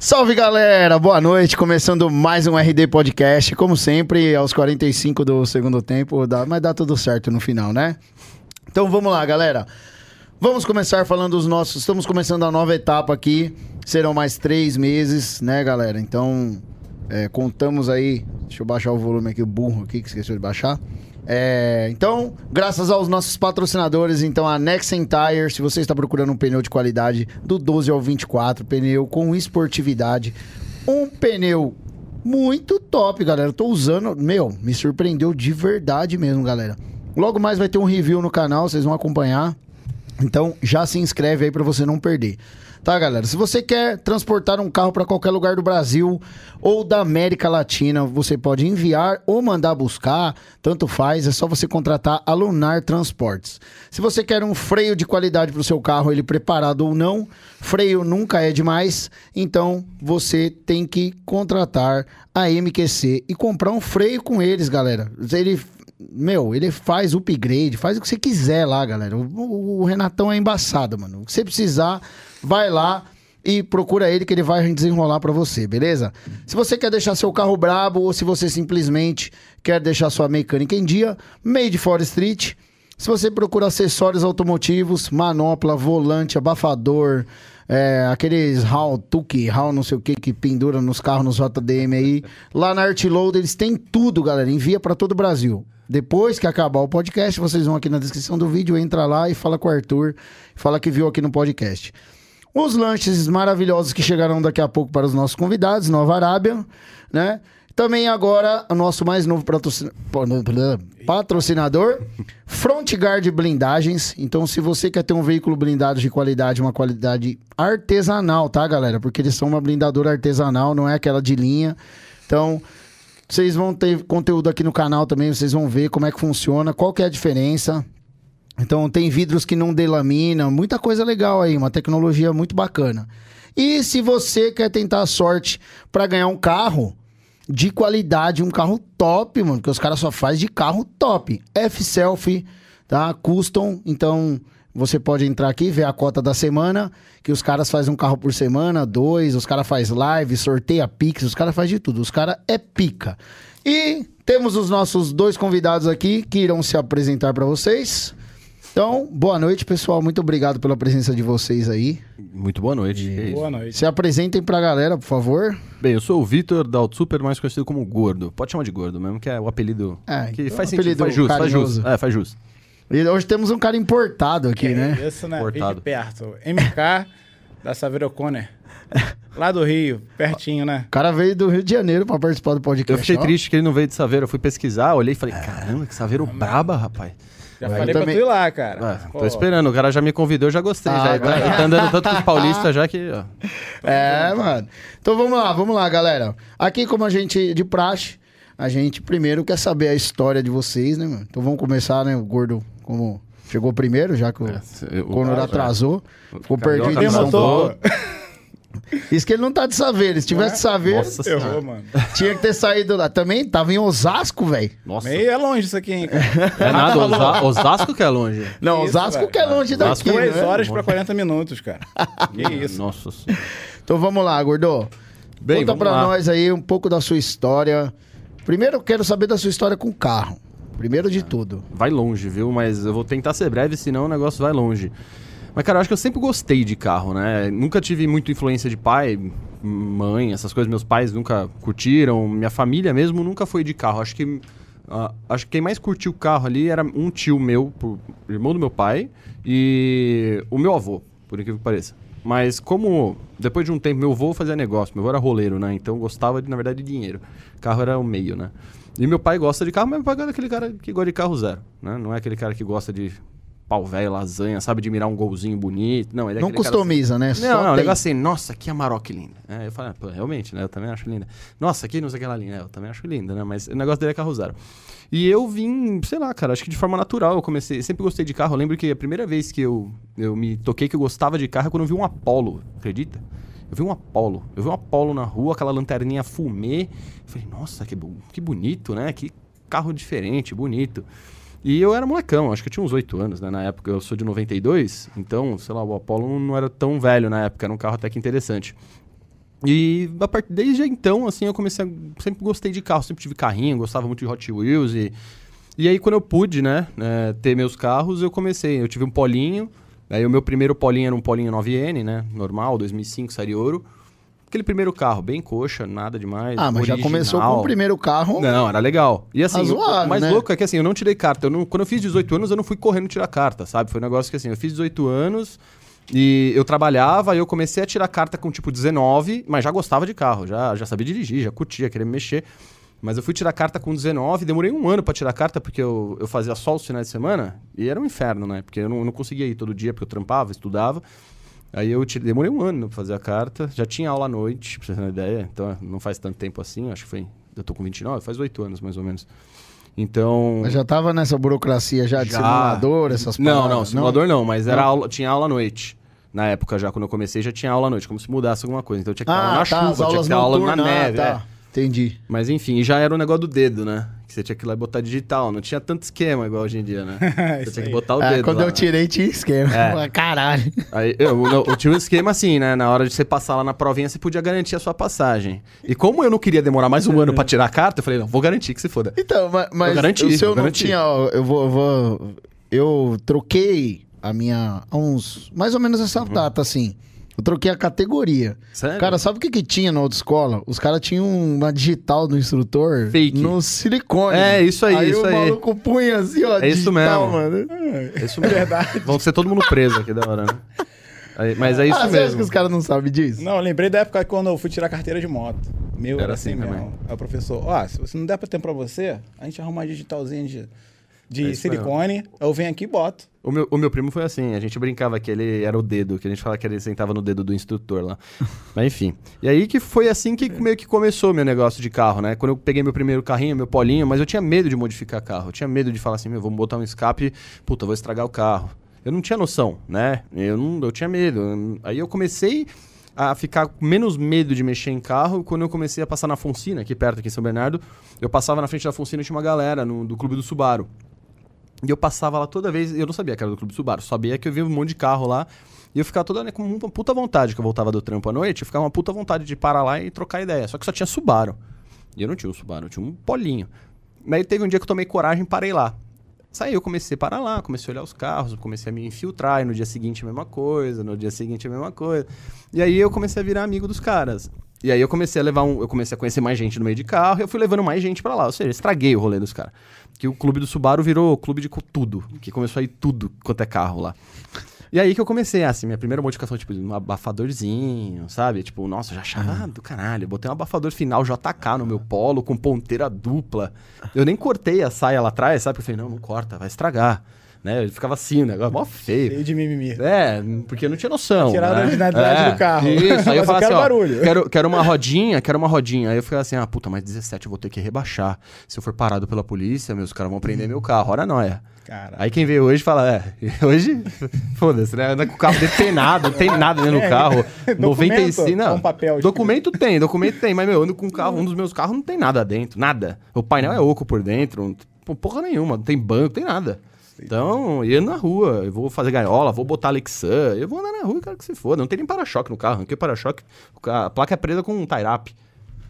Salve galera, boa noite. Começando mais um RD Podcast, como sempre, aos 45 do segundo tempo, dá- mas dá tudo certo no final, né? Então vamos lá, galera. Vamos começar falando dos nossos. Estamos começando a nova etapa aqui. Serão mais três meses, né, galera? Então, é, contamos aí. Deixa eu baixar o volume aqui, o burro aqui, que esqueceu de baixar. É, então, graças aos nossos patrocinadores, então a Nexen Tire, se você está procurando um pneu de qualidade do 12 ao 24, pneu com esportividade, um pneu muito top, galera. Eu tô usando. Meu, me surpreendeu de verdade mesmo, galera. Logo mais vai ter um review no canal, vocês vão acompanhar. Então já se inscreve aí pra você não perder. Tá, galera? Se você quer transportar um carro pra qualquer lugar do Brasil ou da América Latina, você pode enviar ou mandar buscar, tanto faz, é só você contratar a Lunar Transportes. Se você quer um freio de qualidade pro seu carro, ele preparado ou não, freio nunca é demais, então você tem que contratar a MQC e comprar um freio com eles, galera. Ele meu, ele faz upgrade, faz o que você quiser lá, galera. O, o- o Renatão é embaçado, mano. O que você precisar, vai lá e procura ele que ele vai desenrolar pra você, beleza? Se você quer deixar seu carro brabo ou se você simplesmente quer deixar sua mecânica em dia, Made for Street. Se você procura acessórios automotivos, manopla, volante, abafador, é, aqueles HAL, Tuque, HAL não sei o que que pendura nos carros, nos JDM aí. Lá na Artload eles têm tudo, galera. Envia pra todo o Brasil. Depois que acabar o podcast, vocês vão aqui na descrição do vídeo, entra lá e fala com o Arthur, fala que viu aqui no podcast. Os lanches maravilhosos que chegarão daqui a pouco para os nossos convidados, Nova Arábia, né? Também agora, o nosso mais novo patrocin- patrocinador, Front Guard Blindagens. Então, se você quer ter um veículo blindado de qualidade, uma qualidade artesanal, tá, galera? Porque eles são uma blindadora artesanal, não é aquela de linha. Então, vocês vão ter conteúdo aqui no canal também, vocês vão ver como é que funciona, qual que é a diferença. Então tem vidros que não delaminam, muita coisa legal aí, uma tecnologia muito bacana. E se você quer tentar a sorte para ganhar um carro de qualidade, um carro top, mano, porque os caras só faz de carro top. F-Selfie, tá? Custom, então você pode entrar aqui, ver a cota da semana, que os caras fazem um carro por semana, dois, os caras faz live, sorteia Pix, os caras faz de tudo, os caras é pica. E temos os nossos dois convidados aqui que irão se apresentar para vocês. Então, boa noite, pessoal. Muito obrigado pela presença de vocês aí. Muito boa noite. É isso. Boa noite. Se apresentem pra galera, por favor. Bem, eu sou o Vitor da Super, mais conhecido como Gordo. Pode chamar de Gordo mesmo, que é o apelido. É, que então, faz sentido, apelido faz justo, faz carinhoso. justo. É, faz justo. E hoje temos um cara importado aqui, né? Isso, né? Vem Cortado. de perto. MK da Saveiro O'Connor. Lá do Rio, pertinho, né? O cara veio do Rio de Janeiro pra participar do podcast. Eu fiquei ó. triste que ele não veio de Saveiro. Eu fui pesquisar, olhei e falei, É. caramba, que Saveiro braba, rapaz. Já Eu falei pra também- tu ir lá, cara. Ah, Pô, tô esperando, o cara já me convidou, eu já gostei. Ah, já agora- tá, tá andando tanto com os paulistas já que. ó. É, mano. Então vamos lá, vamos lá, galera. Aqui, como a gente de praxe, a gente primeiro quer saber a história de vocês, né, mano? Então vamos começar, né? O gordo, como chegou primeiro, já que o, eu- o Conor ah, atrasou. Ficou Carioca perdido em me São mandou. Paulo. Isso que ele não tá de saber. Se tivesse de saber, é? Nossa Errou, senhora. mano. tinha que ter saído lá. Também tava em Osasco, velho. Nossa. Meio é longe isso aqui, hein, cara. É nada, Osa- Osasco que é longe. Não, Isso, Osasco velho. que é longe Osasco um daqui, Duas né? horas pra 40 minutos, cara. Que isso. Nossa senhora. Então vamos lá, Gordo. Bem, Conta vamos pra lá. nós aí um pouco da sua história. Primeiro eu quero saber da sua história com o carro. Primeiro Ah. de tudo. vai longe, viu? Mas eu vou tentar ser breve, senão o negócio vai longe. Mas, cara, eu acho que eu sempre gostei de carro, né? Nunca tive muita influência de pai, mãe, essas coisas. Meus pais nunca curtiram. Minha família mesmo nunca foi de carro. Acho que, ah, acho que quem mais curtiu o carro ali era um tio meu, por- irmão do meu pai, e o meu avô, por incrível que pareça. Mas como depois de um tempo meu avô fazia negócio, meu avô era roleiro, né? Então eu gostava, de, na verdade, de dinheiro. Carro era o meio, né? E meu pai gosta de carro, mas meu pai é aquele cara que gosta de carro zero, né? Não é aquele cara que gosta de pau velho, lasanha, sabe de mirar um golzinho bonito. Não, ele é não aquele cara customiza, né? não, não, o tem. negócio assim, nossa, que Amarok linda. É, eu falei, ah, pô, realmente, né? Eu também acho linda. Nossa, que não sei aquela linda. É, eu também acho linda, né? Mas o negócio dele é carro zero. E eu vim, sei lá, cara, acho que de forma natural eu comecei. Sempre gostei de carro. Eu lembro que a primeira vez que eu, eu me toquei que eu gostava de carro é quando eu vi um Apollo, acredita? Eu vi um Apollo. Eu vi um Apollo na rua, aquela lanterninha fumê. Eu falei, nossa, que, bo- que bonito, né? Que carro diferente, bonito. E eu era molecão, acho que eu tinha uns 8 anos, né? Na época, eu sou de 92, então, sei lá, o Apollo não era tão velho na época, era um carro até que interessante. E a partir desde então, assim, eu comecei a, sempre gostei de carro, sempre tive carrinho, gostava muito de Hot Wheels e e aí quando eu pude, né, é, ter meus carros, eu comecei, eu tive um Polinho, aí o meu primeiro Polinho era um Polinho 9N, né, normal, 2005 série ouro. Aquele primeiro carro, bem coxa, nada demais. Ah, mas já começou com o é original. primeiro carro. Não, era legal. E assim, Razoável, o mais né? louco é que assim, eu não tirei carta. Eu não- quando eu fiz 18 anos, eu não fui correndo tirar carta, sabe? Foi um negócio que assim, eu fiz 18 anos e eu trabalhava e eu comecei a tirar carta com tipo 19, mas já gostava de carro, já, já sabia dirigir, já curtia, queria me mexer. Mas eu fui tirar carta com 19, demorei um ano pra tirar carta, porque eu, eu fazia só os finais de semana, e era um inferno, né? Porque eu não, não conseguia ir todo dia, porque eu trampava, estudava. Aí eu tirei, demorei um ano pra fazer a carta, já tinha aula à noite, pra você ter uma ideia, então não faz tanto tempo assim, acho que foi. Eu tô com 29, faz 8 anos mais ou menos. Então. Mas já tava nessa burocracia já de Já. simulador, essas Não, paradas, não, simulador não, mas era aula, tinha aula à noite. Na época já, quando eu comecei, já tinha aula à noite, como se mudasse alguma coisa. Então tinha que ter aula Ah, na tá, as chuva, tinha aulas que ter aula na noturnas, ah, neve. é. tá. Entendi. Mas enfim, já era um negócio do dedo, né? Que você tinha que ir lá e botar digital. Não tinha tanto esquema igual hoje em dia, né? Você Isso tinha que aí. botar o Ah, dedo. quando lá, eu né? tirei, tinha esquema. É. Caralho. Aí, eu, não, eu tinha um esquema assim, né? Na hora de você passar lá na provinha, você podia garantir a sua passagem. E como eu não queria demorar mais um ano pra tirar a carta, eu falei, não, vou garantir que se foda. Então, ma- mas, garanti, o seu eu não garanti. tinha, ó, eu vou, eu vou- eu troquei a minha há uns mais ou menos essa data assim. Eu troquei a categoria. Uhum. Sério? Cara, sabe o que que tinha na autoescola? Os caras tinham uma digital do instrutor Fake. no silicone. É, isso aí, aí isso o aí. maluco punha assim, ó, É isso digital, mesmo. mano. é isso mesmo. verdade. Vamos ser todo mundo preso aqui da hora, né? Aí- mas é isso ah, você acha mesmo. que os caras não sabem disso? Não, eu lembrei da época quando eu fui tirar carteira de moto. Meu, Era era, assim assim mesmo. também. Aí o professor, ó, se você não der pra tempo pra você, a gente arruma uma digitalzinha de, de É isso silicone, eu venho aqui e boto. O meu, o meu primo foi assim, a gente brincava que ele era o dedo, que a gente falava que ele sentava no dedo do instrutor lá. Mas enfim. E aí que foi assim que meio que começou meu negócio de carro, né? Quando eu peguei meu primeiro carrinho, meu polinho, mas eu tinha medo de modificar carro. Eu tinha medo de falar assim, meu, vamos botar um escape, puta, vou estragar o carro. Eu não tinha noção, né? Eu, não, eu tinha medo. Aí eu comecei a ficar com menos medo de mexer em carro quando eu comecei a passar na Fonsina, aqui perto, aqui em São Bernardo. Eu passava na frente da Fonsina e tinha uma galera no- do clube do Subaru. E eu passava lá toda vez, eu não sabia que era do Clube Subaru, sabia que eu via um monte de carro lá. E eu ficava toda né, com uma puta vontade que eu voltava do trampo à noite, eu ficava uma puta vontade de parar lá e trocar ideia. Só que só tinha Subaru. E eu não tinha um Subaru, eu tinha um Polinho. Daí teve um dia que eu tomei coragem e parei lá. Saí, eu comecei a parar lá, comecei a olhar os carros, comecei a me infiltrar, e no dia seguinte a mesma coisa, no dia seguinte a mesma coisa. E aí eu comecei a virar amigo dos caras. E aí eu comecei a levar um. Eu comecei a conhecer mais gente no meio de carro, e eu fui levando mais gente pra lá. Ou seja, estraguei o rolê dos caras. Que o clube do Subaru virou clube de co- tudo. Que começou a ir tudo quanto é carro lá. E aí que eu comecei, assim, minha primeira modificação, tipo, um abafadorzinho, sabe? Tipo, nossa, já achava ah, do caralho. Botei um abafador final JK no meu polo, com ponteira dupla. Eu nem cortei a saia lá atrás, sabe? Porque eu falei, não, não corta, vai estragar. Né? Eu ficava assim, o negócio mó feio. Cheio de mimimi. É, porque eu não tinha noção. Tiraram né? a originalidade É, do carro. Isso, aí eu Mas eu falava quero assim, ó, barulho. Quero, quero uma rodinha, quero uma rodinha. Aí eu ficava assim, ah, puta, mas 17 eu vou ter que rebaixar. Se eu for parado pela polícia, meus caras vão prender meu carro, é. hora nóia. Cara, Aí quem vê hoje fala, é, hoje, foda-se, né? Anda com o carro depenado, não tem nada dentro do carro. É. Documento? 95, não. Com papel, documento tem, documento tem, mas meu, eu ando com um carro, um dos meus carros não tem nada dentro, nada. O painel é oco por dentro, não tem porra nenhuma, não tem banco, não tem nada. Então, eu ando na rua, eu vou fazer gaiola, vou botar Lexan, eu vou andar na rua, cara, que se foda. Não tem nem para-choque no carro, arranquei o para-choque, a placa é presa com um tie-up.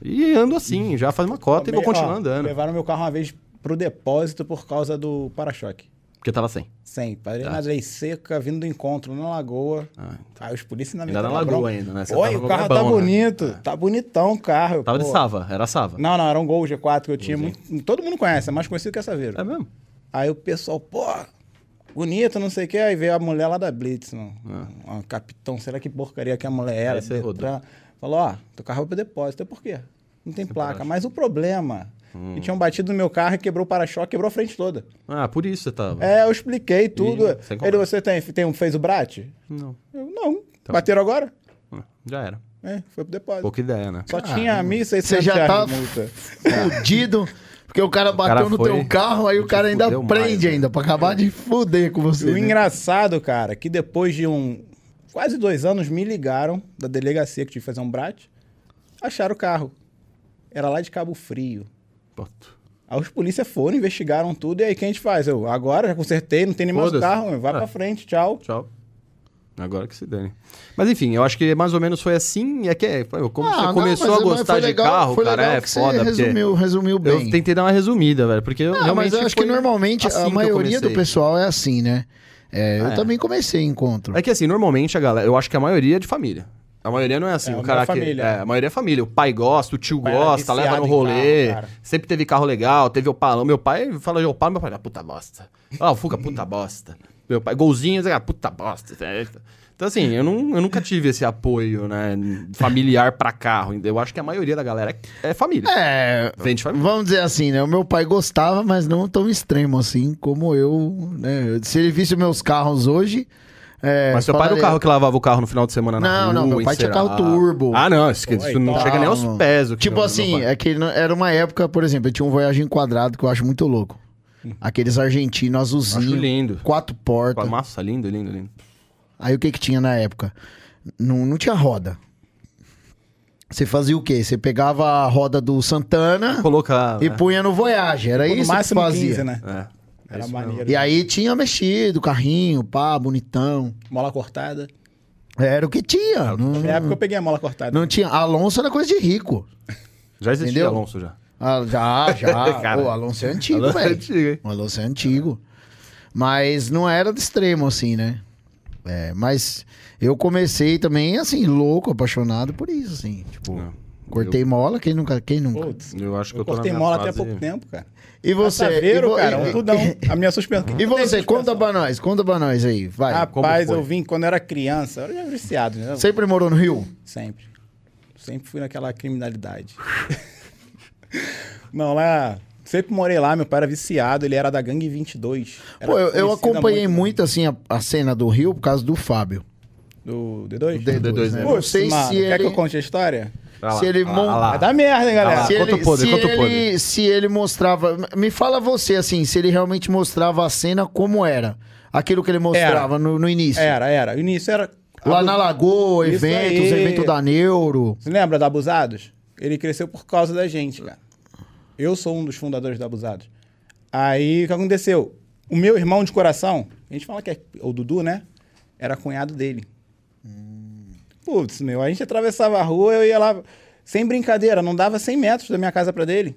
E ando assim, já faz uma cota e vou Ó, é continuar andando. Levaram meu carro uma vez pro depósito por causa do para-choque. Porque tava sem. Sem, parei na lei seca, vindo do encontro na lagoa. Tá. Ah, Aí os polícias na Ainda metade na da lagoa bronca. ainda, né? Você Oi, tava o carro com tá barbão, né? bonito. Tá bonitão o carro. Tava de pô. Sava, era Sava. Não, não, era um Gol G4 que eu tinha. muito- todo mundo conhece, é mais conhecido que essa Saveiro. É mesmo? Aí o pessoal, pô, bonito, não sei o que. Aí veio a mulher lá da Blitz, mano. Uma capitão, será que porcaria que a mulher era? Ah. Aí você rodou. Detran. Falou, ó, teu carro vai pro depósito. Eu, por quê? Não tem placa. Mas o problema... Hum. que tinham batido no meu carro e quebrou o para-choque, quebrou a frente toda. Ah, por isso você tava. É, eu expliquei tudo. sem Ele, conversa. Então. você tem, tem um, fez o brate? Não. Eu, não. Bateram agora? Ah, Já era. É, foi pro depósito. Pouca ideia, né? Só tinha 1.600 Você já tá reais de multa. fudido, porque o cara bateu cara no foi- teu carro, aí o te cara ainda fudeu mais, prende né? ainda, pra acabar de fuder com E você. o né? engraçado, cara, que depois de um. Quase dois anos me ligaram da delegacia que tive que fazer um brate. Acharam o carro. Era lá de Cabo Frio. Pronto. Aí os polícia foram, investigaram tudo, e aí o que a gente faz? Eu, agora já consertei, não tem nem mais o Foda-se. Ah. carro, meu, vai É. pra frente, tchau. Tchau. Agora que se dane. Mas enfim, eu acho que mais ou menos foi assim. E é que é, pô, como Ah, você não, começou mas- a mas gostar foi de legal- carro, foi cara, legal é que você foda. porque Resumiu, resumiu bem. Eu tentei dar uma resumida, velho, porque eu Não, mas realmente eu acho que foi normalmente assim que a eu maioria do comecei. pessoal é assim, né? É, eu É. também comecei encontro. É que assim, normalmente a galera, eu acho que a maioria é de família. A maioria não é assim, É, o a cara maior que. família. É, a maioria é família. O pai gosta, o tio pai era gosta, leva no viciado em rolê. carro, cara. sempre teve carro legal, teve opalão. Meu pai fala de opala, meu pai, ah, puta bosta. Ah, o Fuca, puta bosta. Meu pai, golzinho, ah, puta bosta. Então, assim, eu, não, eu nunca tive esse apoio, né, familiar pra carro. Eu acho que a maioria da galera é família. É, Vem de família. vamos dizer assim, né? O meu pai gostava, mas não tão extremo assim como eu, né? Se ele visse meus carros hoje... é, Mas seu pai era o falaria- carro que lavava o carro no final de semana na Não, rua, não, meu pai tinha encerava. carro turbo. Ah, não, isso, que- Pô, isso não então, chega nem aos mano. pés. o que Tipo meu- meu assim, pai. é que não- era uma época, por exemplo, eu tinha um Voyage quadrado que eu acho muito louco. Aqueles argentinos Hum. Acho azulzinhos, lindo. quatro Com a portas. massa, lindo, lindo, lindo. Aí o que que tinha na época? Não, não tinha roda. Você fazia o quê? Você pegava a roda do Santana Colocar. e né? punha no Voyage. Era Pô, É isso no que máximo fazia. 15, né? É. Era isso mesmo. maneiro. E aí tinha mexido, carrinho, pá, bonitão. Mola cortada. Era o que tinha. Na Não, época né? eu peguei a mola cortada. não tinha. Alonso era coisa de rico. Já existia Entendeu? Alonso já. Ah, já, já. Cara. o Alonso é antigo, Alonso é velho. antigo, hein? O Alonso é antigo. Mas não era do extremo, assim, né? É, mas eu comecei também, assim, louco, apaixonado por isso, assim. Tipo, Não. cortei mola, quem nunca, quem nunca. Putz, Eu acho que eu, eu tô na cortei minha mola fase- até pouco tempo, cara. E você? Saveiro, e vo- cara, e- um tudão. A minha suspensão. E você, Suspensão. conta pra nós, conta pra nós aí, vai. como Rapaz, foi? eu vim quando eu era criança. Eu era viciado, né? Sempre morou no Rio? Sempre. Sempre fui naquela criminalidade. Não, lá. Sempre morei lá, meu pai era viciado, ele era da Gangue 22. Era Pô, eu, eu conhecida acompanhei muito, muito assim, a, a cena do Rio por causa do Fábio. Do D2? D2, D2, né? né? Não sei mano, se quer ele... que eu conte a história? Vai lá, se ele vai mon- lá, vai lá. Vai dar merda, hein, galera? Ah, Se conta ele, o podre, se, conta o ele, podre. se ele mostrava. Me fala você, assim, se ele realmente mostrava a cena como era. Aquilo que ele mostrava no, no início. Era, era. O início era. Lá na Lagoa, Isso eventos, aí. evento da Neuro. Você lembra da Abusados? Ele cresceu por causa da gente, cara. Eu sou um dos fundadores da Abusados. Aí, o que aconteceu? O meu irmão de coração, a gente fala que é o Dudu, né? Era cunhado dele. Putz, meu, a gente atravessava a rua, eu ia lá, sem brincadeira, não dava 100 metros da minha casa pra dele.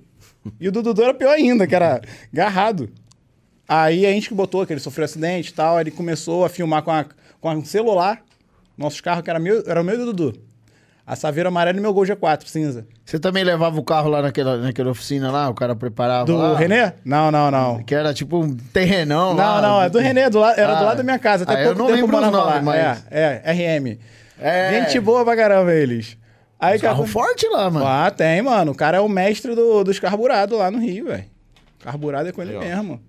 E o do Dudu era pior ainda, que era garrado. Aí a gente que botou, que ele sofreu acidente e tal, ele começou a filmar com, a, com a- um celular, nossos carros, que era, meu, era o meu e do Dudu. A Saveiro Amarelo e meu Gol G4, cinza. Você também levava o carro lá naquela, naquela oficina lá, o cara preparava. Do lá, René? Não, não, não. Que era tipo um terrenão lá. Não, não, é do René, do lado- era Ah, do lado da minha casa. Até ah, eu pouco não tempo lembro os morava lá. nomes, mas- É, é, RM. É. Gente boa pra caramba eles. Aí, que Carro acon- forte lá, mano. Ah, tem, mano. O cara é o mestre do- dos carburados lá no Rio, velho. Carburado é com ele Legal. mesmo.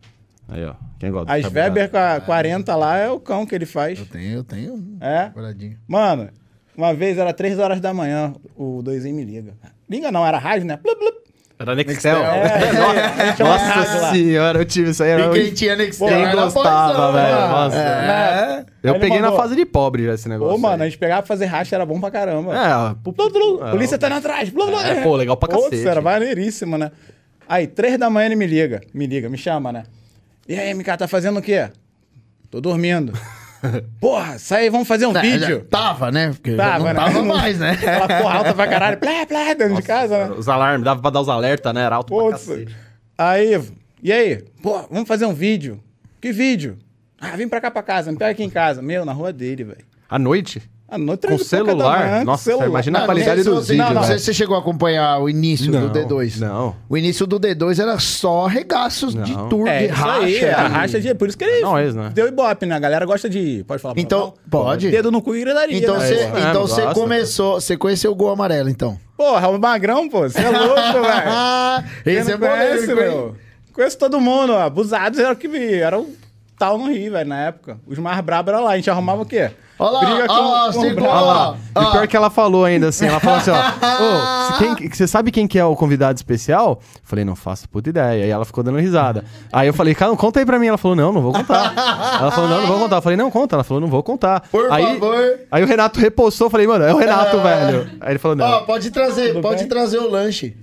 Aí, ó. Quem gosta tá do As carburado? Weber com a 40 lá é o cão que ele faz. Eu tenho, eu tenho. um É? quadradinho. Mano, uma vez era 3 horas da manhã, o doisinho me liga. Liga não, era rádio, né? Blup, blup. Era Nextel. é, é. Nossa senhora, É, eu tive isso aí. Era E quem quem tinha Nextel? quem era gostava, paizão, velho. lá. Nossa. É. É. Eu Aí ele peguei na mandou. fase de pobre já esse negócio. Ô, mano, a aí. gente pegava pra fazer racha, era bom pra caramba. É, ó, pu- Blu, blu, É, polícia ó. tá na trás. Blu, blu. É, pô, legal pra cacete. era maneiríssimo, né? Aí, três da manhã ele me liga. Me liga, me chama, né? E aí, MK, tá fazendo o quê? Tô dormindo. Porra, sai, vamos fazer um Não, já vídeo. Tava, né? Porque já não tava mais, né? Aquela porra alta pra caralho. Plá, plá, dentro de casa, né? os alarmes, dava pra dar os alertas, né? Era alto pra Putz. cacete. Aí, e aí? Pô, vamos fazer um vídeo. Que vídeo? Ah, vem pra cá pra casa, me pega aqui em casa. Meu, na rua dele, velho. À noite? Ah, não, Com celular? Nossa, imagina a Não, qualidade não sei se dos você- vídeos, Não, não né? sei se você chegou a acompanhar o início do D2. Não. O início do D2 era só regaços de Não. tour, É, de isso racha. aí, de- é, racha de... Por isso que ele Não, é isso, né? deu ibope, né? A galera gosta de... Pode falar Então, palavrão? pode. Dedo no cu e gritaria, Então né? você É, então gosta, você cara. começou, você conheceu o gol amarelo, então. Porra, o Magrão, pô. Você é louco, velho. Ah, esse Quem é não conhece, polêmico, hein? Conheço todo mundo, ó. Abusados era o que vi. Era o tal no Rio, velho, na época. Os mais brabos eram lá. A gente arrumava o quê? Olha lá, olha lá, o circulou. Olha brabo. lá. Ah. E pior que ela falou ainda assim, ela falou assim, ó, "Ô, se quem- que- você sabe quem que é o convidado especial? Eu Falei, não faço puta ideia. Aí ela ficou dando risada. Aí eu falei, cara, conta aí pra mim. Ela falou, não, não vou contar. Ela falou, não, não vou contar. Eu falei, não, conta. Ela falou, não vou contar. Por aí, favor. Aí o Renato repostou, eu falei, mano, é o Renato, velho. Aí ele falou, Ó, não. pode trazer, pode bem? trazer o lanche.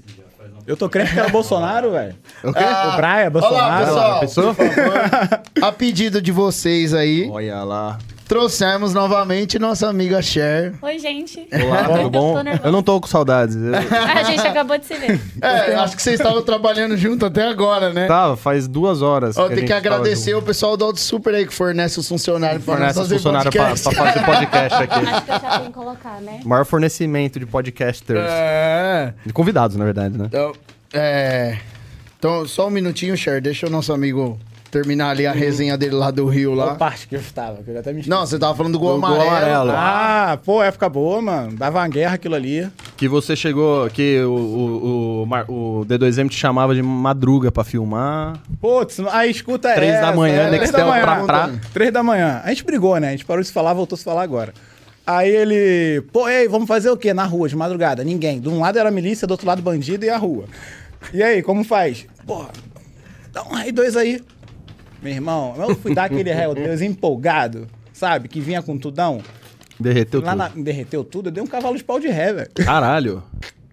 Eu tô crente que era Bolsonaro, velho. Ah, O quê? O Braia, Olha lá, pessoal. Bolsonaro. pessoal. Pessoa? A pedido de vocês aí, Olha lá. trouxemos novamente nossa amiga Cher. Oi, gente. Olá, tudo bom? Eu, tô nervosa. Eu não tô com saudades. Eu A gente acabou de se ver. É, acho que vocês estavam trabalhando junto até agora, né? tava, faz duas horas. Ó, Tá. a tem que gente tava agradecer junto. o pessoal do Auto Super aí que fornece os funcionários para nós Fornece os fazer funcionários pra, podcast. pra fazer podcast aqui. Acho que eu já tenho que colocar, né? Maior fornecimento de podcasters. É. De convidados, na verdade, né? Então, é, então, só um minutinho, Cher. Deixa o nosso amigo terminar ali a resenha dele lá do Rio lá. Qual parte que eu estava? Que eu até me esqueci. Não, você tava falando do gol Do gol amarelo. amarelo. Ah, pô, época boa, mano. Dava uma guerra aquilo ali. Que você chegou, que o, o, o Mar- o D2M te chamava de madruga pra filmar. Putz, aí escuta Três essa, da manhã, é, Nextel três da pra manhã. pra. Três da manhã. A gente brigou, né? A gente parou de se falar, voltou a se falar agora. Aí ele, pô, ei, vamos fazer o quê? Na rua, de madrugada, ninguém. De um lado era milícia, do outro lado bandido e a rua. E aí, como faz? Pô, dá um aí, dois aí. Meu irmão, eu fui dar aquele réu Deus empolgado, sabe? Que vinha com tudão. Derreteu Lá tudo. na, derreteu tudo, eu dei um cavalo de pau de ré, velho. Caralho.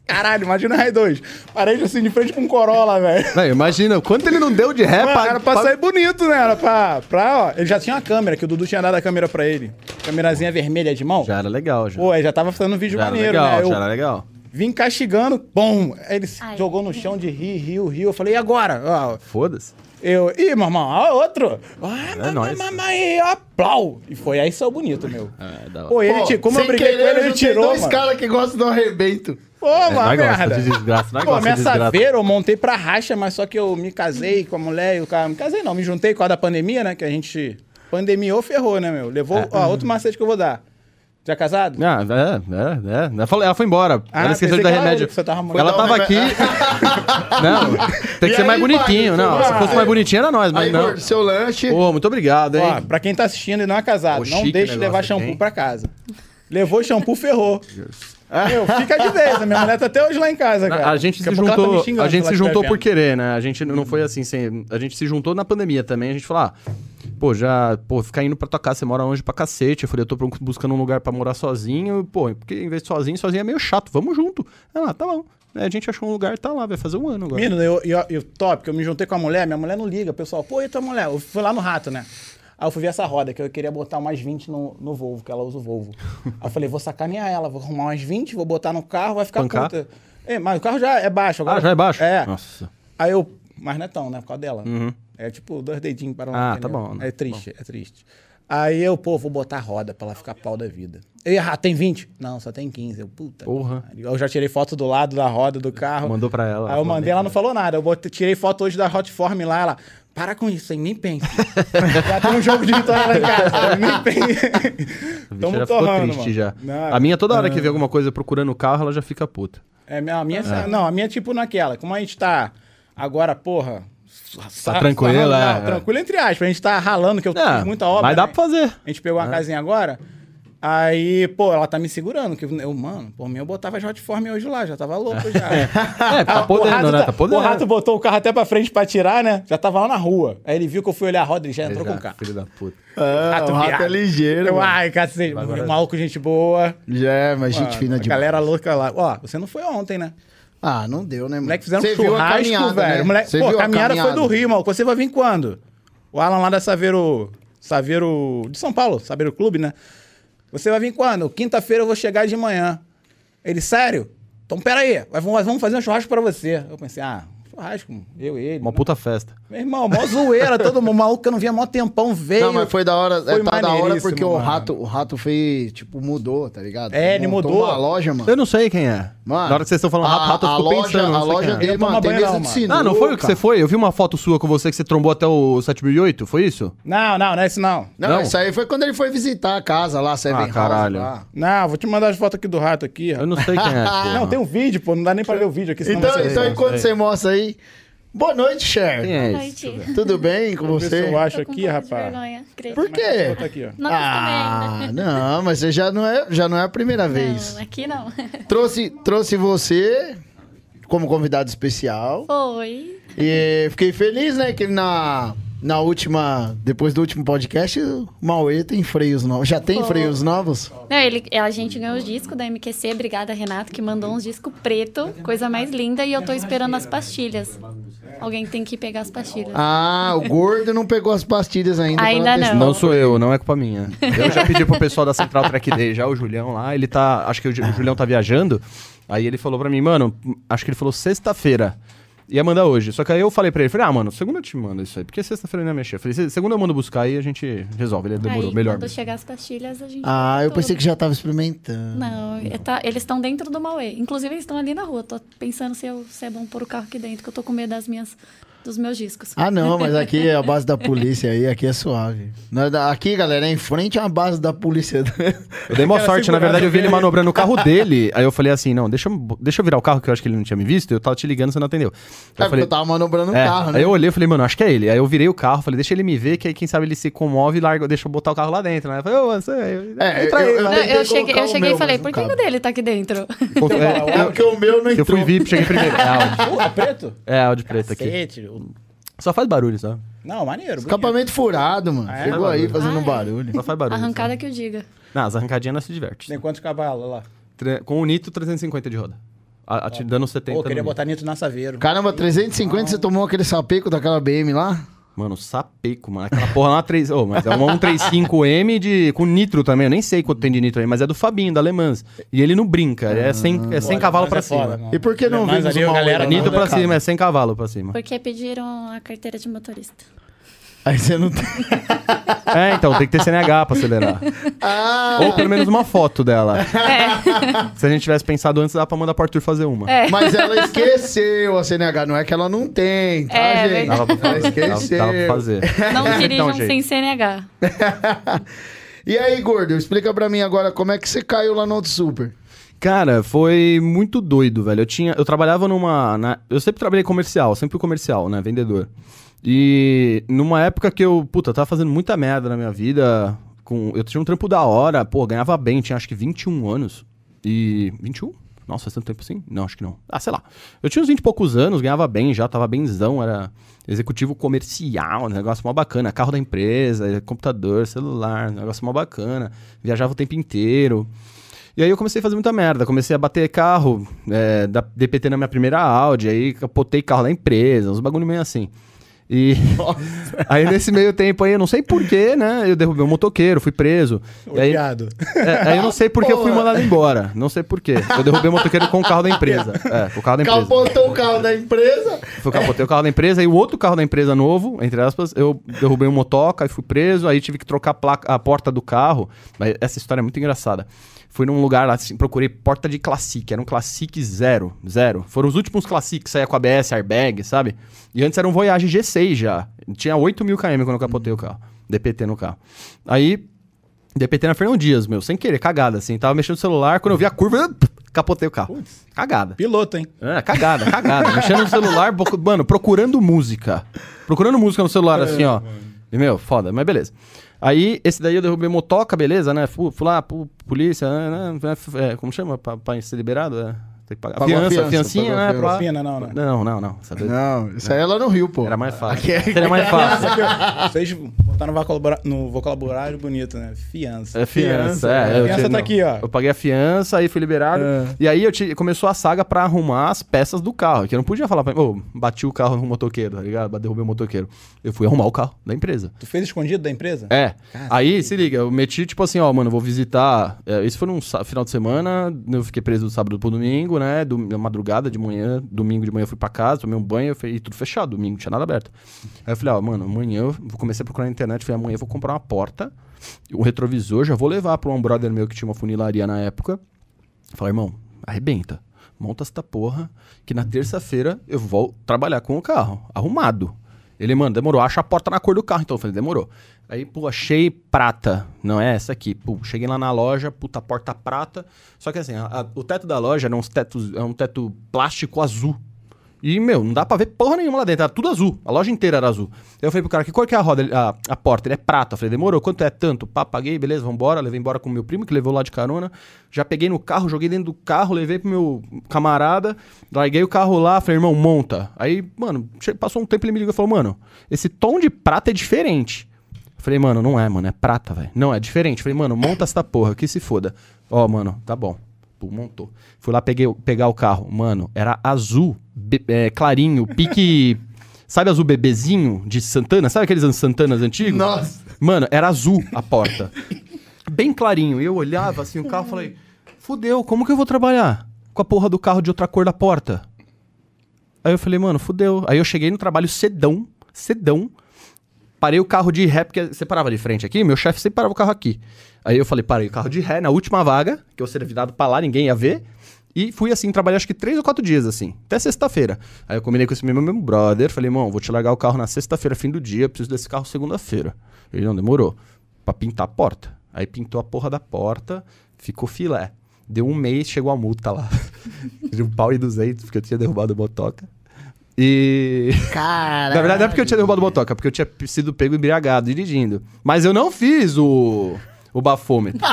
Caralho, imagina o Rai 2. Parei assim de frente com um Corolla, velho. Não, imagina, o quanto ele não deu de ré É, Mano, pra- era pra, pra- sair bonito, né? Era pra. pra ó, ele já tinha uma câmera, que o Dudu tinha dado a câmera pra ele. Câmerazinha vermelha de mão. Já era legal, já. Pô, aí já tava fazendo um vídeo já era maneiro, legal, né? Eu já era legal. vim castigando, bom. Aí ele se Ai. jogou no chão de rir, riu, riu. Eu falei, e agora? Ó, Foda-se. eu. Ih, meu irmão, ó, outro. Ah, mamãe, É nóis. mamãe, ó, plau. E foi aí saiu bonito, meu. É, da hora. Pô, ele, Pô, ti- Ah, como eu sem briguei querer, com ele, ele ajudei tirou. dois mano. caras que gostam do arrebento. Pô, uma nós gosta merda. de desgraça, nós Pô, gosta de minha desgraça. saveira eu montei pra racha, mas só que eu me casei com a mulher e o cara... Me casei não, me juntei com a da pandemia, né? Que a gente... Pandemiou, ferrou, né, meu? Levou... É. Ó, outro macete que eu vou dar. Já casado? Ah, é, é, é. Ela, falou- ela foi embora. Ah, ela esqueceu pensei de dar que ela- remédio. que você tava ela mandando tava um aqui. não, tem que E ser mais aí, bonitinho. pai, Não, vai. se fosse mais bonitinho era nós, mas Aí, não. gordo, seu lanche. Pô, muito obrigado, hein? Ó, pra quem tá assistindo e não é casado, Pô, não chique deixe o negócio de levar que shampoo tem. pra casa. Levou shampoo, ferrou. Meu, fica de vez. A minha mulher tá até hoje lá em casa, cara. a gente se Daqui pouco ela tá me juntou, xingando a gente se ela se estiver juntou por vendo. querer, né? A gente não foi assim, sem, a gente se juntou na pandemia também, a gente falou, ah, pô, já, pô, ficar indo pra tua casa, você mora longe pra cacete. Eu falei, eu tô pro- buscando um lugar pra morar sozinho, pô, porque em vez de sozinho, sozinho é meio chato, vamos junto. Ela, ah, tá bom. Aí a gente achou um lugar, tá lá, vai fazer um ano agora. Menino, eu, eu, eu top, que eu me juntei com a mulher, minha mulher não liga, o pessoal, pô, e tua mulher? Eu fui lá no rato, né? Aí eu fui ver essa roda, que eu queria botar umas 20 no, no Volvo, que ela usa o Volvo. Aí eu falei, vou sacanear ela, vou arrumar umas 20, vou botar no carro, vai ficar Pancar? puta. É, mas o carro já é baixo agora. Ah, já é baixo? É. Nossa. Aí eu. Mas não é tão, né? Por causa dela. É tipo dois dedinhos para Uhum. Ah, tá bom, né? É triste, é triste. Aí eu, pô, vou botar a roda pra ela ficar pau da vida. Eu, ah, tem 20? Não, só tem 15. Eu, puta. Porra. que pariu. Eu já tirei foto do lado da roda do carro. Mandou pra ela, Aí eu falou, mandei, nem ela não falou nada. Eu botei- tirei foto hoje da Hot Form lá, ela. Para com isso, hein? Nem pense. já tem um jogo de vitória lá em casa. Nem pense. A bicha Tamo já ficou torrando, triste mano. já. Não, a minha, toda hora que vê alguma coisa procurando o carro, ela já fica puta. é, a minha, Não, a minha é tipo naquela. Como a gente tá agora, porra. Tá tranquilo, é, é. Tranquilo, entre aspas. A gente tá ralando, que eu Ah, fiz muita obra. mas dá né? pra fazer. É. A gente pegou uma casinha agora. Aí, pô, ela tá me segurando. Que eu, mano, por mim eu botava já de forma hoje lá, já tava louco já. É, tá Ah, o rato podendo, né? tá- Tá podendo. O rato botou o carro até pra frente pra tirar, né? Já tava lá na rua. Aí ele viu que eu fui olhar a roda, ele já entrou Já, com o carro. Filho da puta. Ah, o rato viado. é ligeiro. Eu, mano. ai, cacete, maluco, gente boa. Já é, mas gente Mano, fina a demais. Galera louca lá. Ó, você não foi ontem, né? Ah, não deu, né, mano? O moleque fizeram um Você viu a churrasco, caminhada, né? velho. O Moleque, Você pô, viu a a caminhada, foi do caminhada. Rio, maluco. Você vai vir quando? O Alan lá da Saveiro. Saveiro. de São Paulo, Saveiro Clube, né? Você vai vir quando? Quinta-feira eu vou chegar de manhã. Ele, sério? Então peraí, vai- vamos vamos fazer um churrasco pra você. Eu pensei, ah, churrasco, eu e ele. Uma puta festa. Meu irmão, mó zoeira, todo mundo. O maluco que eu não via mó tempão veio. Não, mas foi da hora, Foi é, tá da hora porque maneiríssimo, o mano. rato, o rato fez, tipo, mudou, tá ligado? É, ele Montou mudou. uma loja, mano. Eu não sei quem é. Mano, Na hora que vocês estão falando a- rato, rato, eu a fico loja, pensando. A não sei loja quem é. dele, Ele não mano, toma tem banho mesa não, de mano. sinuca. Ah, não foi o que você foi? Eu vi uma foto sua com você que você trombou até o 7008, foi isso? Não, não, não é isso não. Não, Não? isso aí foi quando ele foi visitar a casa lá, Seven Ah, House, caralho. lá. Não, vou te mandar as fotos aqui do rato aqui, ó. Eu não sei quem é. porra. Não, tem um vídeo, pô, não dá nem pra ver o vídeo aqui. senão Então, vai ser- então enquanto você mostra aí... Boa noite, Quem Cher. é Boa esse? noite. Tudo bem com Vou ver se você? eu acho Tô com um aqui, pouco de rapaz. vergonha, acredito. Por Vou quê? botar tá aqui, ó. Nós Ah, também, né? não, mas você já não é, já não é a primeira vez. Não, aqui não. Trouxe, trouxe você como convidado especial. Foi. E fiquei feliz, né, que na Na última, depois do último podcast, o Mauê tem freios novos. Já tem Pô. freios novos? Não, ele, a gente ganhou os discos da MQC. Obrigada, Renato, que mandou uns discos preto. Coisa mais linda. E eu tô esperando as pastilhas. Alguém tem que pegar as pastilhas. Ah, o gordo não pegou as pastilhas ainda. pra Ainda testar. Não sou eu, não é culpa minha. Eu já pedi pro pessoal da Central Track Day, já o Julião lá, ele tá. Acho que o, Ju- o Julião tá viajando. Aí ele falou pra mim, mano, acho que ele falou sexta-feira. Ia mandar hoje. Só que aí eu falei pra ele, falei, ah, mano, segunda eu te mando isso aí, porque sexta-feira eu não ia mexer. Eu falei, "Se- segunda eu mando buscar e a gente resolve. Ele demorou, Aí, melhor. quando chegar as pastilhas, a gente... Ah, eu pensei que já tava experimentando. Não, é, tá- eles estão dentro do Mauê. Inclusive, eles estão ali na rua. Tô pensando se, eu- se é bom pôr o carro aqui dentro, que eu tô com medo das minhas, dos meus discos. Ah, não, mas aqui é a base da polícia aí, aqui é suave. Não é da- Aqui, galera, é em frente à base da polícia. Eu dei mó Aquela sorte, na segurada verdade eu vi ele dele. manobrando o carro dele. Aí eu falei assim, não, deixa eu, deixa eu virar o carro, que eu acho que ele não tinha me visto. Eu tava te ligando, você não atendeu. É Aí eu porque falei, eu tava manobrando um É, carro, né? Aí eu olhei e falei, mano, acho que é ele. Aí eu virei o carro, falei, deixa ele me ver, que aí quem sabe ele se comove e larga, deixa eu botar o carro lá dentro, né? Eu falei, ô, você. É, entra aí, eu- né? Não, tentei eu cheguei, colocar eu o cheguei meu, e falei, mas por não que que o cabe. dele tá aqui dentro? É, É eu- porque o meu não Eu entrou. fui VIP, cheguei primeiro. É, Pô, é preto? o- é, o de preto aqui. Cacete. o- Só faz barulho, só. Não, maneiro. bonito. Escapamento furado, mano. Ah, é? Chegou aí fazendo Ah, um é. barulho. Só faz barulho. Arrancada que eu diga. só. Não, as arrancadinhas nós se diverte. Tem quantos cavalos lá? Tre- Com o Nito, 350 de roda. A, a, te dando 70. Pô, queria no Nito. botar Nito na Saveiro. Caramba, 350 você tomou aquele sapeco daquela BM lá? Mano, sapeco, mano. Aquela porra lá, 3... Ô, mas é uma 135M de... com nitro também. Eu nem sei quanto tem de nitro aí, mas é do Fabinho, da Alemãs. E ele não brinca. É 100, é 100 cavalos pra cima. E por que não Mas vimos ali uma a galera É outra? nitro toda, pra cara. cima, é 100 cavalos pra cima. Porque pediram a carteira de motorista. Aí você não tem. É, então, tem que ter CNH pra acelerar. Ah! Ou pelo menos uma foto dela. Se a gente tivesse pensado antes, dá pra mandar pro Arthur fazer uma. É. Mas ela esqueceu a CNH, não é que ela não tem, tá, É, gente? verdade. Dava pra Ela fazer. Dava, esqueceu. dava pra fazer. Não um Então, dirijam gente. sem CNH. E aí, gordo, explica pra mim agora como é que você caiu lá no Auto Super. Cara, foi muito doido, velho. Eu tinha, eu trabalhava numa, na- eu sempre trabalhei comercial, sempre fui comercial, né, vendedor. E numa época que eu, puta, tava fazendo muita merda na minha vida, com, eu tinha um trampo da hora, pô, ganhava bem, tinha acho que 21 anos. E 21? Nossa, faz tanto tempo assim? Não, acho que não. Ah, sei lá. Eu tinha uns 20 e poucos anos, ganhava bem já, tava benzão, era executivo comercial, um negócio mó bacana, carro da empresa, computador, celular, um negócio mó bacana. Viajava o tempo inteiro. E aí eu comecei a fazer muita merda. Comecei a bater carro, é, da DPT na minha primeira Audi, aí capotei carro da empresa, uns bagulho meio assim. E aí nesse meio tempo aí, eu não sei porquê, né? Eu derrubei um motoqueiro, fui preso. E aí, Odiado. é, aí eu não sei porque eu fui mandado embora. Não sei porquê. Eu derrubei o motoqueiro com o carro da empresa. É, com o carro da empresa. Capotou o carro da empresa. Foi que eu botei o carro da empresa e o outro carro da empresa novo, entre aspas, eu derrubei um motoca e fui preso, aí tive que trocar a, placa- a porta do carro. Mas essa história é muito engraçada. Fui num lugar lá, assim, procurei porta de Classic, era um Classic zero, zero. Foram os últimos Classic que saía com ABS, airbag, sabe? E antes era um Voyage G6 já. Tinha 8 mil km quando eu capotei o carro. DPT no carro. Aí DPT na Fernão Dias, meu, sem querer, cagada, assim. Tava mexendo no celular, quando eu vi a curva, eu, capotei o carro. Cagada. Piloto, hein? É, cagada, cagada. Mexendo no celular, bocu- mano, procurando música. Procurando música no celular, assim, ó. E, meu, foda, mas beleza. Aí, esse daí eu derrubei motoca, beleza, né? Fui, fui lá, pu- polícia, né? né, f- é, como chama? Pra, pra ser liberado? É, tem que pagar. Pagou a fiança, fiança, fiancinha, pagou a né? fiança. pra- Pina, não, né? Não, não, não. essa doida- Não, é isso aí é lá no Rio, pô. Era mais fácil. Era mais fácil. Vocês botaram no vocabula- no vocabulário bonito, né? Fiança. É fiança, é. eu Fiança tinha- tá aqui, ó. É. Eu paguei a fiança, aí fui liberado. E aí eu ti- começou a saga pra arrumar as peças do carro. Que eu não podia falar pra mim, ô, bati o carro no motoqueiro, tá ligado? Derrubei o motoqueiro. Eu fui arrumar o carro da empresa. Tu fez escondido da empresa? É. Aí, se liga, eu meti, tipo assim, ó, mano, vou visitar. É, isso foi num sá- final de semana, eu fiquei preso do sábado pro domingo, né? Do, da madrugada de manhã, domingo de manhã eu fui pra casa, tomei um banho, eu fui, e tudo fechado, domingo, não tinha nada aberto. Aí eu falei, ó, mano, amanhã eu vou comecei a procurar na internet, falei, amanhã eu vou comprar uma porta, o retrovisor, já vou levar pra um brother meu que tinha uma funilaria na época. Falei, irmão, arrebenta. Monta esta porra, que na terça-feira eu vou trabalhar com o carro, arrumado. Ele, mano, demorou, acha a porta na cor do carro. Então eu falei, demorou. Aí, pô, achei prata. Não é essa aqui. Pô, cheguei lá na loja, puta porta prata. Só que assim, a- a- o teto da loja era uns tetos, é um teto plástico azul. E, meu, não dá pra ver porra nenhuma lá dentro. Era tudo azul. A loja inteira era azul. Aí eu falei pro cara, que cor que é a roda? Ele- a, a porta? Ele é prata. Eu falei, demorou. Quanto é? Tanto. Pá, paguei, beleza, vambora. Levei embora com meu primo, que levou lá de carona. Já peguei no carro, joguei dentro do carro, levei pro meu camarada. Larguei o carro lá, falei, irmão, monta. Aí, mano, che- passou um tempo, ele me ligou e falou, mano, esse tom de prata é diferente. Eu Falei, mano, não é, mano, é prata, velho. Não, é diferente. Eu Falei, mano, monta essa porra, que se foda. Ó, mano, tá bom. Pô, montou. Fui lá peguei, o- pegar o carro. Mano, era azul, be- é, clarinho, pique. sabe azul bebezinho de Santana? Sabe aqueles Santanas antigos? Nossa. Mano, era azul a porta. Bem clarinho. E eu olhava assim o carro e falei: fudeu, como que eu vou trabalhar? Com a porra do carro de outra cor da porta? Aí eu falei, mano, fudeu. Aí eu cheguei no trabalho cedão, cedão. Parei o carro de ré, porque você parava de frente aqui, meu chefe sempre parava o carro aqui. Aí eu falei, parei o carro de ré na última vaga, que eu seria virado pra lá, ninguém ia ver. E fui assim, trabalhar acho que três ou quatro dias, assim, até sexta-feira. Aí eu combinei com esse meu mesmo brother, falei, irmão, vou te largar o carro na sexta-feira, fim do dia, preciso desse carro segunda-feira. Ele não demorou. Pra pintar a porta. Aí pintou a porra da porta, ficou filé. Deu um mês, chegou a multa lá. De um pau e duzentos, porque eu tinha derrubado a motoca. E. Caralho. Na verdade, não é porque eu tinha né? derrubado o motoca, porque eu tinha p- sido pego embriagado dirigindo. Mas eu não fiz o. O bafômetro.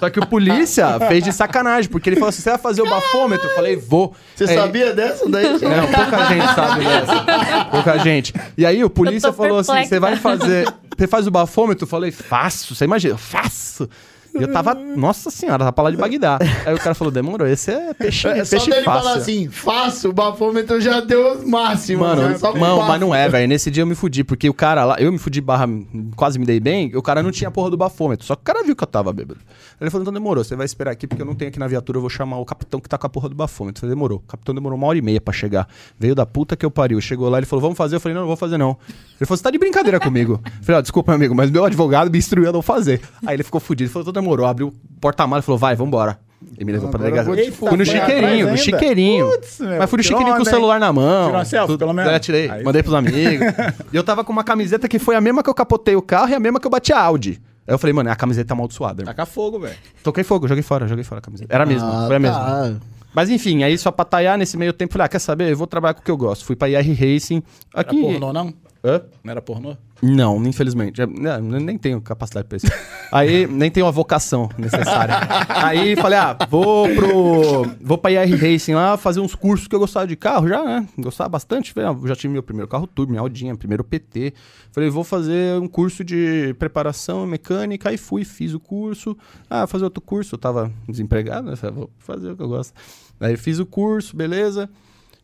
Só que o polícia fez de sacanagem, porque ele falou assim: você vai fazer o bafômetro? Eu falei, vou. Você Aí- sabia dessa daí? gente? É. Não, pouca gente sabe dessa. Pouca gente. E aí o polícia Eu tô falou assim: perplexa. você vai fazer. Você faz o bafômetro? Eu falei, faço, você imagina, eu faço. E eu tava, nossa senhora, tava pra lá de Bagdá. Aí o cara falou: demorou, esse é peixe, É, só peixe dele fácil. falar assim, faço, o bafômetro já deu os um máximos. Mano, né? Só não, faço. mas não é, velho. Nesse dia eu me fudi, porque o cara lá, eu me fudi barra, quase me dei bem, e o cara não tinha a porra do bafômetro. Só que o cara viu que eu tava bêbado. Ele falou, então demorou, você vai esperar aqui, porque eu não tenho aqui na viatura, eu vou chamar o capitão que tá com a porra do bafômetro. Eu falei, demorou. O capitão demorou uma hora e meia pra chegar. Veio da puta que eu pariu. Chegou lá, ele falou, vamos fazer? Eu falei, não, não vou fazer não. Ele falou, você tá de brincadeira comigo. Eu falei, ó, desculpa, meu amigo, mas meu advogado me instruiu a não fazer. Aí ele ficou fudido, ele falou, então demorou. Abriu o porta-malas e falou, vai, vambora. E me levou pra Agora eu vou delegacia. te Fui no fuder chiqueirinho, no atrás ainda? chiqueirinho. Putz, meu, mas fui no tirou chiqueirinho com o onda, hein? celular na mão. Tirou uma selfie, pelo menos? Eu é, tirei, Aí. mandei pros amigos. e eu tava com uma camiseta que foi a mesma que eu capotei o carro e a mesma que eu bati a Audi. Aí eu falei, mano, a camiseta tá amaldiçoada. irmão. Taca fogo, velho. Toquei fogo, joguei fora, joguei fora a camiseta. Era a mesma, Ah, foi a mesma. tá. Mas enfim, aí só pra taiar nesse meio tempo, falei, ah, quer saber? Eu vou trabalhar com o que eu gosto. Fui pra IR Racing. Era Aqui. Tá pornô, né? não? Hã? Não era pornô? Não, infelizmente. É, né, eu nem tenho capacidade pra isso. Aí, nem tenho a vocação necessária. Aí, falei, ah, vou pro... Vou pra IR Racing lá fazer uns cursos que eu gostava de carro já, né? Gostava bastante. Falei, ah, já tive meu primeiro carro turbo, minha Aldinha, primeiro PT. Falei, vou fazer um curso de preparação mecânica. Aí fui, fiz o curso. Ah, fazer outro curso. Eu tava desempregado, né? Falei, vou fazer o que eu gosto. Aí fiz o curso, beleza.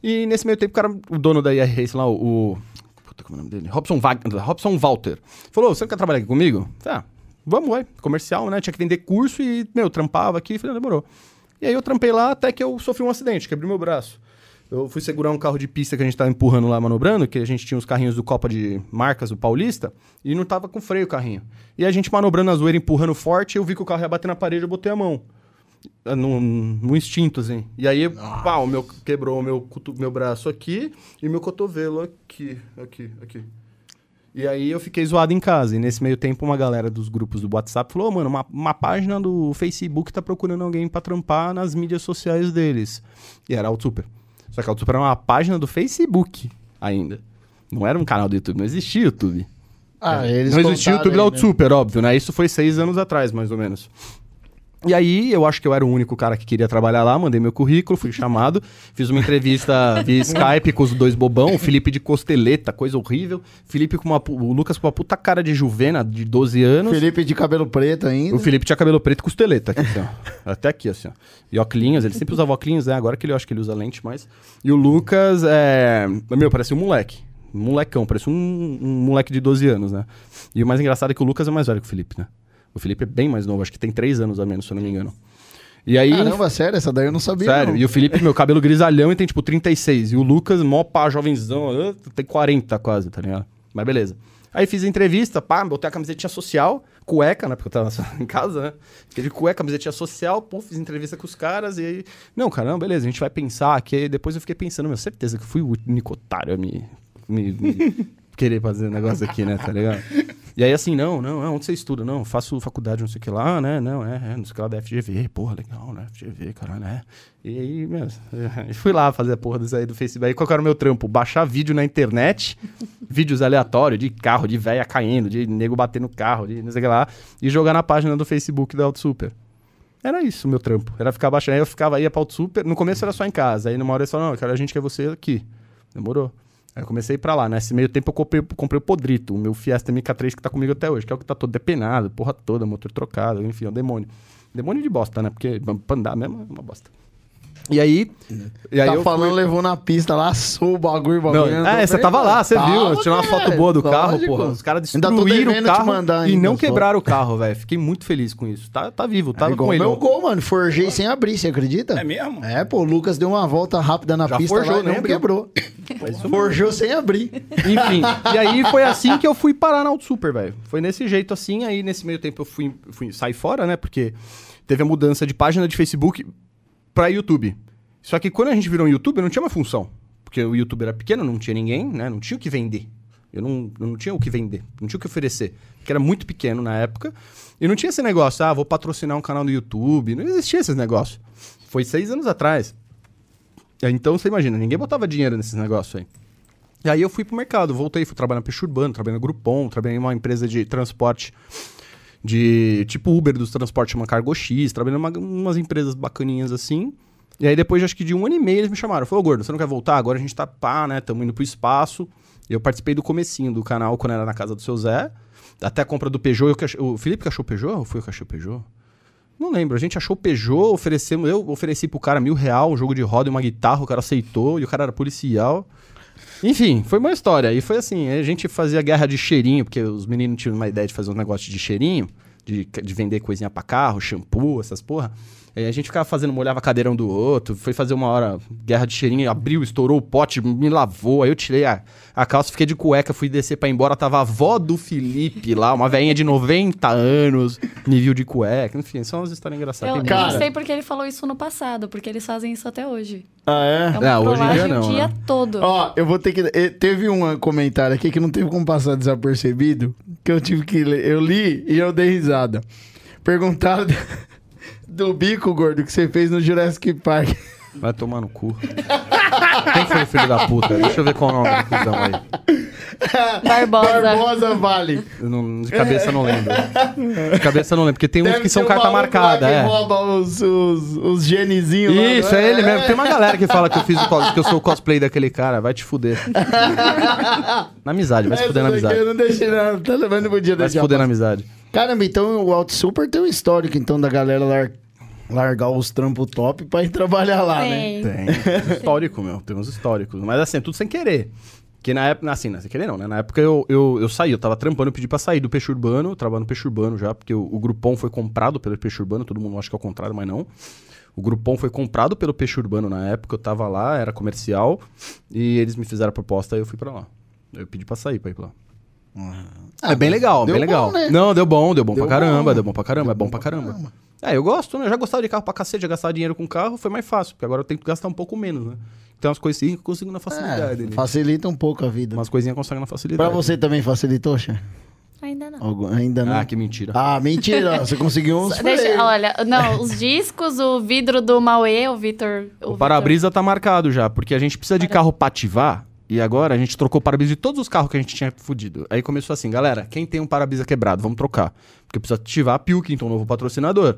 E nesse meio tempo, o cara, o dono da IR Racing lá, o... o- Puta, como é o nome dele? Robson, Wag- Robson Walter. Falou, você não quer trabalhar aqui comigo? Falei, ah, vamos, vai. Comercial, né? Tinha que vender curso e, meu, trampava aqui. Falei, não, demorou. E aí eu trampei lá até que eu sofri um acidente, quebrei meu braço. Eu fui segurar um carro de pista que a gente tava empurrando lá, manobrando, que a gente tinha os carrinhos do Copa de Marcas, do Paulista, e não tava com freio o carrinho. E a gente manobrando a zoeira, empurrando forte, eu vi que o carro ia bater na parede, eu botei a mão. Ah, Num, num instinto, assim. E aí, pau, meu, quebrou o meu, cutu- meu braço aqui e meu cotovelo aqui, aqui, aqui. E aí eu fiquei zoado em casa. E nesse meio tempo, uma galera dos grupos do WhatsApp falou: "Ô, mano, uma, uma página do Facebook tá procurando alguém pra trampar nas mídias sociais deles. E era a Auto Super. Só que a Auto Super era uma página do Facebook ainda. Não era um canal do YouTube, não existia YouTube. Ah, eles não existia o contaram YouTube da aí, Auto né? Super, óbvio, né? Isso foi seis anos atrás, mais ou menos. E aí, eu acho que eu era o único cara que queria trabalhar lá, mandei meu currículo, fui chamado, fiz uma entrevista via Skype com os dois bobão, o Felipe de costeleta, coisa horrível, Felipe com uma, pu- o Lucas com uma puta cara de juvena de 12 anos, Felipe de cabelo preto ainda. o Felipe tinha cabelo preto e costeleta aqui, assim, ó. Até aqui, assim, ó. E óculos, ele sempre usava óculos, né? Agora que ele, eu acho que ele usa lente mais. E o Lucas, é... Meu, parece um moleque. Um molecão, parece um, um moleque de 12 anos, né? E o mais engraçado é que o Lucas é mais velho que o Felipe, né? O Felipe é bem mais novo, acho que tem 3 anos a menos, se eu não me engano. E aí... Caramba, sério, essa daí eu não sabia. Sério, não. e o Felipe, meu cabelo grisalhão e tem tipo 36. E o Lucas, mó pá, jovenzão, ah, tem 40 quase, tá ligado? Mas beleza. Aí fiz a entrevista, pá, botei a camisetinha social, cueca, né? Porque eu tava só em casa, né? Fiquei de cueca, camisetinha social, pô, fiz entrevista com os caras e aí. Não, cara, não, beleza, a gente vai pensar aqui. Aí depois eu fiquei pensando, meu, certeza que eu fui o único otário a me. me- me querer fazer um negócio aqui, né? Tá ligado? E aí, assim, não, não, é, onde você estuda? Não, faço faculdade, não sei o que lá, né? Não, é, é, não sei o que lá da FGV, porra, legal, né? FGV, caralho, né? E aí, meu, eu fui lá fazer a porra desse aí do Facebook. Aí, qual que era o meu trampo? Baixar vídeo na internet, vídeos aleatórios, de carro, de véia caindo, de nego batendo no carro, de não sei o que lá, e jogar na página do Facebook da Auto Super. Era isso o meu trampo. Era ficar baixando. Aí eu ficava, ia pra Auto Super. No começo era só em casa. Aí numa hora eu falava, não, eu quero a gente quer você aqui. Demorou. Aí eu comecei a ir pra lá. Nesse meio tempo eu comprei, comprei o Podrito, o meu Fiesta MK3 que tá comigo até hoje, que é o que tá todo depenado, porra toda, motor trocado, enfim, é um demônio. Demônio de bosta, né? Porque pra andar mesmo é uma bosta. E aí. E aí tá eu falando, fui- levou na pista lá, assou o bagulho, o Não, bagulho. andou é, você bem, tava lá, você Tava, viu. Tirou uma foto cara, boa do carro, lógico. porra. Os caras Ainda tô destruíram o devendo te carro mandar e ainda, não só. quebraram o carro, velho. Fiquei muito feliz com isso. Tá, tá vivo, É tava igual com ele. meu gol, mano. Forjei sem abrir, você acredita? É mesmo? É, pô, o Lucas deu uma volta rápida na Já pista forjou, lá e nem não abriu. quebrou. Forjou sem abrir. Enfim, e aí foi assim que eu fui parar na Auto Super, velho. Foi nesse jeito assim, aí nesse meio tempo eu fui, fui sair fora, né? Porque teve a mudança de página de Facebook pra YouTube. Só que quando a gente virou um YouTube, não tinha uma função. Porque o YouTube era pequeno, não tinha ninguém, né? Não tinha o que vender. Eu não, eu não tinha o que vender, não tinha o que oferecer. Porque era muito pequeno na época. E não tinha esse negócio, ah, vou patrocinar um canal no YouTube. Não existia esses negócios. Foi seis anos atrás. Então você imagina, ninguém botava dinheiro nesses negócios aí. E aí eu fui pro mercado, voltei, fui trabalhar na Peixe Urbano, trabalhei na Groupon, trabalhei em uma empresa de transporte de tipo Uber dos transportes uma cargo X, trabalhei em uma- umas empresas bacaninhas assim. E aí depois, acho que de um ano e meio, eles me chamaram. Falou, gordo, você não quer voltar? Agora a gente tá pá, né? Tamo indo pro espaço. E eu participei do comecinho do canal quando era na casa do seu Zé. Até a compra do Peugeot. Eu que ach- O Felipe que achou o Peugeot? Ou fui eu que achei o Peugeot? Não lembro, a gente achou o Peugeot, oferecemos, eu ofereci pro cara mil real, um jogo de roda e uma guitarra, o cara aceitou, e o cara era policial. Enfim, foi uma história. E foi assim, a gente fazia guerra de cheirinho, porque os meninos tinham uma ideia de fazer um negócio de cheirinho, de, de vender coisinha pra carro, shampoo, essas porra. E a gente ficava fazendo, molhava a cadeira um do outro, foi fazer uma hora guerra de cheirinho, abriu, estourou o pote, me lavou, aí eu tirei a, a calça, fiquei de cueca, fui descer pra ir embora, tava a avó do Felipe lá, uma velhinha de 90 anos, me viu de cueca, enfim, são umas histórias engraçadas. Eu, tem muita. eu Cara. não sei porque ele falou isso no passado, porque eles fazem isso até hoje. Ah, É é? uma Ah, hoje em dia trollagem não, o dia né? todo. Ó, eu vou ter que. eh, Teve um ah, comentário aqui que não teve como passar desapercebido, que eu tive que ler. Eu li e eu dei risada. Perguntaram do- do bico gordo que você fez no Jurassic Park. Vai tomar no cu. Quem foi o filho da puta? Deixa eu ver qual é o nome do cuzão aí. Barbosa. Barbosa Vale. Eu não- de cabeça eu não lembro. De cabeça eu não lembro, porque tem uns Deve que são ser o carta maluco lá marcada, que é. rouba os, os, os genezinhos lá, Isso, né? é ele mesmo. Tem uma galera que fala que eu fiz o cos- que eu sou o cosplay daquele cara, vai te fuder. Na amizade, vai se Essa fuder na daqui amizade. É, Eu não deixei nada. Tá levando pro dia Vai se deixar fuder na passar. amizade. Caramba, então o Alto Super tem um histórico, então, da galera lar- largar os trampos top pra ir trabalhar É. lá, né? Tem. Tem. Tem histórico, meu. Tem uns históricos. Mas assim, tudo sem querer. Que na época, assim, não, sem querer não, né? Na época eu, eu, eu saí, eu tava trampando, eu pedi pra sair do peixe urbano, eu trabalho no peixe urbano já, porque o, o Grupom foi comprado pelo peixe urbano, todo mundo acha que é o contrário, mas não. O Grupom foi comprado pelo peixe urbano na época, eu tava lá, era comercial, e eles me fizeram a proposta e eu fui pra lá. Eu pedi pra sair pra ir pra lá. é bem legal, Ah. deu bem legal. bom, né? Não, deu bom, deu bom Deu pra caramba, bom. deu bom pra caramba, é bom pra caramba. É, eu gosto, né? Eu já gostava de carro pra cacete, já gastava dinheiro com carro, foi mais fácil, porque agora eu tenho que gastar um pouco menos, né? Então as coisinhas que eu consigo na facilidade. É, né? facilita um pouco a vida. Umas coisinhas eu consigo na facilidade. Pra você também facilitou, Xan? Ainda não. Algu- Ainda não? Ah, que mentira. Ah, mentira. você conseguiu um uns Deixa, freios. olha, não, os discos, o vidro do Mauê, o Vitor. O para-brisa tá marcado já, porque a gente precisa de carro pra ativar. E agora a gente trocou o para-brisa de todos os carros que a gente tinha fudido. Aí começou assim, galera, quem tem um para-brisa quebrado, vamos trocar. Porque precisa ativar a Pilkington, novo patrocinador.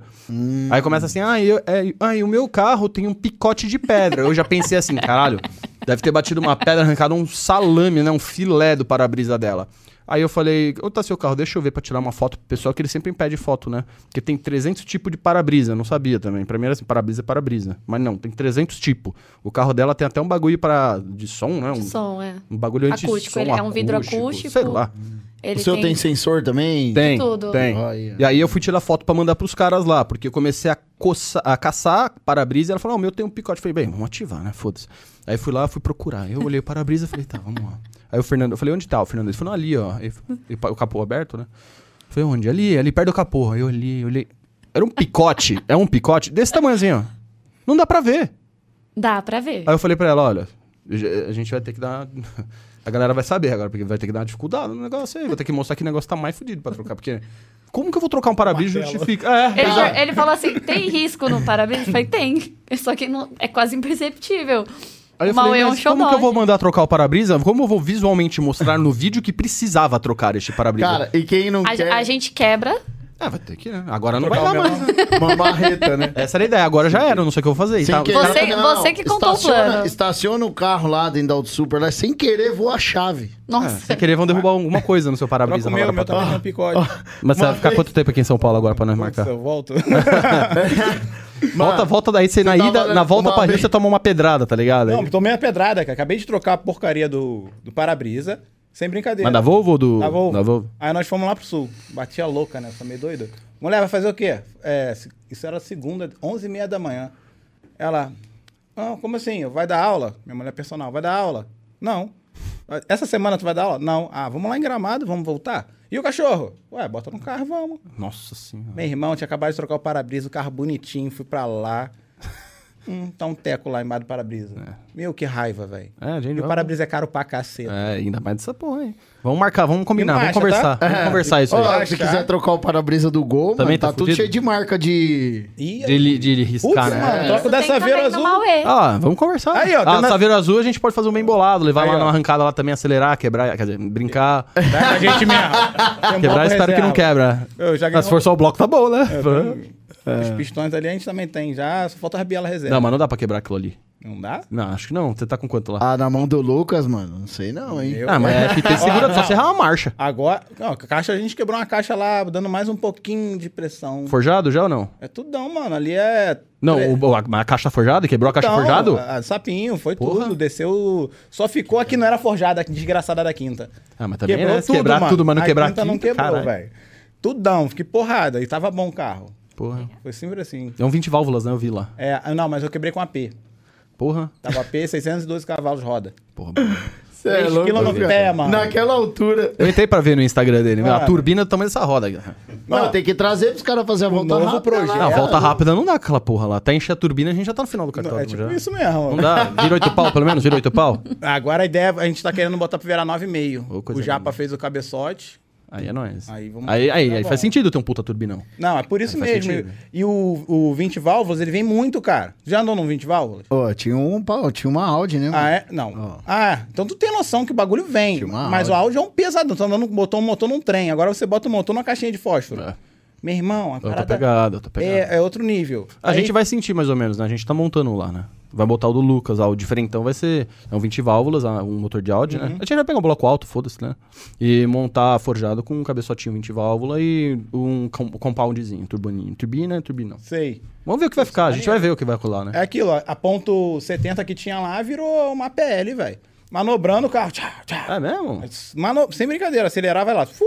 Aí começa assim, ah, eu, é, ah, e o meu carro tem um picote de pedra. Eu já pensei assim, caralho, deve ter batido uma pedra, arrancado um salame, né? Um filé do para-brisa dela. Aí eu falei, ô tá seu carro, deixa eu ver pra tirar uma foto pro pessoal, que ele sempre impede foto, né? Porque tem 300 tipos de para-brisa, não sabia também. Pra mim era assim, para-brisa é para-brisa. Mas não, tem 300 tipos. O carro dela tem até um bagulho para de som, né? Um, De som, é. um bagulho anti Acústico, ele é um vidro acústico. Sei lá. O Ele seu tem... sensor também? Tem, tudo. tem. Olha. E aí eu fui tirar foto pra mandar pros caras lá, porque eu comecei a, coça, a caçar para-brisa e ela falou, "Ah, o meu tem um picote. Eu falei, bem, vamos ativar, né? Foda-se. Aí fui lá, fui procurar. Eu olhei o para-brisa e falei, tá, vamos lá. Aí o Fernando, eu falei, onde tá? O Fernando, ele falou, ali, ó. Ele falou, e pa- o capô aberto, né? Eu falei, onde? Ali, ali perto do capô. Aí eu olhei, olhei. Era um picote, é um picote desse tamanhozinho, ó. Não dá pra ver. Dá pra ver. Aí eu falei pra ela, olha, Eu já- A gente vai ter que dar. A galera vai saber agora, porque vai ter que dar uma dificuldade no negócio aí. Vou ter que mostrar que o negócio tá mais fudido pra trocar. Porque como que eu vou trocar um para-brisa e Martelo. justifica? É, Ele, já- ele falou assim: tem risco no para-brisa? Eu falei: tem. Só que não- é quase imperceptível. Aí eu o Mauê falei, é um mas como que eu showboy. vou mandar trocar o para-brisa? Como eu vou visualmente mostrar no vídeo que precisava trocar este para-brisa? Cara, e quem não A, quer a gente quebra. é, vai ter que, né? Agora não vai Trocar dar o mais. né? melão. uma marreta, né? Essa era a ideia, agora já era, eu não sei o que eu vou fazer. e Sem tal. querer Você- também, não, você que contou o estaciona, plano. Estaciona o carro lá dentro da Auto Super, lá, sem querer voa a chave. É, Nossa. sem querer vão derrubar alguma coisa no seu Troca para-brisa o meu, agora o meu pra Ah, tá trocar. no picote. Mas você vai Uma ficar quanto tempo aqui em São Paulo agora pra nós marcar? Putz, eu volto. Volta, volta daí, você na tava ida, na lendo volta uma pra Rio, vez. você toma uma pedrada, tá ligado? Não, Aí- tomei uma pedrada, cara. Acabei de trocar a porcaria do, do para-brisa. Sem brincadeira. Mas da Volvo ou do... Da Volvo. Da Volvo. Aí nós fomos lá pro sul. Batia louca, né? Sou meio doida. Mulher, vai fazer o quê? É, se- isso era segunda, 11h30 da manhã. Ela, ah, como assim? Vai dar aula? Minha mulher é personal, vai dar aula? Não. Essa semana tu vai dar aula? Não. Ah, vamos lá em Gramado, vamos voltar? E o cachorro? Ué, bota no carro, vamos. Nossa senhora. Meu irmão, tinha acabado de trocar o para-brisa, o carro bonitinho, fui pra lá. Hum, tá um teco lá embaixo do para-brisa. Meu, que raiva, velho. É, gente, E o vamos- para-brisa é caro pra caceta. É, ainda mais dessa porra, hein? Vamos marcar, vamos combinar, vamos marcha, conversar. tá? Vamos conversar isso É. Ó, aí. se achar. quiser trocar o para-brisa do Gol, Também mano, tá tá, tudo fudido. cheio de marca de... Ih, De, ele- de ele riscar, Putz, né? mano, troca o Isso da tem Saveiro também no Azul. Mauê. Ah, vamos conversar. Aí, ó, Ah, tá na- Saveiro Azul a gente pode fazer um bem bolado, levar Aí, lá ó. numa arrancada lá também, acelerar, quebrar, quer dizer, brincar. Dá pra gente mesmo. Tem um Quebrar, bloco espero que não reserva. quebra. Eu já Mas ganhei É, se for só o bloco, tá bom, né? É. Os pistões ali a gente também tem já, só falta a biela reserva. Não, mas não dá pra quebrar aquilo ali. Não dá? Não, acho que não. Você tá com quanto lá? Ah, na mão do Lucas, mano, não sei não, hein? Eu- Ah, mas é FT segura, Ó, só não. você errar uma marcha. Agora, ó, a caixa, a gente quebrou uma caixa lá, dando mais um pouquinho de pressão. Forjado já ou não? É tudão, mano. Ali é. Não, tre- o- a, a caixa forjada? Quebrou a caixa Então, forjado? a- a sapinho, foi Porra. tudo. Desceu. Só ficou aqui, não era forjada, a desgraçada da quinta. Ah, mas também, né? Se quebrar tudo, mas não a quebrar quinta. não quinta, quebrou, caralho. velho. Tudão, fiquei porrada. E tava bom o carro. Porra. Foi sempre assim. É um 20 válvulas, né? Eu vi lá. É, ah, não, mas eu quebrei com AP. Porra. Tava AP, 612 cavalos roda. Porra. Cê é Três louco, quilos no cara. pé, mano. Naquela altura. Eu entrei pra ver no Instagram dele. meu, A Ah. turbina é do tamanho dessa roda. cara. Mano, tem que trazer pros caras fazerem a volta novo rápida né? projeto. lá. Não, volta rápida não dá aquela porra lá. Até encher a turbina, a gente já tá no final do é, Não, cartódromo é tipo já. isso Não mesmo. dá. Vira oito pau, pelo menos? Vira oito pau? Agora a ideia, a gente tá querendo botar pra virar 9,5. Ô, coisa o Japa linda. fez o cabeçote. Aí é nóis. Aí vamos- Aí, aí, Tá aí bom. faz sentido ter um puta turbinão. Não, é por isso Faz mesmo. sentido. E o, o 20 válvulas, ele vem muito, cara. Já andou num 20 válvulas? Ó, tinha um, pau, tinha uma Audi, Hum. né? mano? Ah, é? Não. Ah, então tu tem noção que o bagulho vem. Tinha uma Mas Audi. o áudio é um pesado. Tu andando, botou um motor num trem. Agora você bota o motor numa caixinha de fósforo. É. Meu irmão, a Eu tô parada pegado, eu tô pegado. é, é outro nível. A Aí- gente vai sentir mais ou menos, né? A gente tá montando um lá, né? Vai botar o do Lucas, ó, o diferentão vai ser. É um 20 válvulas, ah, um motor de Audi, né? Uhum. A gente vai pegar um bloco alto, foda-se, né? E montar forjado com um cabeçotinho 20 válvula e um com- compoundzinho, turboninho. Turbina, turbinão. Sei. Vamos ver o que vai ficar, a gente vai ver o que vai colar, né? É aquilo, ó, a ponto 70 que tinha lá virou uma PL, velho. Manobrando o carro. Tchá, tchá. É mesmo? Mano, sem brincadeira, acelerar, vai lá. Fu,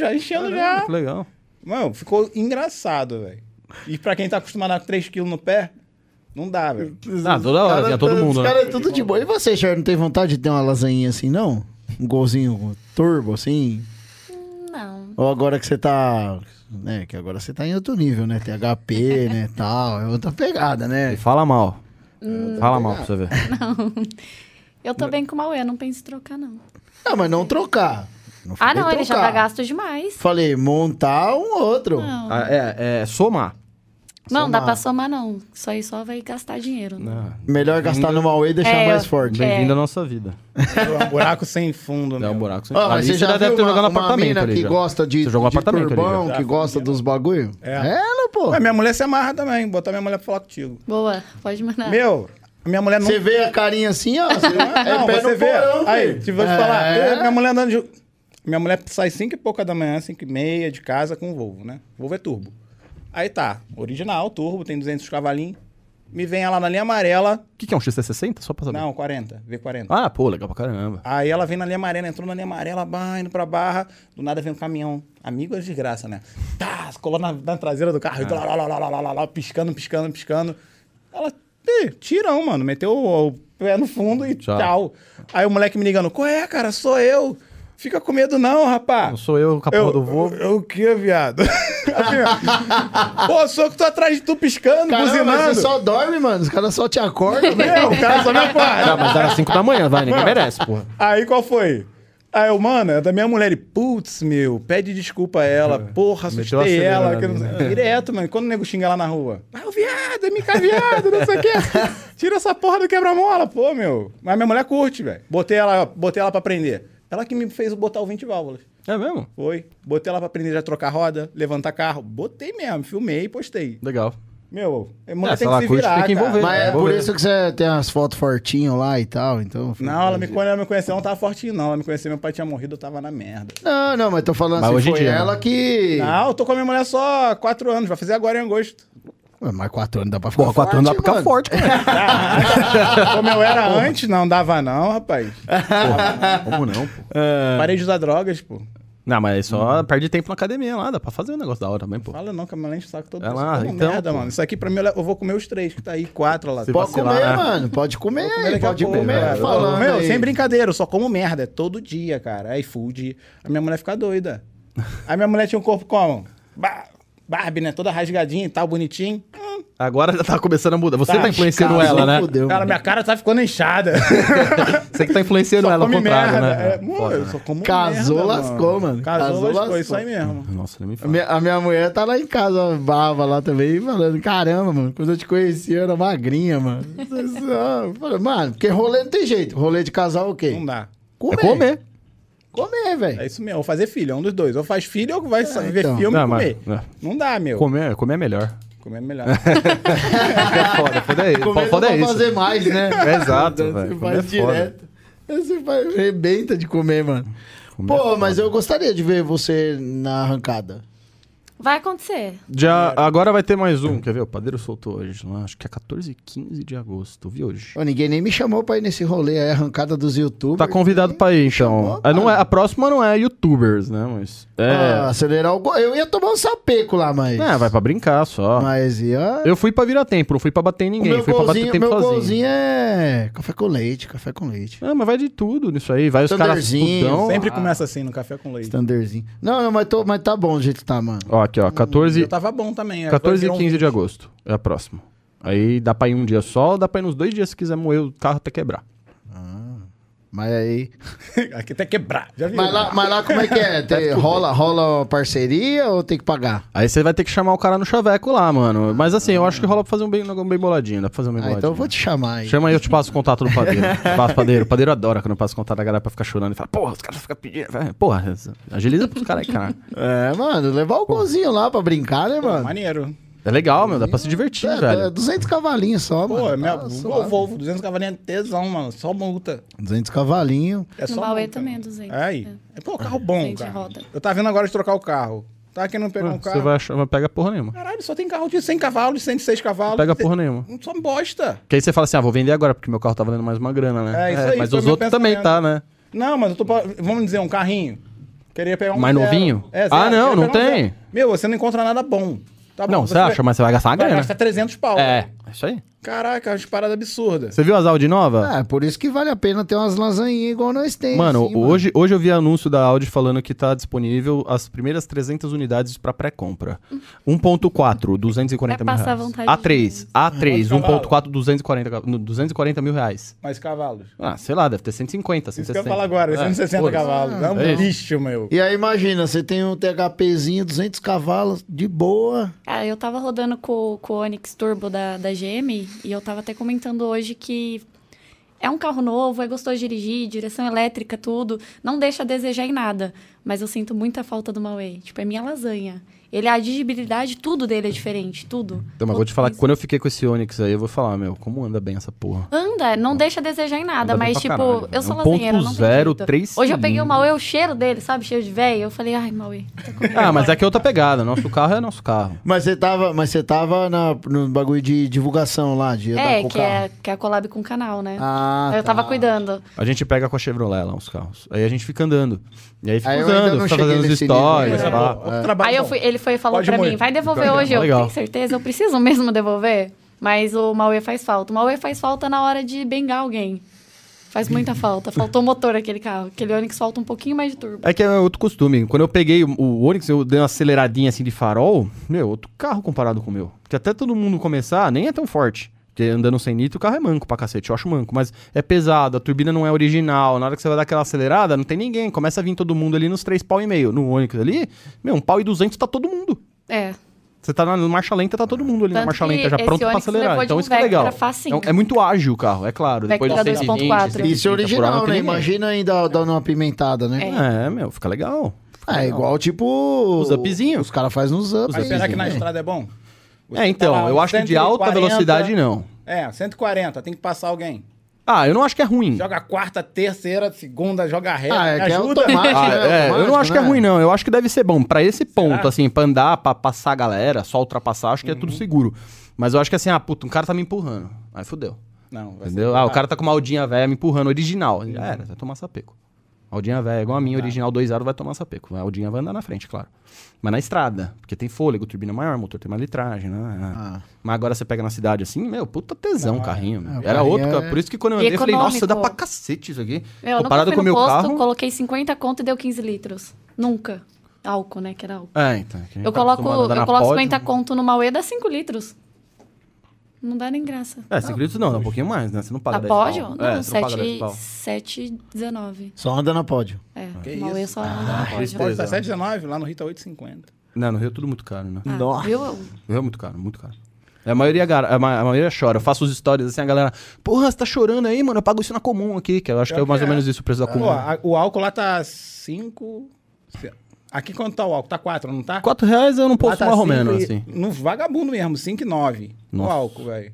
já É. enchendo Caramba, já. É, que legal. Mano, ficou engraçado, velho. E pra quem tá acostumado com 3kg no pé, não dá, velho. Ah, toda Os hora, cara vinha todo tá- mundo, Os né? caras é tudo de boa. E você, Cher, não tem vontade de ter uma lasanha assim, não? Um golzinho turbo, assim? Não. Ou agora que você tá. Né, que agora você tá em outro nível, né? Tem HP, né? Tal. É outra pegada, E né? Fala mal. Hum. Fala mal pra você ver. Eu tô bem com o Mauê, eu não penso em trocar, não. Não, mas não trocar. Ah, falei não, ele já trocar. tá gasto demais. Falei, montar um outro. Não, Ah, é, é somar. não dá somar. pra somar, não. Isso aí só vai gastar dinheiro. né? Ah, Melhor gastar numa Huawei e deixar É, mais eu- forte. Bem-vindo à nossa vida. É um buraco sem fundo, É meu. um buraco sem Ó, Ah, mas Ali você já deve viu ter uma, jogado no uma apartamento mina ali que já. gosta de, Você jogou no de apartamento ali já. turbão, que gosta dos bagulho? É. Ela, pô. Ué, minha mulher se amarra também. Botar minha mulher pra falar contigo. Boa, pode mandar. Meu, a minha mulher não... Você vê a carinha assim, ó. Você, é não, pé você no vê. porão, Aí, filho. te vou te É. falar. Eu- Minha mulher andando de... Minha mulher sai 5 e pouca da manhã, 5 e meia de casa com o Volvo, né? Volvo é turbo. Aí tá, original, turbo, tem 200 cavalinhos. Me vem ela na linha amarela. O que, que é um XT60? Só pra saber. Não, 40, V40. Ah, pô, legal pra caramba. Aí ela vem na linha amarela, entrou na linha amarela, bah, indo pra barra, do nada vem um caminhão. Amigo é desgraça, né? Tá, colou na, na traseira do É. carro, lá, lá, lá, lá, lá, lá, lá, lá, piscando, piscando, piscando. Ela, "Ih, tirão, mano, meteu o, o pé no fundo e Tchau. tchau. Aí o moleque me ligando, qual é, cara, sou eu. Fica com medo não, rapá. Não sou eu com a porra do vô. eu- eu o que, viado? Assim, Pô, sou que tô atrás de tu piscando, Caramba, buzinando. você só dorme, mano. Os caras só te acordam, velho. É, o cara só me acorda. Tá, Ah, mas era 5 da manhã, vai, ninguém merece, porra. Aí qual foi? Aí eu, mano, é da minha mulher. ele, Putz, meu, pede desculpa a É. ela. Porra, Meteu assustei acelerado, ela. que eu não sei- né? Direto, mano. Quando o nego xinga lá na rua. Ah, o viado, é mica viado, não sei o quê. Tira essa porra do quebra-mola, pô, meu. Mas minha mulher curte, velho. Botei ela, botei ela pra aprender. Ela que me fez botar o 20 válvulas. É mesmo? Foi. Botei ela pra aprender a trocar roda, levantar carro. Botei mesmo, filmei e postei. Legal. Meu, a mulher É, se tem ela que se curte, virar, tem que cara. envolver. Mas é Vou por ver. isso que você tem as fotos fortinho lá e tal, então... Não, ela me, quando ela me conheceu, ela não tava fortinho, não. Ela me conheceu, meu pai tinha morrido, eu tava na merda. Não, não, mas tô falando Mas assim, hoje em foi dia, ela né? que... Não, eu tô com a minha mulher só há quatro anos, vai fazer agora em agosto. Ué, Mas quatro anos dá pra ficar Porra, 4 anos dá pra ficar Tá mano. forte, cara. Como eu Ah, era antes, não dava não, rapaz. É. Como não, pô? Uhum. Parei de usar drogas, pô. É. Não, mas só perde tempo na academia lá, dá pra fazer um negócio da hora também, pô. Fala não, que a minha lente saco todo É mundo. lá, então, merda, pô. mano. Isso aqui pra mim, eu le- eu vou comer os três, que tá aí, quatro lá. Você Pô, Pode Vacilar, comer, né? mano. Pode comer, comer daqui a pode pouco, comer. cara. Tô falando Meu, aí. sem brincadeira, eu só como merda. É todo dia, cara. É iFood. A minha mulher fica doida. A minha mulher tinha um corpo como? Ba- Barbie, né? Toda rasgadinha e tal, bonitinho. Hum, Agora já tá começando a mudar. Você Tá, tá influenciando casou, ela, né? fudeu. Cara, minha cara tá ficando inchada. Você que tá influenciando só ela ao come contrário, merda. né? É, mano, eu só como Casou, merda, lascou, mano. Casou, Casou, lascou. lascou. Isso aí mesmo. Nossa, é um nem me A fala. minha, a minha mulher tá lá em casa, bava lá também, falando, caramba, mano, quando eu te conheci eu era magrinha, mano. Eu falei, mano, porque rolê não tem jeito. Rolê de casal é o quê? Não dá. Comer. É comer. Comer, velho. É isso mesmo, ou fazer filho, é um dos dois. Ou faz filho ou vai sa- ver então. filme Não, e mas- comer. é. Não né? dá, meu. Comer, comer é melhor. Comer é melhor. É foda, foda é isso. Comer Foda não é pra isso. fazer mais, né? É exato, Você velho. Comer é faz foda. direto. Você faz, rebenta de comer, mano. é Pô, mas eu gostaria de ver você na arrancada. Vai acontecer. Já, agora vai ter mais um. Quer ver? O padeiro soltou hoje lá. Acho que é 14 e 15 de agosto. Vi hoje. Ô, ninguém nem me chamou pra ir nesse rolê, é arrancada dos youtubers. Tá convidado pra ir, então. chamou, É, não é, mano. a próxima não é youtubers, né? Mas. É. Ah, acelerar o... go- Eu ia tomar um sapeco lá, mas... é, vai pra brincar só. Mas ia... Eu fui pra virar tempo, não fui pra bater em O ninguém. meu fui pra golzinho, bater tempo meu sozinho. golzinho é café com leite, café com leite. É, mas vai de tudo nisso aí. Vai os caras Thunderzinho, tudão. Sempre começa assim, no café com leite. Thunderzinho. Não, não, mas, tô- mas tá bom do jeito que tá, mano. Ó, aqui, ó. 14, Eu tava bom também. agora 14 e virou um 15 de vídeo. agosto. É a próxima. Aí dá pra ir um dia só, dá pra ir nos dois dias se quiser moer o carro até quebrar. Mas aí. um- Aqui até quebrar. Já viu? Mas lá, mas lá como é que Tá é? Tem- rola, rola parceria ou tem que pagar? Aí você vai ter que chamar o cara no chaveco lá, mano. Mas assim, eu acho que rola pra fazer um bem, um negócio bem boladinho. Dá pra fazer um bem Ah, boladinho. então eu vou te chamar aí. Chama aí, eu te passo o contato do padeiro. Te passo o padeiro. O padeiro adora quando eu passo o contato da galera pra ficar chorando e fala, porra, os caras ficam pedindo. velho. Porra, agiliza pros caras aí, cara. É, mano, levar o golzinho lá pra brincar, né, mano? Maneiro. É legal, meu, dá pra se divertir, É, velho. é 200 cavalinhos só, Pô, mano. é minha... Tá Pô, suave. Volvo, 200 cavalinhos é tesão, mano. Só multa. 200 cavalinhos. É só no Mauê multa. também é 200. Aí. É, Pô, carro bom, Gente, cara. roda. Eu tava vendo agora de trocar o carro. Tá querendo pegar um Hum, Você carro. vai achar, vai pegar porra nenhuma. Caralho, só tem carro de 100 cavalos, 106 cavalos. Pega porra nenhuma. Só bosta. Que aí você fala assim, ah, vou vender agora, porque meu carro tá valendo mais uma grana, né? É, isso aí, mas foi os meu outros também tá, né? pensamento. Não, mas eu tô. pa- Vamos dizer, um carrinho. Queria pegar um. Mais zero. novinho? É, Ah, não, Queria não pegar um tem. zero. Meu, você não encontra nada bom. Tá bom, Não, você acha, mas você vai gastar uma Vai grana. gastar 300 pau. É, é isso aí. Caraca, umas paradas absurdas. Você viu as Audi nova? Ah, por isso que vale a pena ter umas lasanhinhas igual nós temos. Tá. Mano, hoje, hoje eu vi anúncio da Audi falando que tá disponível as primeiras 300 unidades pra pré-compra. 1.4, 240 mil Hum. Vai passar reais. vontade A3, A3, Quanto 1.4, cavalo? 240, no, 240 mil reais. Mas cavalos. Ah, sei lá, deve ter 150, 160. Isso que eu falo agora, 160 foda-se. cavalos. É um é isso. lixo, meu. E aí, imagina, você tem um THPzinho, 200 cavalos, de boa. Ah, eu tava rodando com, com o Onix Turbo da, da GM e eu tava até comentando hoje que é um carro novo, é gostoso de dirigir, direção elétrica, tudo. Não deixa a desejar em nada. Mas eu sinto muita falta do Mauê. Tipo, é minha lasanha. Ele, a dirigibilidade, tudo dele é diferente, tudo. Então, mas vou te falar que quando eu fiquei com esse Onix aí, eu vou falar, meu, como anda bem essa porra. Anda, não deixa a desejar em nada, Anda bem mas pra tipo, caralho, velho. eu sou Um ponto lasanheira, não tem zero, jeito. três Hoje eu peguei o cilindros. Mauê, o cheiro dele, sabe? Cheiro de velho. Eu falei, ai, Mauê, tá com Ah, mas é que é outra pegada. Nosso carro é nosso carro. Mas você tava, mas você tava na- no bagulho de divulgação lá, de andar É, com o que carro. é, que é a collab com o canal, né? Ah, eu tava tá. cuidando. A gente pega com a Chevrolet lá os carros. Aí a gente fica andando. E aí fica Aí eu ainda usando, não fica cheguei fazendo os nesse stories. é nível, né? pá. Outro um trabalho Aí eu bom. fui, ele foi e falou então, Pode pra moer. mim, vai devolver Legal, hoje. Eu legal. tenho certeza, eu preciso mesmo devolver. Mas o Mauê faz falta. O Mauê faz falta na hora de bengar alguém. Faz muita falta. Faltou motor aquele carro. Aquele Onix falta um pouquinho mais de turbo. É que é outro costume. Quando eu peguei o- o Onix, eu dei uma aceleradinha assim de farol. Meu, outro carro comparado com o meu. Que até todo mundo começar, nem é tão forte. Porque andando sem nitro, o carro é manco pra cacete. Eu acho manco. Mas é pesado, a turbina não é original. Na hora que você vai dar aquela acelerada, não tem ninguém. Começa a vir todo mundo ali nos três pau e meio. No Onix ali, meu, um pau e duzentos tá todo mundo. É. Você tá na marcha lenta, tá todo mundo ali na Tanto marcha que lenta já esse pronto pra Onix acelerar. levou de Então um isso que é Vectra legal. facinho. É, um- é muito ágil o carro, é claro. Depois Vectra dos 120, 2.4. 130 Tá Isso é por hora, não original, tem né? ninguém. Imagina ainda dando uma pimentada, né? É, meu, fica legal. Fica Ah, é legal. igual tipo. Os upzinhos. Os caras fazem uns ups. Os Mas será que upzinho, na né? estrada é bom? Você É, tá então, lá, eu acho que de alta 140, velocidade não. É, 140, tem que passar alguém. Ah, eu não acho que é ruim. Joga quarta, terceira, segunda, joga ré. Ah, é que é ajuda. automático. Ah, né? é, eu não acho que é né? ruim, não. Eu acho que deve ser bom. Pra esse ponto, assim, pra andar, pra passar a galera, só ultrapassar, acho que Uhum. é tudo seguro. Mas eu acho que assim, ah, puta, um cara tá me empurrando. Aí fudeu. Não, vai ser Entendeu? Ah, o complicado. Uhum. cara tá com uma aldinha velha me empurrando, original. Já era, vai tomar sapeco. Aldinha velha, igual a minha, original 2.0 vai tomar sapeco. A aldinha vai andar na frente, claro. Mas na estrada, porque tem fôlego, turbina maior, motor tem mais litragem, né? Ah. Mas agora você pega na cidade assim, meu, puta tesão o carrinho. meu. É, o Era carrinho outro, é- cara. Por isso que quando eu E andei, eu falei, nossa, dá pra econômico. cacete isso aqui. Meu, eu nunca Comparado fui com o no meu posto, carro. coloquei 50 conto e deu 15 litros. Nunca. Álcool, né? Que era álcool. É, então. que a gente Eu tá coloco, acostumado a andar eu na coloco Pod. 50 conto numa UE dá 5 litros. Não dá nem graça. É, 5 litros não, é um pouquinho mais, né? Você não paga A 10 pau. Tá pódio? é, Não, você não paga 10 pau. 7,19. Só anda na pódio. É, Que uma isso? UE só anda na pódio. Pode estar 7,19, lá no Rio tá 8,50. Não, no Rio é tudo muito caro, né? Ah, viu? É muito caro, muito caro. É, A maioria, gar- a ma- a maioria chora. Eu faço os stories assim, a galera. Porra, você tá chorando aí, mano? Eu pago isso na comum aqui, que eu acho que é mais ou menos isso o preço da comum. Pô, a- o álcool lá tá 5. Aqui quanto tá o álcool? Tá 4, não tá? 4 reais eu não posso Lá tá fumar cinco romeno, e- assim. No vagabundo mesmo, 5 e 9. O Nossa. álcool, velho.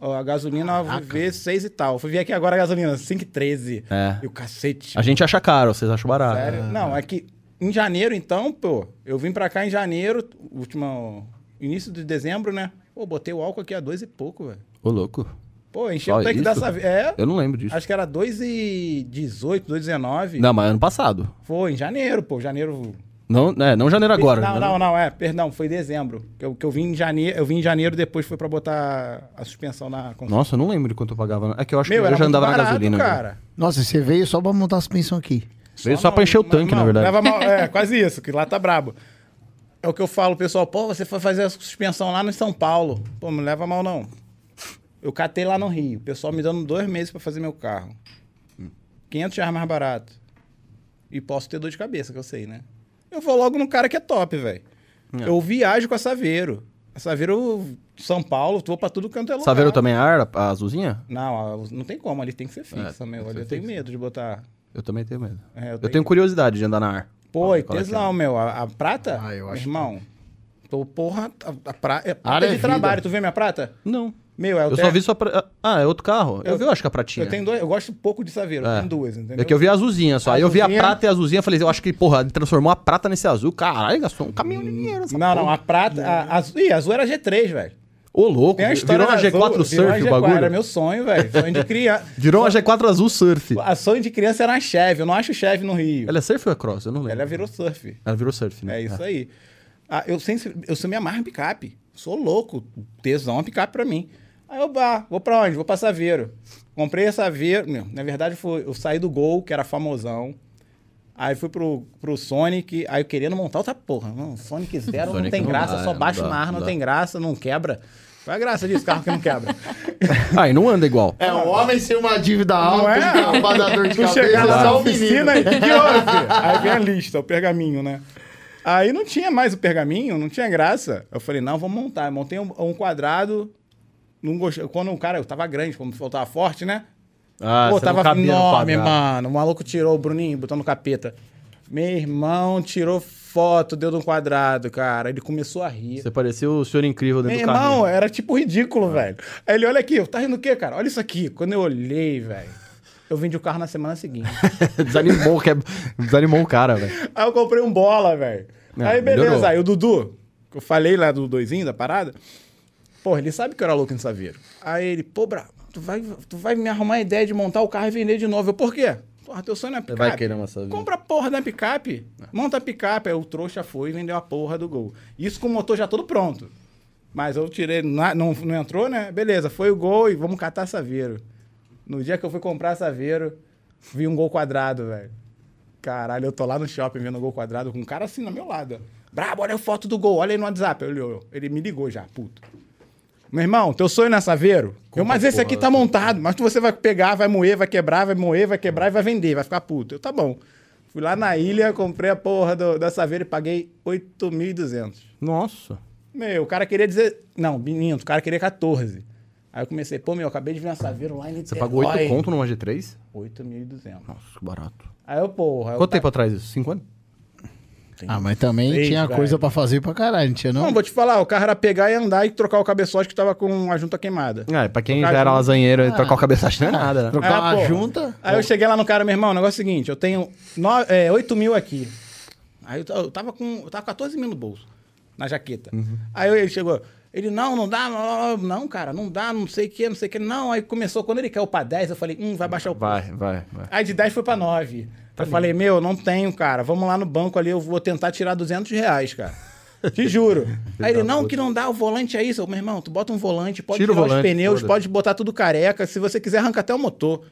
Ó, A gasolina eu vê 6 e tal. Fui ver aqui agora a gasolina, 5 e 13. É. tá. E o cacete. A gente acha caro, vocês acham barato. Sério? Não, é que em janeiro, então, pô, eu vim pra cá em janeiro, última, início de dezembro, né? Pô, botei o álcool aqui a dois e pouco, velho. Ô, louco. Pô, encheu Só o tanque isso? dessa vez. É, Eu não lembro disso. acho que era 2 e 18, 2 e 19. Não, mas ano passado. Foi em janeiro, pô, janeiro... Não, é, não janeiro agora. Não, né? não, não, é, perdão, foi dezembro. Que eu, que eu vim em janeiro, eu vim em janeiro depois foi pra botar a suspensão na... Nossa, eu não lembro de quanto eu pagava. É que eu acho Meu, que era eu já muito andava na barato, gasolina. já. cara. Nossa, você veio só pra montar a suspensão aqui. Veio só, pra não, encher o não, tanque, não, na verdade. leva mal- é, quase isso, que lá tá brabo. É o que eu falo, pessoal, pô, você foi fazer a suspensão lá no São Paulo. Pô, não leva mal não. Eu catei lá no Rio, o pessoal me dando dois meses pra fazer meu carro. 500 reais mais barato. E posso ter dor de cabeça, que eu sei, né? Eu vou logo no cara que é top, velho. É. Eu viajo com a Saveiro. A Saveiro, São Paulo, vou pra tudo canto é lugar. Saveiro também é ar, a azulzinha? Não, a- não tem como, ali tem que ser fixa, É, tem meu. que Ali ser eu tenho fixa. medo de botar... Eu também tenho medo. É, eu eu, tenho- tenho curiosidade de andar na ar. Pô, e qual é que é? tesão, meu. A, a prata, Ah, eu meu acho irmão. Tô, porra, a, a pra- é prata Área é de vida. trabalho. Tu vê minha prata? Não. Meu, é o Eu só vi só pra... Ah, é outro carro. Eu, vi, eu acho que é a pratinha. Eu tenho dois, eu gosto pouco de saveiro. Eu É. tenho duas, entendeu? É que eu vi a azulzinha só. Aí eu vi a Azulzinha. prata e a azulzinha. Falei, eu acho que, porra, ele transformou a prata nesse azul. Caralho, gastou um caminhão de dinheiro. Essa Não, porra. não, a prata. A, a, azul- ih, a azul era G3, velho. Ô, louco. Tem a história. Virou uma da G4 azul, virou surf uma o G4, Era bagulho. meu sonho, velho. Sonho de criança. Virou uma G4 azul surf. A sonho de criança era a Chevy. Eu não acho Chevy no Rio. Ela, Ela é surf ou é cross? Eu não lembro. virou surf. Ela virou surf, né? É isso aí. Ah, eu, sem, eu sou me amarro em picape. Sou louco. Tesão é picape pra mim. Aí eu bah, vou pra onde? Vou pra Saveiro. Comprei a Saveiro. não, na verdade, foi, eu saí do Gol, que era famosão. Aí fui pro, pro Sonic. Aí eu querendo montar outra porra. Não, Sonic Zero não Sonic tem não graça. dá, só não baixa dá, o mar, não não, dá. tem graça, não quebra. Qual é a graça disso? Carro que não quebra. Ah, e não anda igual. É, um homem sem uma dívida Não alta, é? é? pra dar dor de Tu cabeça, chegar lá na só o oficina e o menino. que que houve? Aí vem a lista, o pergaminho, né? Aí não tinha mais o pergaminho, não tinha graça. Eu falei, não, vamos montar. Eu montei um, um quadrado. Não gostei. Quando o cara, eu tava grande, como eu tava forte, né? Ah, Pô, você não tava cabia no enorme, quadrado. mano. O maluco tirou o Bruninho, botou no capeta. Meu irmão tirou foto, deu de um quadrado, cara. Ele começou a rir. Você parecia o senhor incrível dentro Meu do Ah. carro. irmão, era tipo ridículo, velho. Aí ele, olha aqui, eu, tá rindo o quê, cara? Olha isso aqui. Quando eu olhei, velho, eu vendi o carro na semana seguinte. Desanimou, o que é- Desanimou o cara, velho. Aí eu comprei um bola, velho. Ah, aí beleza, melhorou. aí o Dudu, que eu falei lá do doizinho da parada, porra, ele sabe que eu era louco em Saveiro. Aí ele, pô, Bravo, tu vai, tu vai me arrumar a ideia de montar o carro e vender de novo. Eu, por quê? Porra, teu sonho é picape. vai querer uma Saveiro. Compra a porra da picape, monta a picape. Aí o trouxa foi e vendeu a porra do gol. Isso com o motor já todo pronto. Mas eu tirei, na- não, não entrou, né? Beleza, foi o gol e vamos catar Saveiro. No dia que eu fui comprar Saveiro, vi um gol quadrado, velho. Caralho, eu tô lá no shopping vendo o gol quadrado com um cara assim no meu lado. ó. Brabo, olha a foto do gol, olha aí no WhatsApp. Ele, olhou, ele me ligou já, puto. Meu irmão, teu sonho não é Saveiro? Eu, mas esse aqui tá montado, mas tu você vai pegar, vai moer, vai quebrar, vai moer, vai quebrar e vai vender, vai ficar puto. Eu, tá bom. Fui lá na ilha, comprei a porra do- da Saveiro e paguei 8.200. Nossa. Meu, o cara queria dizer. Não, minto, o cara queria 14. Aí eu comecei, pô, meu, eu acabei de ver uma Saveiro lá em Niterói. Você pagou 8 conto numa G3? 8.200. Nossa, que barato. Aí eu, porra. eu Quanto tá- tempo atrás isso? Cinco anos? Ah, mas também Ei, tinha cara. coisa pra fazer pra caralho, não tinha não? Não, vou te falar, o carro era pegar e andar e trocar o cabeçote que tava com a junta queimada. Ah, pra quem Trocar já era junto. lasanheiro, trocar o cabeçacho não é nada, né? Trocar Ah, uma pô. junta? Aí eu cheguei lá no cara, meu irmão, o negócio é o seguinte, eu tenho no, é, 8 mil aqui. Aí eu, ta- eu tava com. Eu tava com 14 mil no bolso, na jaqueta. Uhum. Aí eu- ele chegou, ele, não, não dá, não, não, cara, não dá, não sei o que, não sei o que. Não, aí começou, quando ele caiu pra 10, eu falei, hum, vai baixar o preço. Vai, vai, vai. Aí de 10 foi pra 9. Tá eu falei, meu, não tenho, cara. Vamos lá no banco ali, eu vou tentar tirar 200 reais, cara. Te juro. Aí ele, não, que não dá, o volante é isso. Eu, Meu irmão, tu bota um volante, pode Tira o tirar os volante, pneus, foda-se. pode botar tudo careca. Se você quiser, arranca até o motor.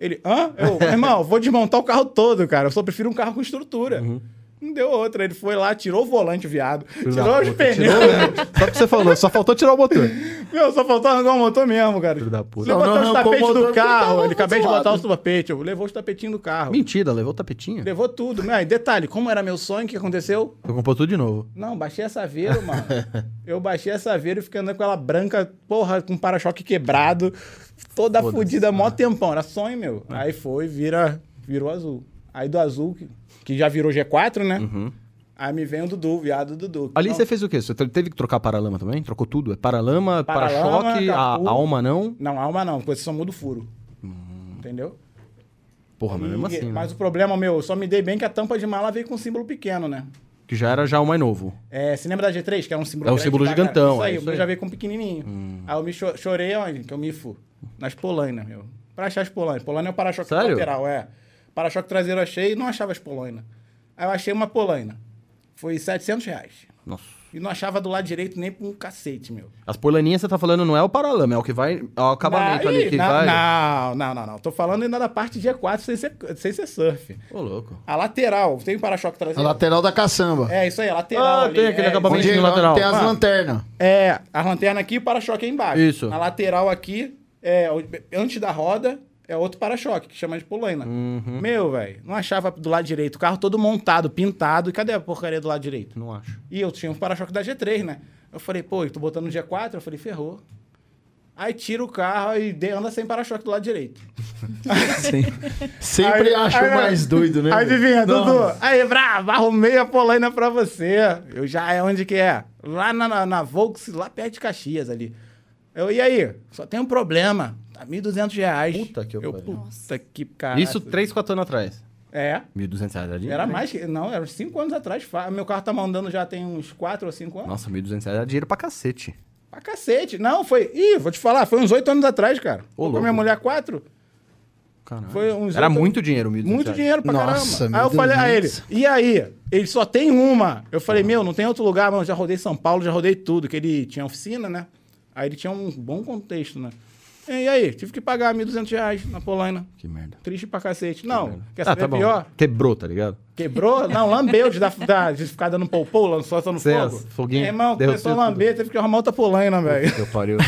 Ele, hã? Eu, meu irmão, vou desmontar o carro todo, cara. Eu só prefiro um carro com estrutura. Uhum. Não deu outra. Ele foi lá, tirou o volante, viado. tirou os pneus. Só que você falou, só faltou tirar o motor. Meu, só faltou arrancar o motor mesmo, cara. Filho da puta. Não, Levantou não os arrancou o tapetes motor do porque ele carro. tava Ele acabei de zoado. botar os tapetes. Eu levou os tapetinhos do carro. Mentira, levou o tapetinho? Levou tudo, né? E detalhe, como era meu sonho, o que aconteceu? Eu comprou tudo de novo. Não, baixei essa veira, mano. Eu baixei essa veira e fiquei andando com ela branca, porra, com para-choque quebrado, toda fodida, mó né? tempão. Era sonho meu. É. Aí foi, vira, virou azul. Aí do azul, que, que já virou G4, né? Aí me vem o Dudu, o viado Dudu. Uhum. Ali Não, você fez o quê? Você te- teve que trocar paralama também? Trocou tudo? É paralama, Paralama, para-choque, a, capô. a alma não? Não, alma não, porque você só muda o furo. Entendeu? Porra, Hum. mas mesmo E- assim, né? mas o problema, meu, eu só me dei bem que a tampa de mala veio com um símbolo pequeno, né? Que já era já o mais novo. É, você lembra da G3, que era um símbolo É um grande símbolo pra caralho? gigantão, Isso é aí, isso o meu aí. Hum. já veio com um pequenininho. Aí eu me cho- chorei onde? Que eu mifo. Nas polainas, meu. Pra achar as polainas. Polaina é o para-choque Sério? lateral, é. Para-choque traseiro eu achei e não achava as polainas. Aí eu achei uma polaina. Foi 700 reais. Nossa. E não achava do lado direito nem por um cacete, meu. As porlaninhas você tá falando não é o paralama, é o que vai. É o acabamento Na- ali Ih, que na- vai. Não, não, não, não. Tô falando ainda da parte G4 sem ser, sem ser surf. Ô, louco. A lateral, tem um para-choque A traseiro. lateral da caçamba. É, isso aí, a lateral. Ah, ali, tem aquele é, acabamento Onde no lá lateral. tem as Ah. lanternas. É, a lanterna aqui e o para-choque é embaixo. Isso. Na lateral aqui, é, o- antes da roda, é outro para-choque, que chama de polaina. Meu, velho, não achava do lado direito. O carro todo montado, pintado. E cadê a porcaria do lado direito? Não acho. E eu tinha um para-choque da G3, né? Eu falei, pô, eu tô botando no G4? Eu falei, ferrou. Aí tira o carro e de- anda sem para-choque do lado direito. Sempre Aí- acho aí- mais doido, né? Adivinha, Não. Dudu? Aí, bravo, arrumei a polaina pra você. Eu já é onde que é? Lá na, na, na Volks, lá perto de Caxias ali. Eu, e aí? Só tem um problema. Tá 1.200 reais. Puta que eu pariu. Puta que cara. Isso 3, 4 anos atrás. É. 1.200 reais era Era né? mais que. Não, era 5 anos atrás. Fa- Meu carro tá mandando já tem uns 4 ou 5 anos. Nossa, 1.200 reais era dinheiro pra cacete. Pra cacete. Não, foi. Ih, vou te falar, foi uns 8 anos atrás, cara. Tô com a minha louco. mulher 4. Caralho. Foi uns era oito- muito dinheiro, 1.200 Muito reais. dinheiro pra Nossa, caramba. meu Aí eu Deus falei a do ele, céu. e aí? Ele só tem uma. Eu falei, meu, não tem outro lugar, mano. Já rodei São Paulo, já rodei tudo, que ele tinha oficina, né? Aí ele tinha um bom contexto, né? E aí, tive que pagar 1.200 reais na Polaina. Que merda. Triste pra cacete. Não, quer Ah, saber tá bom. pior? Quebrou, tá ligado? Quebrou? Não, lambeu de, dar, da- de ficar dando poupou, lançou só no Sim, fogo. as- é foguinho. Meu irmão, começou Derreteu a lamber, teve que arrumar outra Polaina, velho. Meu pariu.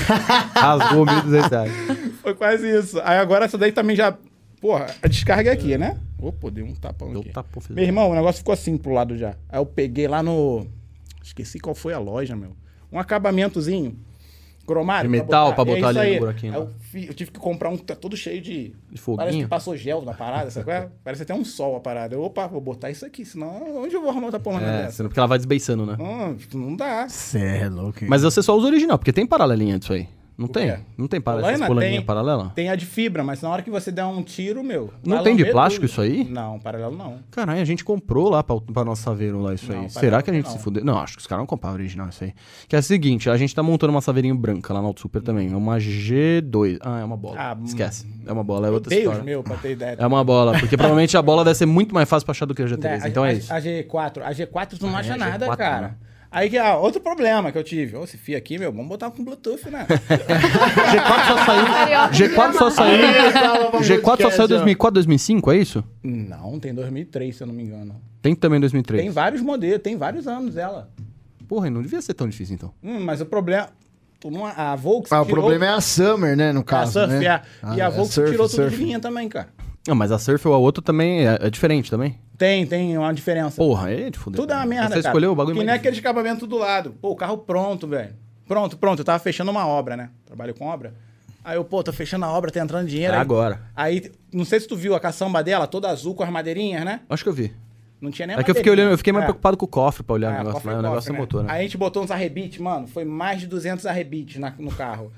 Rasgou 1.200 reais. Foi quase isso. Aí agora essa daí também já. Porra, a descarga é aqui, né? Opa, dei um tapão Deu aqui. tapão, fez- Meu irmão, o negócio ficou assim pro lado já. Aí eu peguei lá no. Esqueci qual foi a loja, meu. Um acabamentozinho. Cromado. De metal pra É botar isso ali no aí. buraquinho, Aí né? eu, fi- eu tive que comprar um que tá todo cheio de. De foguinho? Parece que passou gel na parada, sabe qual é? Parece até um sol a parada. Eu, opa, vou botar isso aqui, senão onde eu vou arrumar outra porra É, dessa? senão porque ela vai desbeiçando, né? Hum, tipo, não dá. Cê é louco. hein? Mas você só usa o original, porque tem paralelinha disso aí. Não quê? tem? Não tem Polaina? paralela. Polaninha Tem. paralela? Tem a de fibra, mas na hora que você der um tiro, meu. Não vai tem de lamber plástico tudo. isso aí? Não, paralelo não. Caralho, a gente comprou lá pra, pra nossa Saveiro lá isso aí. Não, parece Será que a que gente não. se fudeu? Não, acho que os caras não compraram original isso aí. Que é o seguinte, a gente tá montando uma Saveirinho branca lá no Auto Super também. É uma G2. Ah, é uma bola. Ah, Esquece. É uma bola, é outra Deus, história. meu, pra ter ideia. É uma bola, porque provavelmente a bola deve ser muito mais fácil pra achar do que a G3. É, a- então é a- isso. A G4. A G4 tu não acha a nada, G4, cara. né? Aí que, ah, outro problema que eu tive. Ô, esse fio aqui, meu, vamos botar com Bluetooth, né? G4 só saiu. Carioca G4 só saiu. G4 só é, saiu em 2004, 2005, é isso? não, tem 2003, se eu não me engano. Tem também 2003. Tem vários modelos, tem vários anos ela. Porra, não devia ser tão difícil então. Hum, mas o problema. tu não- A Volks Ah, o problema é a Summer, né, no caso, surf, né? é. e Ah, a é Volks surf, tirou tudo surf. de linha também, cara. Não, mas a Surf ou a outra também é, é diferente também. Tem, tem uma diferença. Porra, é de fuder. Tudo é uma merda, Você cara. escolheu o bagulho Que mais nem aquele escapamento do lado. Pô, o carro pronto, velho. Pronto, pronto. Eu tava fechando uma obra, né? Trabalho com obra. Aí eu, pô, tô fechando a obra, tá entrando dinheiro. É aí- agora. Aí, não sei se tu viu a caçamba dela, toda azul com as madeirinhas, né? Acho que eu vi. Não tinha nem É que eu fiquei madeirinha. olhando, eu fiquei mais É. preocupado com o cofre pra olhar É, o negócio cofre lá. é O negócio cofre, é motor, né? Aí a gente botou uns arrebites, mano. Foi mais de 200 arrebites na- no carro.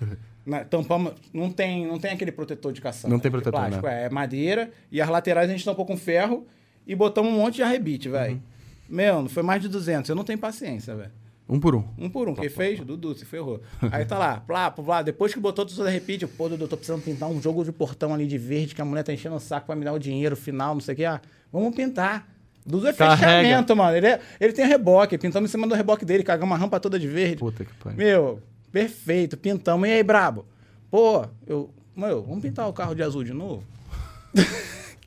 Na, tampamos. Não tem, não tem aquele protetor de caçamba. Não tem de protetor, né? plástico, é, é madeira. E as laterais a gente tampou com ferro e botamos um monte de arrebite, velho. Uhum. Meu, foi mais de 200. Eu não tenho paciência, velho. Um por um. Um por um. Quem fez? Dudu, se ferrou. Aí tá lá, plá, plá. Depois que botou tudo arrepite, eu, pô, Dudu, tô precisando pintar um jogo de portão ali de verde, que a mulher tá enchendo o saco pra me dar o dinheiro final, não sei o que. Ah, vamos pintar. Dudu é Carrega. fechamento, mano. Ele, é- ele tem reboque. Pintamos em cima do reboque dele, cagamos uma rampa toda de verde. Puta que pariu. Meu, perfeito, pintamos. E aí, brabo? Pô, eu. Meu, vamos pintar o carro de azul de novo?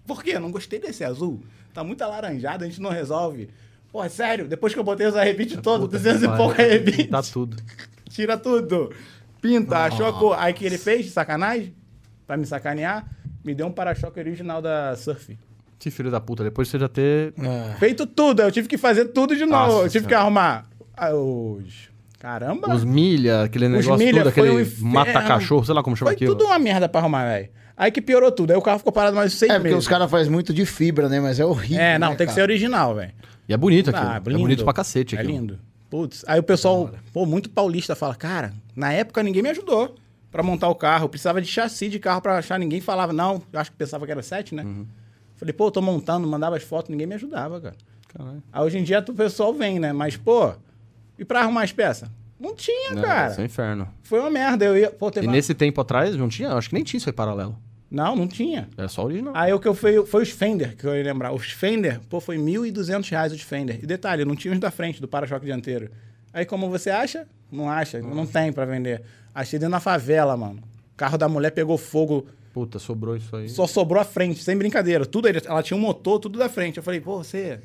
Por quê? Eu não gostei desse azul. Tá muito alaranjado, a gente não resolve. Pô, é sério, depois que eu botei os arrebite todos, Puta que 200 e pariu. pouco arrebite, Tá tudo. tira tudo. Pinta, achou a cor. Aí que ele fez, de sacanagem, pra me sacanear, me deu um para-choque original da Surf. Que filho da puta, depois você já ter. Feito tudo, eu tive que fazer tudo de novo. É. Nossa eu tive que arrumar ah, os... Caramba! Os milha, aquele negócio milha, tudo, foi aquele um inferno. mata-cachorro, sei lá como chama Foi aquilo. tudo um- uma merda pra arrumar, velho. Aí que piorou tudo. Aí o carro ficou parado mais seis É, meses. porque os caras fazem muito de fibra, né? Mas é horrível. É, não, né, tem que ser cara? original, velho. E é bonito aquilo. Ah, é bonito pra cacete É aquilo. lindo. Putz, aí o pessoal, pô, muito paulista fala, cara, na época ninguém me ajudou pra montar o carro. Eu precisava de chassi de carro pra achar, ninguém falava. Não, eu acho que pensava que era sete, né? Uhum. Falei, pô, eu tô montando, mandava as fotos, ninguém me ajudava, cara. Caralho. Aí hoje em dia o pessoal vem, né? Mas, pô, e pra arrumar as peças? Não tinha, Não, cara. Isso é um inferno. Foi uma merda. Eu ia. Pô, E teve uma- nesse tempo atrás, não tinha, acho que nem tinha isso aí paralelo. Não, não tinha. Era só original. Aí o que eu fui foi os Fender, que eu ia lembrar. Os Fender, pô, foi R$ 1.200 reais os Fender. E detalhe, não tinha os da frente, do para-choque dianteiro. Aí como você acha? Não acha, não tem pra vender. Achei dentro da favela, mano. O carro da mulher pegou fogo, Puta, sobrou isso aí. só sobrou a frente, sem brincadeira. Tudo ele- ela tinha um motor, tudo da frente. Eu falei, pô, você.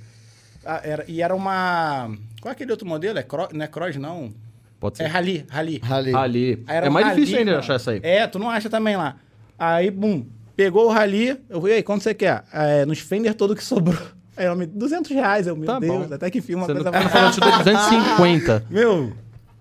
Ah, era- e era uma. Qual é aquele outro modelo? É Cro... Não é Cross, não. Pode É ser. Rally, Rally. Rally. Ali. Aí era é um mais rali, difícil ainda mano. achar isso aí. É, tu não acha também lá. Aí, bum, pegou o rali, eu falei, e aí, quanto você quer? É, nos Fender todo que sobrou. Aí eu me, 200 reais, eu, meu Tá Deus, bom. até que filma uma Você não coisa tá falando de 250. Meu,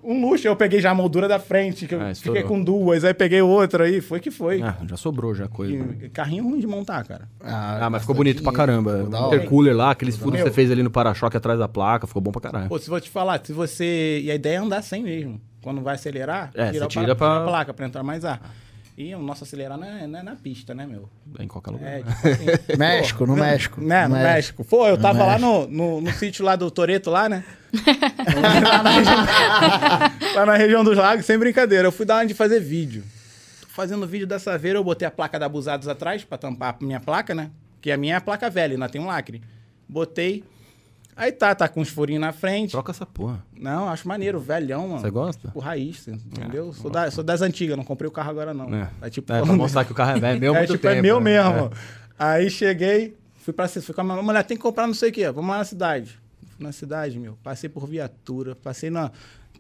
um luxo, eu peguei já a moldura da frente, que eu Ah, estourou. fiquei com duas, aí peguei outra, aí foi que foi. Ah, já sobrou já a coisa. né? E Carrinho ruim de montar, cara. Ah, mas ficou bonito pra caramba. da O hora. intercooler lá, aqueles furos que Meu. você fez ali no para-choque atrás da placa, ficou bom pra caralho. Pô, se vou te falar, se você. E a ideia é andar sem mesmo. Quando vai acelerar, É, você o tira para- pra- a placa pra entrar mais ar. E o nosso acelerar não é, não é na pista, né, meu? Em qualquer lugar. É, tipo assim, México, no meu, México. Né, no México. Pô, eu tava lá no, no, no sítio lá do Toreto, lá, né? lá, na região, lá na região dos lagos, sem brincadeira. Eu fui dar uma de fazer vídeo. Tô fazendo vídeo da saveira, eu botei a placa da Abusados atrás pra tampar a minha placa, né? Que a minha é a placa velha, ainda tem um lacre. Botei. Aí tá, tá com uns furinhos na frente. Troca essa porra. Não, acho maneiro, velhão, mano. Você gosta? O raiz, entendeu? sou, da- sou das antigas, não comprei o carro agora, não. É. Tá tipo É, pra mostrar que o carro é velho, meu é, muito tipo, tempo. é meu né? mesmo. Aí cheguei, fui pra cidade, fui com a minha mãe, mulher, tem que comprar não sei o quê, vamos lá na cidade. Fui na cidade, meu, passei por viatura, passei na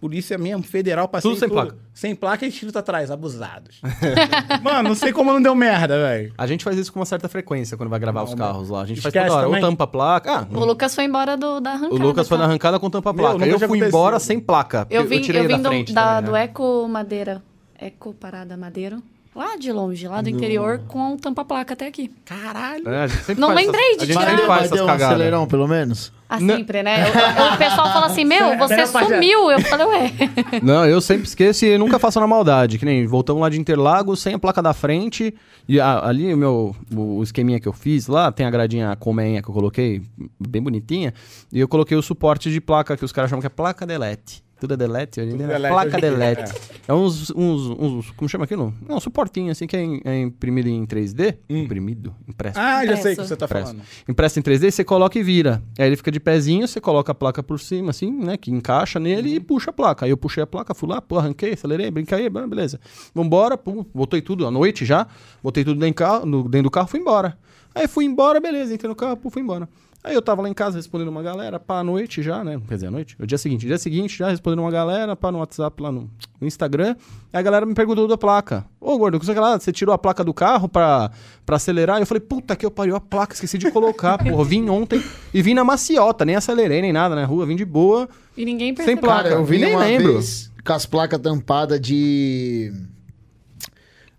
polícia mesmo, federal, passei Tudo em sem placa. Sem placa e escrito atrás, abusados. Mano, não sei como não deu merda, velho. A gente faz isso com uma certa frequência quando vai gravar os carros lá. A gente faz Esquece toda hora. Ou também. tampa a placa. Ah, O Lucas foi embora do, da arrancada. o Lucas foi tá? na arrancada com tampa a Meu, placa. eu nunca tinha fui acontecido. embora sem placa. porque Eu vim, tirei eu vim da do, frente da- também, do né? Eco Madeira. Eco Parada Madeira. Lá de longe, lá do interior, com tampa-placa até aqui. Caralho. É, a gente sempre Não faz lembrei essas- de A gente tirar. sempre faz Mas essas deu um cagadas. acelerão, pelo menos? Ah, sempre, né? Eu- eu- o pessoal fala assim, meu, você sumiu. Eu falei, ué. Não, eu sempre esqueço e nunca faço na maldade. Que nem voltamos lá de Interlagos, sem a placa da frente. E a- ali o meu o o esqueminha que eu fiz lá, tem a gradinha a colmeinha que eu coloquei, bem bonitinha. E eu coloquei o suporte de placa, que os caras chamam que é placa delete. Tudo é delete, hoje em Tudo dia, né? delete placa hoje em dia, delete. É, uns, uns, uns- Como chama aquilo? Não, um suportinho assim que é, im- é imprimido em 3D. Hum. Imprimido, impresso. Ah, já Impresso. sei o que você tá Impresso. falando. Impresso em 3D, você coloca e vira. Aí ele fica de pezinho, você coloca a placa por cima, assim, né? Que encaixa nele e puxa a placa. Aí eu puxei a placa, fui lá, pô, arranquei, acelerei, brinquei, blá, beleza. Vambora, pum, botei tudo à noite já, botei tudo dentro, do carro- no- dentro do carro, fui embora. Aí fui embora, beleza, entrei no carro, pum, fui embora. Aí eu tava lá em casa respondendo uma galera, pá, à noite já, né? Quer dizer, à noite? O dia seguinte. Dia seguinte já respondendo uma galera, pá, no WhatsApp, lá no, no Instagram. Aí a galera me perguntou da placa. Ô, gordo, você, lá, você tirou a placa do carro pra, pra acelerar? Eu falei, puta que eu pariu, a placa, esqueci de colocar, porra. Vim ontem e vim na maciota, nem acelerei, nem nada né? na rua, vim de boa. E Sem ninguém percebeu. placa. Cara, eu vi nem uma lembro. vez com as placas tampadas de.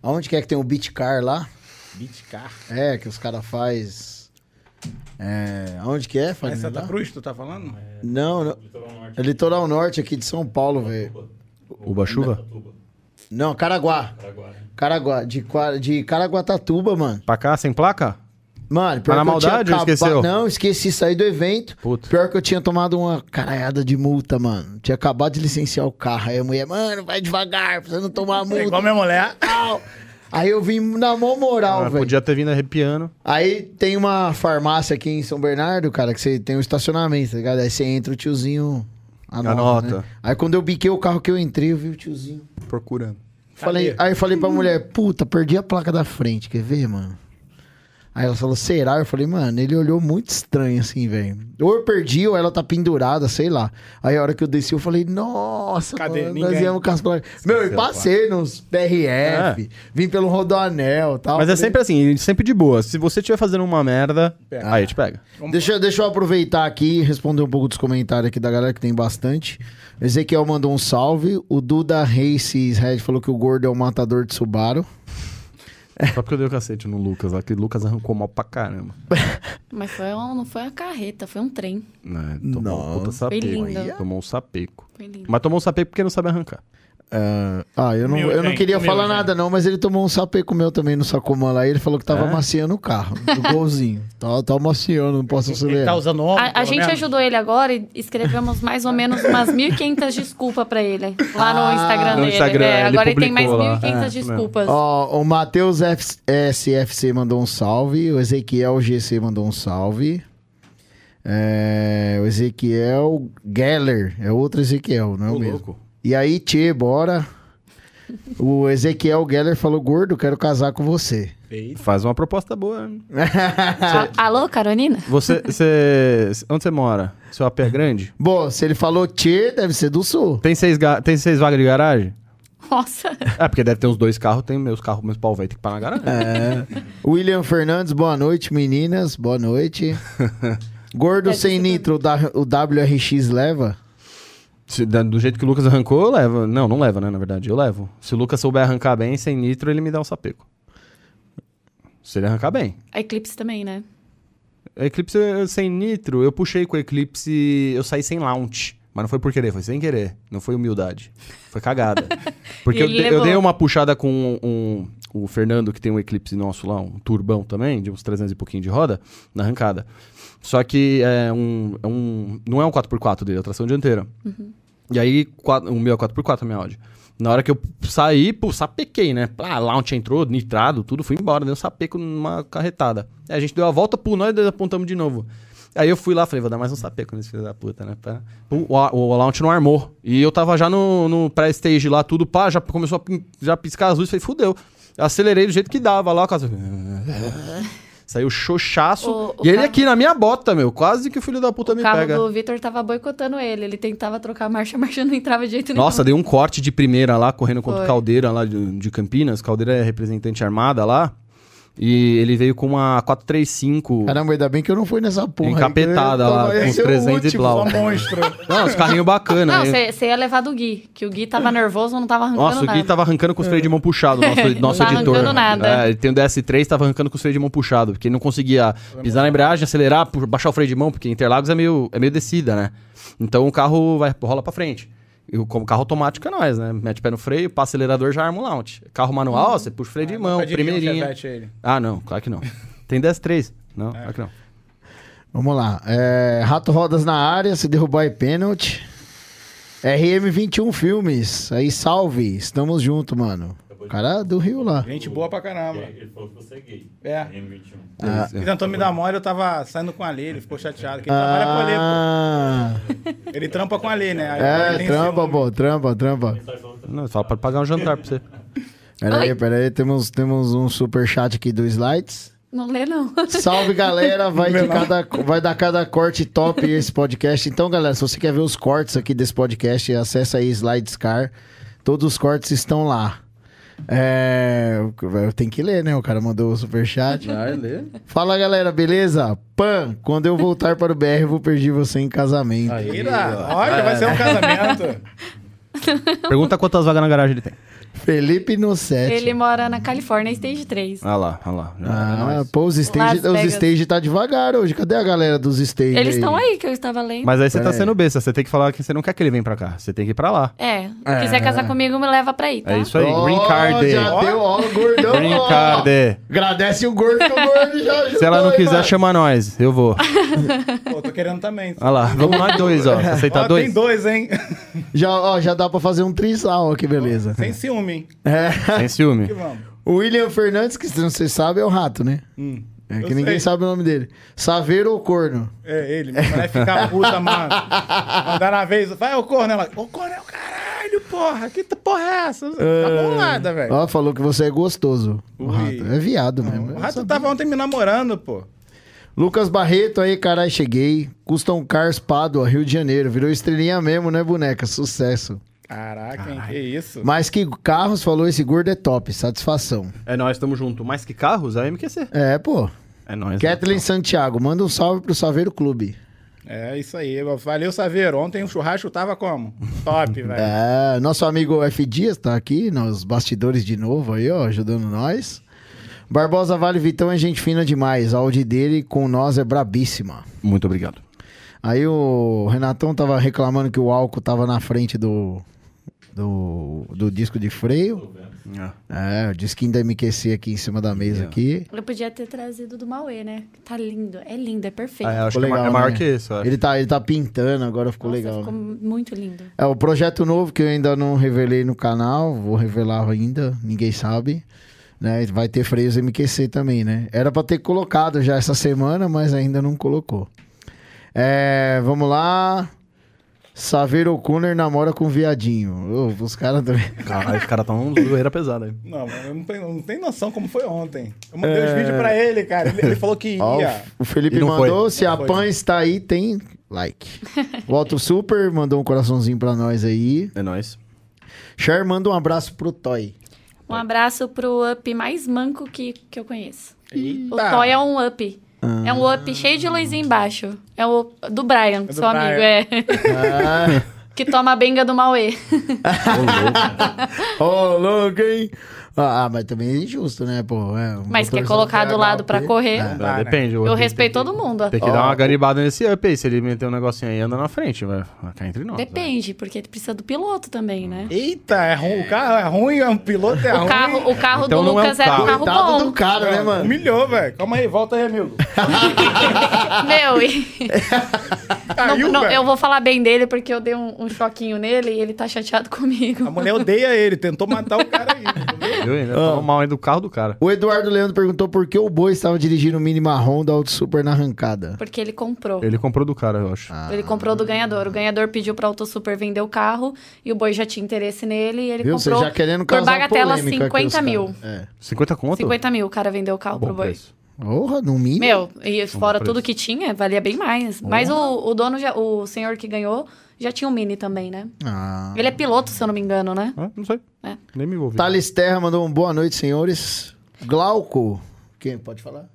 Aonde que é que tem o Beat Car lá? Bitcar. É, que os caras faz. É, aonde que é, É Fagner? Santa Lá? Cruz, tu tá falando? Não, não. É litoral norte aqui de São Paulo, velho. Uba chuva? Não, Caraguá. né? Caraguá. De, Qua- de Caraguatatuba, mano. Pra cá, sem placa? Mano, pior Mas Tá na que eu tinha maldade ou acaba- esqueceu? Não, esqueci sair do evento. Puta. Pior que eu tinha tomado uma caraiada de multa, mano. Tinha acabado de licenciar o carro. Aí a mulher, mano, vai devagar, pra você não tomar a multa. É Igual minha mulher. tal. Aí eu vim na mão moral, Ah, velho. podia ter vindo arrepiando. Aí tem uma farmácia aqui em São Bernardo, cara, que você tem um estacionamento, tá ligado? Aí você entra o tiozinho. Anota. Anota. né? Aí quando eu biquei o carro que eu entrei, eu vi o tiozinho. Procurando. Falei, aí eu falei pra mulher, puta, perdi a placa da frente, quer ver, mano? Aí ela falou, será? Eu falei, mano, ele olhou muito estranho assim, velho. Ou eu perdi, ou ela tá pendurada, sei lá. Aí a hora que eu desci, eu falei, nossa, Cadê? mano, nós Ninguém. viemos com as placas. Meu, e passei nos PRF, vim pelo Rodoanel e tal. É. Mas Falei, é sempre assim, sempre de boa. Se você estiver fazendo uma merda, Pega. aí te pega. Deixa, eu- deixa eu aproveitar aqui e responder um pouco dos comentários aqui da galera, que tem bastante. Ezequiel mandou um salve. O Duda Races Red falou que o gordo é o matador de Subaru. Só porque eu dei o cacete no Lucas lá, que o Lucas arrancou mal pra caramba. Mas foi um, não foi uma carreta, foi um trem. Né, tomou um puta sapeco. lindo. Tomou um sapeco. Foi lindo. Mas tomou um sapeco porque não sabe arrancar. Ah, ah, eu não, Humilde, eu não hein? queria Humilde, falar hein? nada, não, mas ele tomou um sapeco meu também no Sacomã lá. E ele falou que É? tava maciando o carro, do golzinho. tá, tá maciando, não posso Ele tá acelerar. usando ombro, A, a pelo gente menos. ajudou ele agora e escrevemos mais ou menos umas 1.500 desculpas pra ele. Lá no Instagram Ah, no dele. Instagram, é. ele agora ele tem mais publicou lá. 1.500 É, desculpas. Ó, o Matheus F- SFC mandou um salve. O Ezequiel GC mandou um salve. É, o Ezequiel Geller. É outro Ezequiel, não é o mesmo. E aí, Tchê, bora. O Ezequiel Geller falou: Gordo, quero casar com você. Eita. Faz uma proposta boa. né? A- alô, Carolina? Você, você- Onde você mora? Seu AP é grande? Bom, se ele falou Tchê, deve ser do Sul. Tem seis, ga- tem seis vagas de garagem? Nossa. É, porque deve ter uns dois carros, tem meus carros, meus pau velho, tem que parar na garagem. William Fernandes, boa noite, meninas. Boa noite. Gordo Deve sem ser nitro, o da- o WRX leva? Se da- do jeito que o Lucas arrancou, eu levo. Não, não leva, né? Na verdade, eu levo. Se o Lucas souber arrancar bem, sem nitro, ele me dá um sapeco. Se ele arrancar bem. A Eclipse também, né? Eclipse eh, sem nitro, eu puxei com o Eclipse, eu saí sem launch. Mas não foi por querer, foi sem querer. Não foi humildade. Foi cagada. Porque E eu, ele de- eu levou. dei uma puxada com um, o Fernando, que tem um Eclipse nosso lá, um turbão também, de uns 300 e pouquinho de roda, na arrancada. Só que é um, é um- não é um 4x4 dele, é a tração dianteira. Uhum. E aí, qua- o meu é 4x4, a minha Audi. Na hora que eu saí, pô, sapequei, né? Pá, launch entrou, nitrado, tudo, fui embora, deu um sapeco numa carretada. Aí a gente deu a volta por nós e daí apontamos de novo. Aí eu fui lá, falei, vou dar mais um sapeco nesse filho da puta, né? Pá. Pum, O, a- o launch não armou. E eu tava já no, no pré-stage lá, tudo, pá, já começou a pin- já piscar as luzes, falei, fudeu. Acelerei do jeito que dava lá, o caso. Saiu xoxaço. O- o e ele carro- aqui na minha bota, meu. Quase que o filho da puta O me carro pega. do Vitor tava boicotando ele. Ele tentava trocar a marcha, a marcha não entrava de jeito nenhum. Nossa, dei um corte de primeira lá, correndo contra o Foi. Caldeira lá de, de Campinas. Caldeira é representante armada lá. E ele veio com uma 435 Caramba, ainda bem que eu não fui nessa porra. aí, que eu ia Tipo, encapetada lá, tomar- com uns esse é o 300 e último. blau. monstro. Não, uns carrinhos bacanas. Não, né? você ia levar do Gui, que o Gui tava nervoso, não tava arrancando Nossa, o nada. Gui tava arrancando com os freios de mão puxado, nosso, nosso Não tá editor. arrancando nada. É, ele tem o DS3, tava arrancando com os freios de mão puxado, porque ele não conseguia pisar na embreagem, acelerar, pu- baixar o freio de mão, porque Interlagos é meio, é meio descida, né? Então o carro vai, rola pra frente. E o- como carro automático é nós, né? Mete pé no freio, passa acelerador, já arma o launch. Carro manual, Hum. você puxa o freio Ah, de mão, um é primeirinha. Ah, não, claro que não. Tem DS3. Não, claro que não. Vamos lá. É, Rato Rodas na área, se derrubar é pênalti. RM21 Filmes. Aí, salve. Estamos junto, mano. O cara do Rio lá. Gente boa pra caramba. Ele falou que você é gay. É. M21. Ele tentou me dar mole, eu tava saindo com a Lê, ele ficou chateado. Que ele trabalha com a Lê, pô. Ah, Ele trampa com a Lê, né? Aí ele é, tem trampa, ciúme. pô, trampa, trampa. Não, só pra pagar um jantar pra você. Pera aí, Ai. pera aí, temos, temos um super chat aqui do Slides. Não lê, não. Salve, galera. Vai, de Meu cada, vai dar cada corte top esse podcast. Então, galera, se você quer ver os cortes aqui desse podcast, acessa aí Slidescar. Todos os cortes estão lá. É, eu tenho que ler, né? O cara mandou o superchat. Vai ler. Fala, galera, beleza? Pan, quando eu voltar para o BR, eu vou perder você em casamento. Ira, olha, vai ser um casamento. Pergunta quantas vagas na garagem ele tem. Felipe Nocete. Ele mora na Califórnia, é Stage 3. Ah lá, ah lá. Ah, pô, os Las stage, os Vegas. stage tá devagar hoje. Cadê a galera dos stage Eles estão aí que eu estava lendo. Mas aí você Pera tá aí. sendo besta. Você tem que falar que você não quer que ele venha pra cá. Você tem que ir pra lá. É, quiser casar comigo, me leva pra aí, tá? É isso aí. Ó, Green card. Já deu, ó, o gordão. ó. Green card. Agradece o gordo que o gordo já ajudou. Se ela não hein, quiser, mano? chama nós. Eu vou. Pô, tô querendo também. Ah, Olha lá. Vamos nós dois, ó. Você Ó, tá Aceita Tem dois? dois, hein? Já, ó, já dá pra fazer um trisal, ó, que beleza. Sem ciúme, hein? É. Tem ciúme. Que vamos. O William Fernandes, que se você sabe, é o rato, né? é que Hum, eu ninguém sei. sabe o nome dele. Saveiro ou corno? É ele, meu vai ficar puta, mano. Mandaram uma vez, vai, ô corno, ela, ô corno é o caralho, porra, que t- porra é essa? Tá bolada, velho. Ó, falou que você é gostoso. O Ui. rato. É viado mesmo. O Eu rato tá- sabia. tava ontem me namorando, pô. Lucas Barreto, aí, carai, cheguei. Custom Cars Pádua, Rio de Janeiro. Virou estrelinha mesmo, né, boneca? Sucesso. Caraca, hein, que isso. Mas que carros, falou, esse gordo é top. Satisfação. É nós, tamo junto. Mais que carros, é MQC. É, pô. É nós. Kathleen Santiago, manda um salve pro Saveiro Clube. É isso aí, valeu, Saveiro. Ontem o churrasco tava como? Top, velho. É, nosso amigo F. Dias tá aqui nos bastidores de novo aí, ó, ajudando nós. Barbosa Vale Vitão é gente fina demais. A Audi dele com nós é brabíssima. Muito obrigado. Aí o Renatão tava reclamando que o álcool tava na frente do, do, do disco de freio. Ah. É, o disquinho da MQC aqui em cima da mesa aqui. Eu podia ter trazido do Mauê, né? Tá lindo, é lindo, é perfeito. Ah, eu acho que Ficou é ma- legal, é maior né? que isso. eu acho. Ele tá, ele tá pintando, agora ficou Nossa, legal. Ficou né? muito lindo. É o projeto novo que eu ainda não revelei no canal, vou revelar ainda, ninguém sabe. Né? Vai ter freios MQC também, né? Era pra ter colocado já essa semana, mas ainda não colocou. É, vamos lá. Saveiro O'Connor namora com viadinho. Ô, os caras também. Caralho, os caras tão tá um zoeira pesada aí. Não, mas eu não tenho, não tenho noção como foi ontem. Eu mandei os vídeos pra ele, cara. Ele, ele falou que ia. Ó, o F- o Felipe E não mandou. foi. Se a foi, PAN está aí, tem like. O Alto Super mandou um coraçãozinho pra nós aí. É nós. Cher manda um abraço pro Toy. Um abraço pro up mais manco que, que eu conheço. O Tá. Ah. Toy é um up. É um up cheio de luzinha embaixo. É o do Brian, do seu Brian. amigo, é. Ah. que toma a benga do Mauê. Ô, louco, hein? Ah, ah, mas também é injusto, né, pô? É, um Mas quer motorista colocar do PHP. lado pra correr. Ah, dá, né? depende. Eu respeito todo mundo. Tem que dar uma garibada nesse up aí. Se ele meter um negocinho aí, anda na frente. Vai vai ficar entre nós. vai. Depende, porque precisa do piloto também, né? Eita, é ruim, o carro é ruim, é um piloto é ruim. O carro, o carro Então do não é um Lucas era um carro. carro Coitado do bom. cara, É. né, mano? Humilhou, velho. Calma aí, volta aí, amigo. Meu, e- não- Caiu, não, velho. eu vou falar bem dele porque eu dei um, um choquinho nele e ele tá chateado comigo. A mulher odeia ele, tentou matar o cara aí. entendeu? né? Eu ainda Ah. tô mal ainda do carro do cara. O Eduardo Leandro perguntou por que o boi estava dirigindo o Mini Marrom da Auto Super na arrancada. Porque ele comprou. Ele comprou do cara, eu acho. Ele comprou do ganhador. O ganhador pediu pra AutoSuper vender o carro e o boi já tinha interesse nele e ele Viu? Você comprou já querendo por causar bagatela polêmica aqui, os 50 mil. caras. É. 50 conto? 50 mil o cara vendeu o carro Tá Bom pro boi. preço. Porra, no mínimo. Meu, e fora preço. tudo que tinha, valia bem mais. Mas o, o dono, já, o senhor que ganhou, já tinha um Mini também, né? Ah. Ele é piloto, se eu não me engano, né? Ah, não sei. É. Nem me Tá envolvi. Thales Terra mandou um boa noite, senhores. Glauco. Quem pode falar?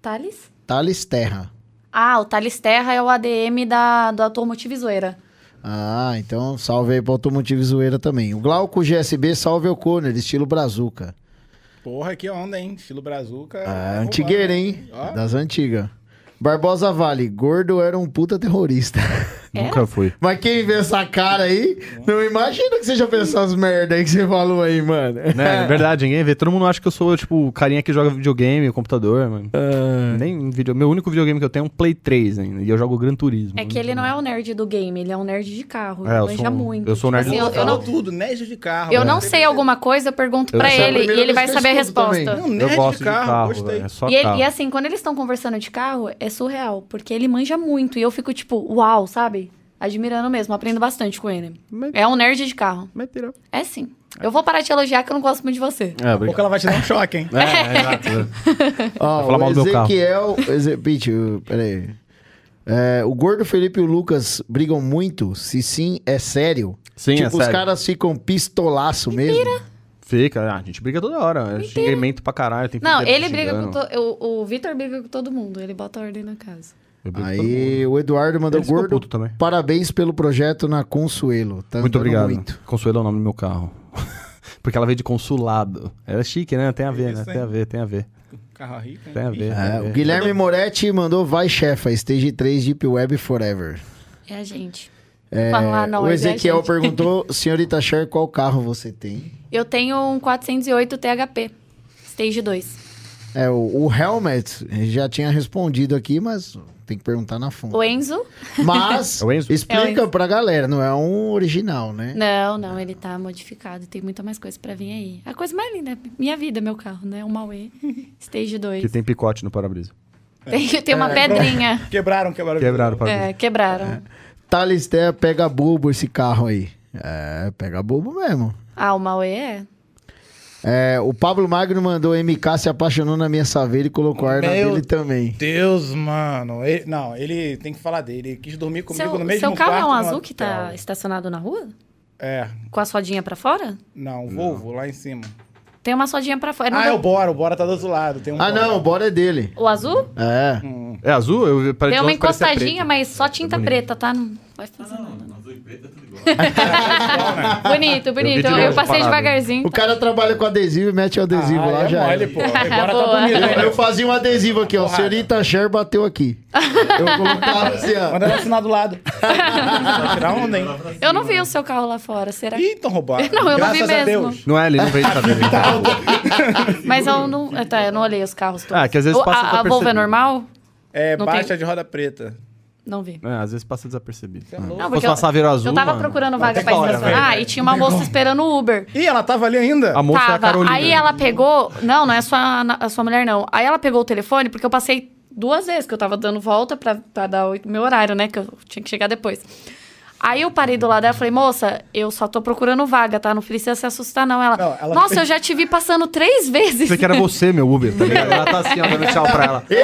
Thales? Thales Terra. Ah, o Thales Terra é o ADM da, do Automotive Zoeira. Ah, então salve aí pro Automotivo Zoeira também. O Glauco GSB, salve o Conner, estilo Brazuca. Porra, que onda, hein? Estilo brazuca. Ah, Tá antigueira, roubando. hein? Ó, Das antigas. Barbosa Vale, gordo era um puta terrorista. É. Nunca fui. Mas quem vê essa cara aí, não imagina que você já pensou as merda aí que você falou aí, mano. Né? É verdade, ninguém vê. Todo mundo acha que eu sou, tipo, o carinha que joga videogame, computador, mano. Nem vídeo. Meu único videogame que eu tenho é um Play 3 ainda. E eu jogo Gran Turismo. É que ele não é o nerd do game, ele é um nerd de carro. É, eu ele manja sou um- muito. eu sou um nerd assim, do eu, eu Falou não, tudo, nerd de carro. eu né? não sei alguma coisa, eu pergunto Eu pra sei a ele e primeira ele vez vai que eu saber a escuto também. resposta. Não, Eu nerd gosto de carro, gostei. velho. É só E, ele- carro. e assim, quando eles estão conversando de carro, é surreal, porque ele manja muito. E eu fico tipo, uau, sabe? Admirando mesmo, aprendo bastante com ele. Mas- É um nerd de carro. Mentira. É sim. Eu vou parar de elogiar que eu não gosto muito de você. É, Porque ela vai te dar um choque, hein? É, é, exato. Ó, Vai falar mal do o meu carro. Ezequiel. Eze... Pete, eu- peraí. É, o Gordo Felipe e o Lucas brigam muito? Se sim, é sério? Sim, tipo, é os sério. caras ficam pistolaço mesmo. Fica, ah, a gente briga toda hora. É xingamento pra caralho. Tem Não, fideiro tá ele briga xingando. com to... o, o Vitor briga com todo mundo, ele bota ordem na casa. Eu brigo com todo mundo. Aí o Eduardo mandou Ele ficou Gordo. puto também. Parabéns pelo projeto na Consuelo. Tá Muito andando obrigado. muito. Consuelo é o nome do meu carro. Porque ela veio de consulado. Ela é chique, né? Tem a ver, né? Isso, hein? Tem a ver, tem a ver. Carro rico. hein? Tem a ver. É, tem a o ver. Guilherme Moretti mandou Vai Chefa, Stage 3 Deep Web Forever. É a gente. É, Falar nós, o é a Ezequiel gente. perguntou, senhorita Cher, qual carro você tem? Eu tenho um 408 THP, Stage 2. É, o, o Helmet já tinha respondido aqui, mas tem que perguntar na fonte. O Enzo? Mas É o Enzo? É o explica Enzo. pra galera, não é um original, né? Não, não, ele tá modificado. Tem muita mais coisa pra vir aí. A coisa mais linda, é minha vida, meu carro, né? Um Mauê, Stage 2. Que tem picote no para-brisa. Tem, tem É. uma pedrinha. Quebraram, quebraram. Quebraram o para-brisa. É, quebraram. Talisté pega bobo esse carro aí. É, pega bobo mesmo. Ah, o Mauê é. É, o Pablo Magno mandou MK se apaixonou na minha saveira e colocou a arma Meu dele também. Deus, mano. Ele- não, ele tem que falar dele. Ele quis dormir comigo Seu, no mesmo seu carro é um quarto, no azul que tá hotel. estacionado na rua? É. Com as rodinhas pra fora? Não, o Volvo lá em cima. Tem uma rodinha pra fora. É no ah, da- é o Bora. O Bora tá do outro lado. Tem um Ah, não, o bora é dele. O azul? É. É azul? Eu vi- parece Tem de uma longe, parecia encostadinha, preto. É, mas só tinta bonito. preta, tá? Não vai fazer nada. Ah, né? bonito, de bonito. Eu, longe passei parado. devagarzinho. tá? O cara trabalha com adesivo e mete o adesivo Ah, lá é já. era. mole, pô. O Bora tá Boa. bonito. Eu, eu né? fazia um adesivo aqui, ó. Porrada. Senhorita Cher bateu aqui. Eu colocava assim, ó. Manda ela assinar do lado. Vai tirar onda, hein? Eu não vi o seu carro lá fora, será? Ih, então roubaram. Não, eu não Graças vi a mesmo. Deus. Não é, ele não Tá veio de cabelo. Mas eu não. ah, Tá, eu não olhei os carros todos. Ah, que às vezes O- passa a, a pra Volvo é perceber. normal? É, Não baixa tem- de roda preta. Não vi. É, às vezes passa desapercebido. É. louco. Se Não, fosse porque uma eu- Saveiro azul. eu tava mano. procurando vaga tem pra né, hora, estacionar velho. e tinha uma moça esperando o Uber. Ih, ela tava ali ainda? A moça é a Tava. Carolina. Aí ela pegou. Não, não é a sua, a sua mulher, não. Aí ela pegou o telefone, porque eu passei duas vezes, que eu tava dando volta pra, pra dar o meu horário, né? Que eu tinha que chegar depois. Aí eu parei do lado dela e falei, moça, eu só tô procurando vaga, tá? Não precisa se assustar, não. Ela, Não, ela- nossa, eu já te vi passando três vezes. Você que era você, meu Uber, tá ligado? Ela tá assim, ó, dando tchau pra Tipo ela. Eu,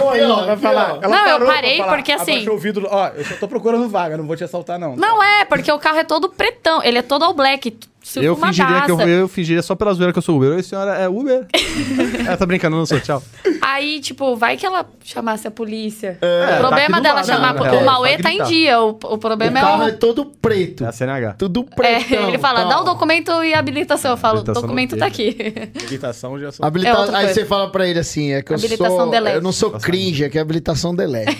eu, aí, eu, ó, vai eu. falar. Ela Não, eu parou pra parei falar. porque, assim- Abaixou o vidro. Ó, eu só tô procurando vaga, não vou te assaltar, não. Não é, porque o carro é todo pretão. Ele é todo all black. t- Eu fingiria, que eu, fumadaça. eu fingiria só pela zoeira que eu sou Uber. Oi, senhora, é Uber? ela tá brincando, eu não sou, tchau. Aí, tipo, vai que ela chamasse a polícia. tá o aqui problema do dela lado, chamar, né, porque é, o Mauê vai tá em gritar. dia. O, o O problema carro é é o todo preto. É a CNH. Tudo É, preto. ele fala, dá o então." documento e a habilitação. Eu falo, o Habilitação documento não tá tem. aqui. Habilitação já sou. Habilita... É outra Aí coisa. você fala pra ele assim, é que eu Habilitação sou... delete. Eu não sou cringe, é que é habilitação delete.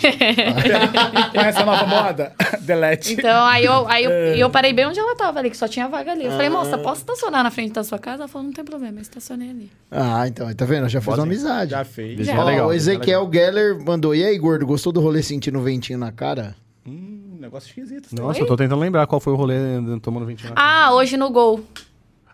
Conhece a nova moda? Delete. Então, aí eu, aí eu, É. e eu parei bem onde ela tava ali, que só tinha vaga ali. Eu falei, Ah. moça, posso estacionar na frente da sua casa? Ela falou, não tem problema, eu estacionei ali. ah, então, tá vendo? Eu Já fiz uma amizade. Já fez. Já. Ó, É legal, o é Ezequiel Geller mandou, e aí, gordo, gostou do rolê sentindo o ventinho na cara? Hum, negócio esquisito. isso Nossa, eu tô tentando lembrar qual foi o rolê né, tomando 29. Ah, hoje no gol.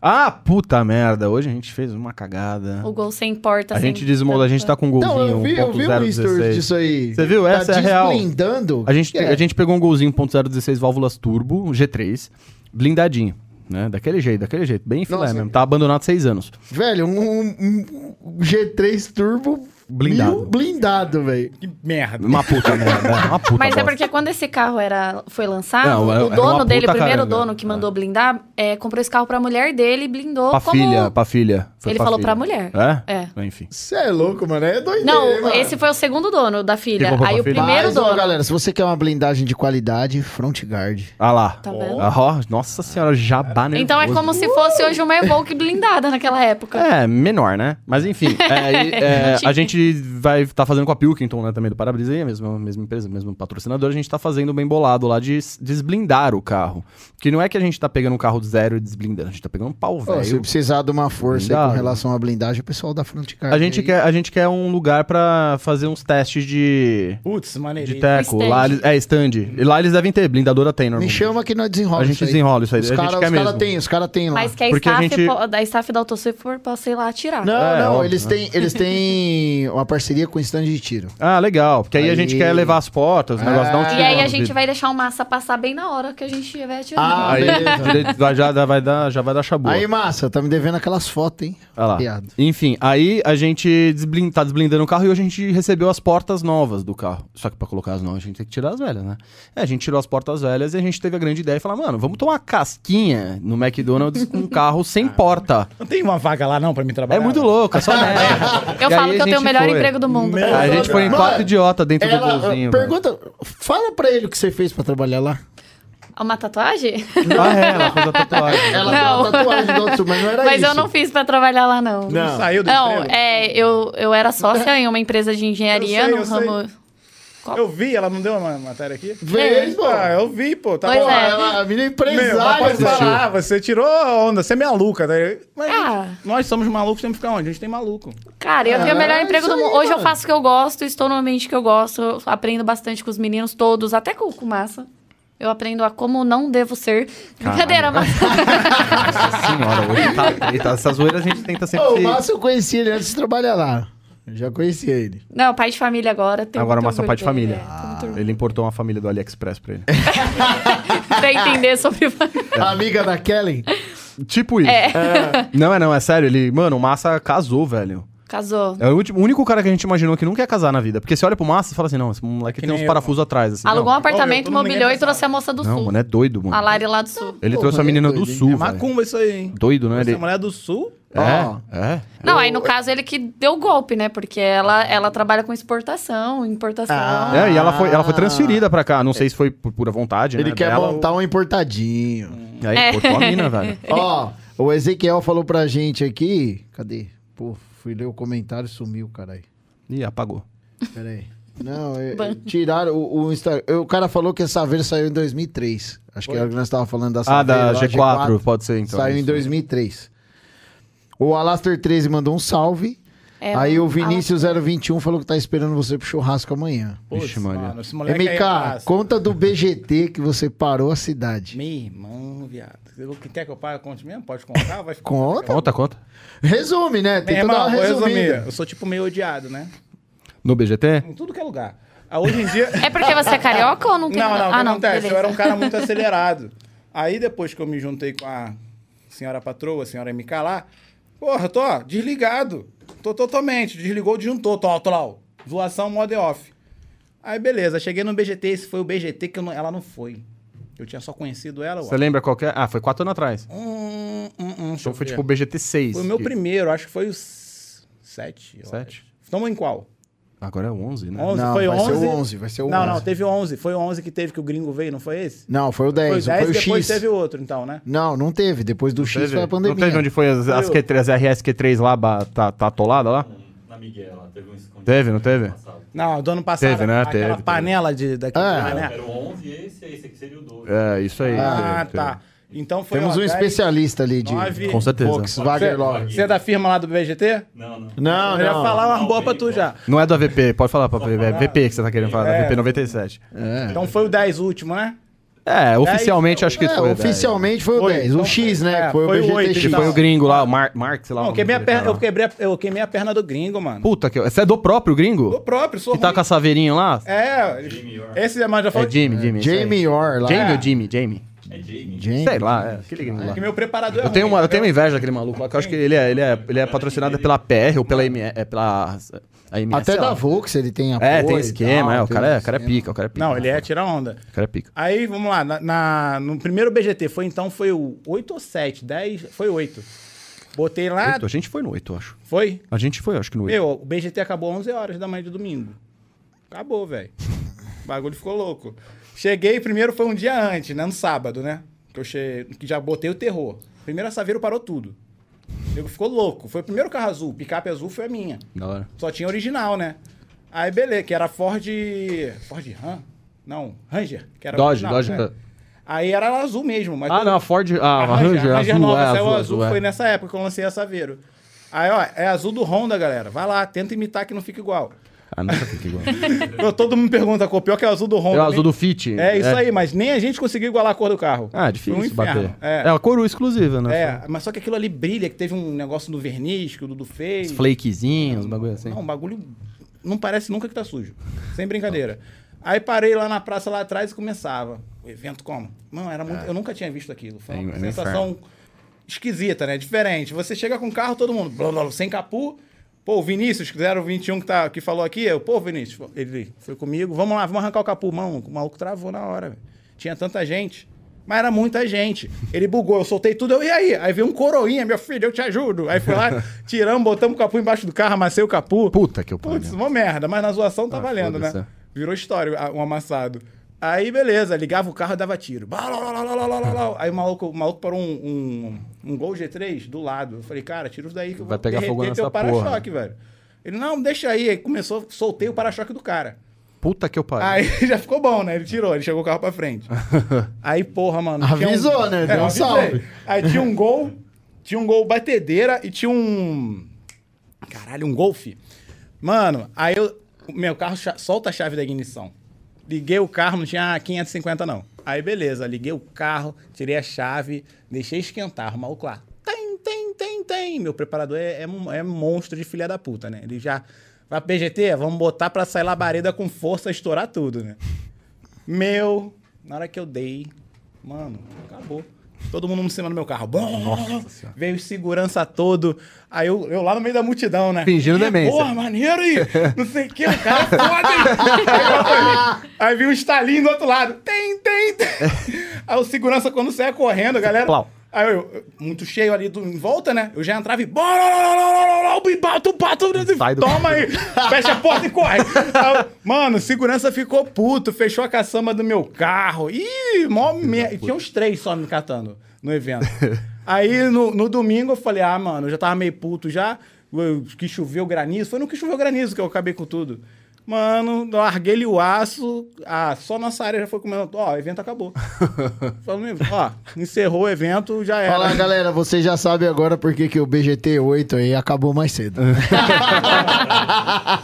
Ah, puta merda. Hoje a gente fez uma cagada. O gol sem porta. A sem- gente desmoldou, a gente tá com um golzinho. Não, eu vi, eu vi um 1.016. stories disso aí. Você viu? Essa tá é real. desblindando? A gente, Que é? a gente pegou um golzinho 1.016 válvulas turbo, um G3, blindadinho. Né? Daquele jeito, daquele jeito. Bem filé Nossa. mesmo. Tá abandonado seis anos. Velho, um, um- um G3 Turbo Blindado. mil blindado, velho. Que merda. Uma puta merda. é, Uma puta Mas é bosta. porque quando esse carro era, foi lançado, Não, era- o era dono uma dele, o puta primeiro caranga. é, dono que mandou blindar, é, comprou esse carro pra mulher dele e blindou Pra como... filha, pra filha. Foi Ele pra falou filha. pra mulher. É? Enfim. Você é louco, mano. É doideira. Não, mano. esse foi o segundo dono da filha. Quem comprou Aí pra o filha? primeiro Mas, ó, dono. galera, se você quer uma blindagem de qualidade, front guard. Ah lá. Tá vendo? Ó, nossa senhora, jabá nervoso. Então é como se fosse hoje uma Evoque blindada naquela época. É, menor, né? Mas enfim, é, e, é, a gente vai estar fazendo com a Pilkington, né? Também do Parabrisa, aí, a mesma, a mesma empresa, o mesmo patrocinador. A gente tá fazendo bem bolado lá de s- desblindar o carro. Que não é que a gente tá pegando um carro do zero e desblindando, a gente tá pegando um pau, Ó, se velho. precisar de uma força aí com Blindado. relação à blindagem, o pessoal da front guard. A gente, aí- quer, a gente quer um lugar pra fazer uns testes de, Putz, de maneirinho. teco. Stand. Lá eles, é, stand. E lá eles devem ter, blindadora tem, Me normalmente. chama que nós desenrola A gente isso aí. desenrola isso aí, Os a gente cara- quer Os caras mesmo. têm, os caras têm lá. Mas que a Porque a staff, gente- po- da staff da AutoSuper possa ir lá atirar. Não, É, não, óbvio, eles, né? têm, eles têm uma parceria com o stand de tiro. Ah, legal. Porque aí, a Aí- gente quer levar as portas, o negócio dá um Ah. tiro. E aí lá a no gente vidro. vai deixar o massa passar bem na hora que a gente estiver Ah, atirando. Aí, Beleza. direito- vai- já, já vai dar, já vai dar chabu. Aí, massa, tá me devendo aquelas fotos, hein? Olha lá. Piado. Enfim, aí a gente desblin tá desblindando o carro e hoje a gente recebeu as portas novas do carro. Só que pra colocar as novas a gente tem que tirar as velhas, né? É, a gente tirou as portas velhas e a gente teve a grande ideia e falar, mano, vamos tomar casquinha no McDonald's com um carro Ah. sem porta. Não tem uma vaga lá não pra mim É trabalhar? muito louco, é só merda. Eu E falo aí a que eu tenho o gente melhor foi. emprego do mundo. Meu A gente foi em Mano, quatro idiota dentro Ela, do golzinho. velho. pergunta, fala pra ele o que você fez pra trabalhar lá. É Uma tatuagem? Ah, é, ela fez a tatuagem. Ela Não. tem uma tatuagem do outro, mas não era Mas isso. eu não fiz pra trabalhar lá, não. Não. Saiu do Não, emprego? é, eu, eu era sócia em uma empresa de engenharia Eu sei, no eu sei. ramo. Eu vi, ela não deu uma matéria aqui? Fez, pô. Ah, eu vi, pô. Tá É. Pois bom. Pô, é. ela, a menina é Meu, mas empresária, "Ah, pode mano. falar, você tirou a onda, você é maluca. Né? Mas Ah. gente, nós somos malucos, temos que ficar onde? A gente tem maluco. Cara, eu tenho o melhor é emprego isso do aí, mundo. Hoje eu mano. faço o que eu gosto, estou no ambiente que eu gosto, eu aprendo bastante com os meninos todos, até com o Massa. Eu aprendo a como não devo ser. Brincadeira, Massa. Nossa senhora, hoje tá preta. Essas zoeiras a gente tenta sempre Ô, o se- Márcio eu conheci ele antes de trabalhar lá. Eu já conheci ele. Não, pai de família agora. Tem Agora o muito Márcio é pai de orgulho família. dele, é, tô muito orgulhoso. Ele importou uma família do AliExpress pra ele. É. Pra entender sobre família. Amiga da Kelly? tipo isso. Não, é não, é sério. Ele, mano, o Massa casou, velho. Casou. É o, último- o único cara que a gente imaginou que nunca ia casar na vida. Porque você olha pro Massa e fala assim, não, esse moleque Que tem nem uns eu, parafusos atrás. Assim, Alugou um não, apartamento, Olha, todo mundo mobiliou é e trouxe a moça do Não, sul. mano, é doido, mano. A Lari lá do sul. Ele Porra, trouxe a menina é doido, do hein? sul, É velho. macumba isso aí, hein? Doido, né? Essa Ele... mulher é do sul? Ó. É, é. Não, aí no caso ele que deu o golpe, né? Porque ela, ela trabalha com exportação, importação. Ah. É, e ela foi, ela foi transferida pra cá. Não sei se foi por pura vontade, Ele né? quer dela, montar um importadinho. ou- Aí, É. importou a mina, velho. Ó, o Ezequiel falou pra gente aqui. Cadê? Pô, fui ler o comentário e sumiu, caralho. Ih, apagou. Pera aí. Não, é- é, tiraram o, o Instagram. O cara falou que a Saveiro saiu em 2003. Acho que era o que nós estávamos falando da Ah, Saveiro. da lá, G4, pode ser, então. saiu em isso. 2003. O Alaster 13 mandou um salve. É, aí o Vinícius021 falou que tá esperando você pro churrasco amanhã. Vixe, Maria. esse moleque aí é MK, massa. conta do BGT que você parou a cidade. Meu irmão, viado. O que quer que eu pague? Conte mesmo? Pode contar? Vai ficar. Conta. Conta, conta. Resume, né? Meu Tem toda irmão, uma vou resumida. resumir. Eu sou tipo meio odiado, né? No BGT? Em tudo que é lugar. Ah, Hoje em dia. É porque você é carioca ou não tem Não, não, nada- o que ah, não, acontece? beleza. Eu era um cara muito acelerado. Aí depois que eu me juntei com a senhora patroa, a senhora MK lá, porra, eu tô desligado. Tô totalmente, desligou, desjuntou, tô, tô lá, ó, zoação, modo e off. Aí beleza, cheguei no BGT, esse foi o BGT que eu não- ela não foi. Eu tinha só conhecido ela, ó. Você lembra qual que é? Ah, foi quatro anos atrás. Hum, hum, hum, deixa Então eu foi ver. tipo o BGT 6. Foi o meu que- primeiro, acho que foi o s- sete. eu Sete? acho. Estamos em qual? Agora é 11, né? 11? Não, foi vai 11? ser o 11, vai ser o Não, não, 11. teve o 11. Foi o 11 que teve que o gringo veio, não foi esse? Não, foi o 10, Foi não 10 e foi o depois X. teve outro, então, né? Não, não teve. Depois do X Teve- foi a pandemia. Não teve onde foi as, as, Foi Q3, as RSQ3 lá, ba- tá, tá atolada lá? Na Miguel, ela teve um escondido. Teve, não teve? Não, do ano passado. Teve, né? Teve, Aquela teve. panela de, daquele Ah. lá, né? Era o 11 e esse, esse aqui seria o 12. É, isso aí. Ah, teve, tá. Então foi Temos ó, um 10, especialista ali de nove- Teve. Com certeza. Volkswagen Love. Você é da firma lá do BGT? Não, não. Não, eu ia não. falar uma boa pra tu Não, já. Não é do AVP, pode falar, papai. É VP que você tá querendo falar, da É. VP 97. É. Então foi o 10 último, né? É, oficialmente acho que É, foi. o 10. oficialmente foi o Foi, 10. o então X, foi. né? É, foi, foi o o BGT oito, Que X. então. foi o gringo lá, o Mar Marx lá. Não, o eu queimei, a nome perna, eu, dele, cara quebrei a- eu queimei a perna do gringo, mano. lá. Puta que. Você é do próprio Do gringo? próprio, sou Que tá ruim. com a saveirinha lá? É, esse é mais já falou. É Jimmy, Jimmy. isso aí. Jamie Orr lá. Jamie ou Jimmy? Jamie. É Jamie. Jamie. Sei lá, é. Aquele gringo lá. que meu preparador é Eu tenho, ruim, uma, eu tenho uma entendeu? inveja daquele maluco lá, que eu acho que ele é, ele é, ele é patrocinado pela PR ou pela, M, é, pela a MS. Até sei lá. da Volks ele tem Ah, apoio. É, tem e tal, esquema, é. O tem cara é, um o cara é esquema. pica, o cara é pica. Não, ele é tirar onda. O cara é pica. Aí, vamos lá, na, na- no primeiro BGT foi então, foi o 8 ou 7, 10, foi 8. Botei lá, Oito, a gente foi no 8, acho. foi? A gente foi, acho que no 8. Meu, o BGT acabou 11 horas da manhã de domingo. Acabou, velho. O bagulho ficou louco. Cheguei, primeiro foi um dia antes, né? No sábado, né? Que eu che... que já botei o terror. Primeiro a Saveiro parou tudo. Eu ficou louco. Foi o primeiro carro azul. Picape azul foi a minha. Da hora. Só tinha original, né? Aí, beleza, que era Ford. Ford Ram? Não, Ranger. Que era Dodge, original, Dodge. né? Aí era azul mesmo. Mas Ah, todo- não, a Ford. Ah, a Ranger, azul, nova, é, saiu azul, azul, azul, é. foi nessa época que eu lancei a Saveiro. Aí, ó, é azul do Honda, galera. Vai lá, tenta imitar que não fica igual. Ah, nunca fica igual. Eu- Todo mundo pergunta, qual pior que é o azul do É Honda. o azul nem- do Fit. É isso aí, mas nem a gente conseguiu igualar a cor do carro. Ah, é Foi um difícil inferno. bater. É, É. a coroa exclusiva, né? é, mas só que aquilo ali brilha, que teve um negócio no verniz que o Dudu fez. Os Flakezinhos, bagulho assim. Não, o bagulho não parece nunca que tá sujo. Sem brincadeira. Aí parei lá na praça lá atrás e começava. O evento como? Mano, era muito. Eu nunca tinha visto aquilo. Foi uma É, é um sensação esquisita, né? Diferente. Você chega com o carro, todo mundo, blá, blá, blá, sem capu. Pô, o Vinícius, que 021 que, tá, que falou aqui, eu, pô, Vinícius, fo- ele foi comigo, vamos lá, vamos arrancar o capu. Mano, o maluco travou na hora. velho. Tinha tanta gente. Mas era muita gente. Ele bugou, eu soltei tudo, eu, e aí? Aí veio um coroinha, meu filho, eu te ajudo. Aí fui lá, tiramos, botamos o capu embaixo do carro, amassei o capu. Puta que eu pariu. Putz, uma merda, mas na zoação tá valendo, foda-se, né? é. Virou história a- um amassado. Aí, beleza, ligava o carro e dava tiro. Blá, blá, blá, blá, blá, blá, blá, blá. Aí o maluco, o maluco parou um, um, um Gol G3 do lado. Eu falei, cara, tira isso daí que eu Vai vou pegar fogo nessa derreter teu para-choque, velho. Ele, não, deixa aí. Aí começou, soltei o para-choque do cara. Puta que eu pariu. Aí já ficou bom, né? Ele tirou, ele chegou o carro pra frente. Aí, porra, mano. tinha Avisou, né? Deu um eu avisei. salve. Aí tinha um gol, tinha um gol batedeira e tinha um. Caralho, um golfe. Mano, aí eu. Meu carro cha- solta a chave da ignição. Liguei o carro, não tinha 550, não. Aí, beleza, liguei o carro, tirei a chave, deixei esquentar, o maluco lá. Tem, tem, tem, tem. Meu preparador é, é, um- é monstro de filha da puta, né? Ele já. Vai pro PGT, vamos botar pra sair labareda com força, estourar tudo, né? Meu, na hora que eu dei, mano, acabou. Todo mundo em cima do meu carro. Nossa Veio segurança todo. Aí eu, eu lá no meio da multidão, né? Fingindo Ih, demência. Porra, maneiro aí. Não sei o que, o cara é foda aí. Aí eu falei- Aí vi um estalinho do outro lado. Tem, tem, tem. Aí o segurança, quando saia correndo, a galera. Plau. Aí eu, eu- muito cheio ali do, em volta, né? Eu já entrava e. Bora, lá, lá, lá, lá, lá, o bibato, pato, Sai do- toma aí, fecha a porta e corre. Aí, Mano, segurança ficou puto, fechou a caçamba do meu carro. Ih, mó merda. Tinha uns três só me catando no evento. Aí no, no domingo eu falei, ah, mano, eu já tava meio puto já, eu- que choveu granizo. Foi no que choveu granizo que eu acabei com tudo. Mano, larguei-lhe o aço. Ah, só nossa área já foi comendo. Ó, o evento acabou. Falando, ó, encerrou o evento, já era. Fala, galera, vocês já sabem agora por que, que o BGT 8 aí acabou mais cedo.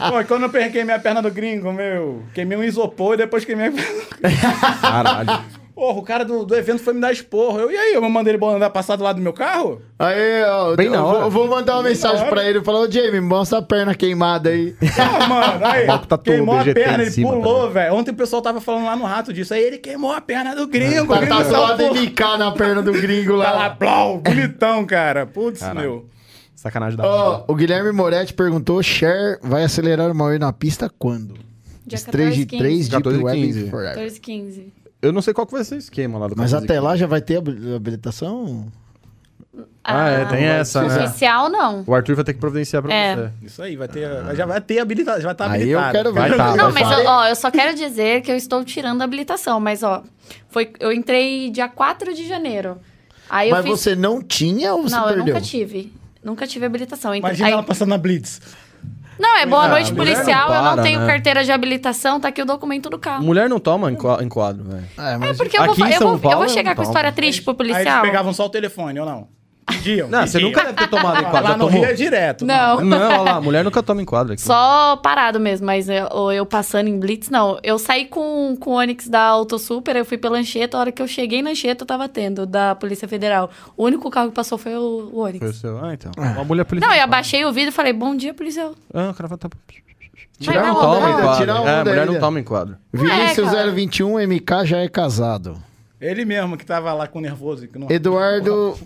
Pô, quando eu perquei minha perna do gringo, meu, queimei um isopor e depois queimei a perna do gringo. Caralho. Porra, o cara do, do evento foi me dar esporro. Eu, e aí, eu mandei ele andar passar do lado do meu carro? Aí, ó, Bem eu, na vou- hora. eu vou mandar uma mensagem pra ele e falar, ô Jamie, mostra a perna queimada aí. Ah, mano, aí, maluco tá tatuou queimou o a BGT perna, em ele cima pulou, velho. Ontem o pessoal tava falando lá no rato disso. Aí ele queimou a perna do É. gringo. o Tá gringo tatuado salvou. MK na perna do gringo Tá lá, lá. blau, bonitão, cara. Putz, meu. Sacanagem da Ó, o Guilherme Moretti perguntou, Cher vai acelerar o Mauer na pista quando? Dia 3 de 3 Deep 14 e Web 15. Forever. 14, 15. Eu não sei qual que vai ser o esquema lá do Mas Brasil. até lá já vai ter hab- habilitação? Ah, é, tem essa, né? Oficial, não. O Arthur vai ter que providenciar pra É. você. Isso aí, vai ter. Já vai ter habilitado, já vai estar tá aí eu habilitado. quero ver. Vai tá, Ah, Não, vai mas falar. eu, ó, eu só quero dizer que eu estou tirando a habilitação, mas ó, foi, eu entrei dia 4 de janeiro. Aí Mas eu fiz. você não tinha ou você não, eu perdeu? nunca tive. Nunca tive habilitação. Entre- Imagina aí- ela passando na Blitz. Não, é boa noite mulher Ah, não policial, eu para, não tenho né? carteira de habilitação, tá aqui o documento do carro. Mulher não toma em qua- em quadro, velho. É, mas... Porque eu vou, Hum, Aqui em fa- eu São vou, eu Paulo, vou chegar com não. tá história triste pro Aí eles policial. pegavam só o telefone, ou não? Pediam. Não, você pediam. nunca deve ter tomado em quadro. Lá já no tomou? Rio é direto. Não. Não, olha lá, mulher nunca toma em quadro aqui. Só parado mesmo, mas eu, ou eu passando em Blitz, não. Eu saí com, com o Onix da Autosuper, eu fui pela Anchieta, a hora que eu cheguei na Anchieta, eu tava tendo, da Polícia Federal. O único carro que passou foi o, o Foi o Onix. seu. Ah, então. Uma mulher policial. Não, eu abaixei o vidro e falei, bom dia, policial. Ah, o cara vai tá... Tirar vai a Não onda lá, toma vai em lá. ainda, quadro. tirar a É, onda mulher ainda. não toma em quadro. Vinícius É, cara. 021, MK um, já é casado. Ele mesmo que tava lá com nervoso. Que não... Eduardo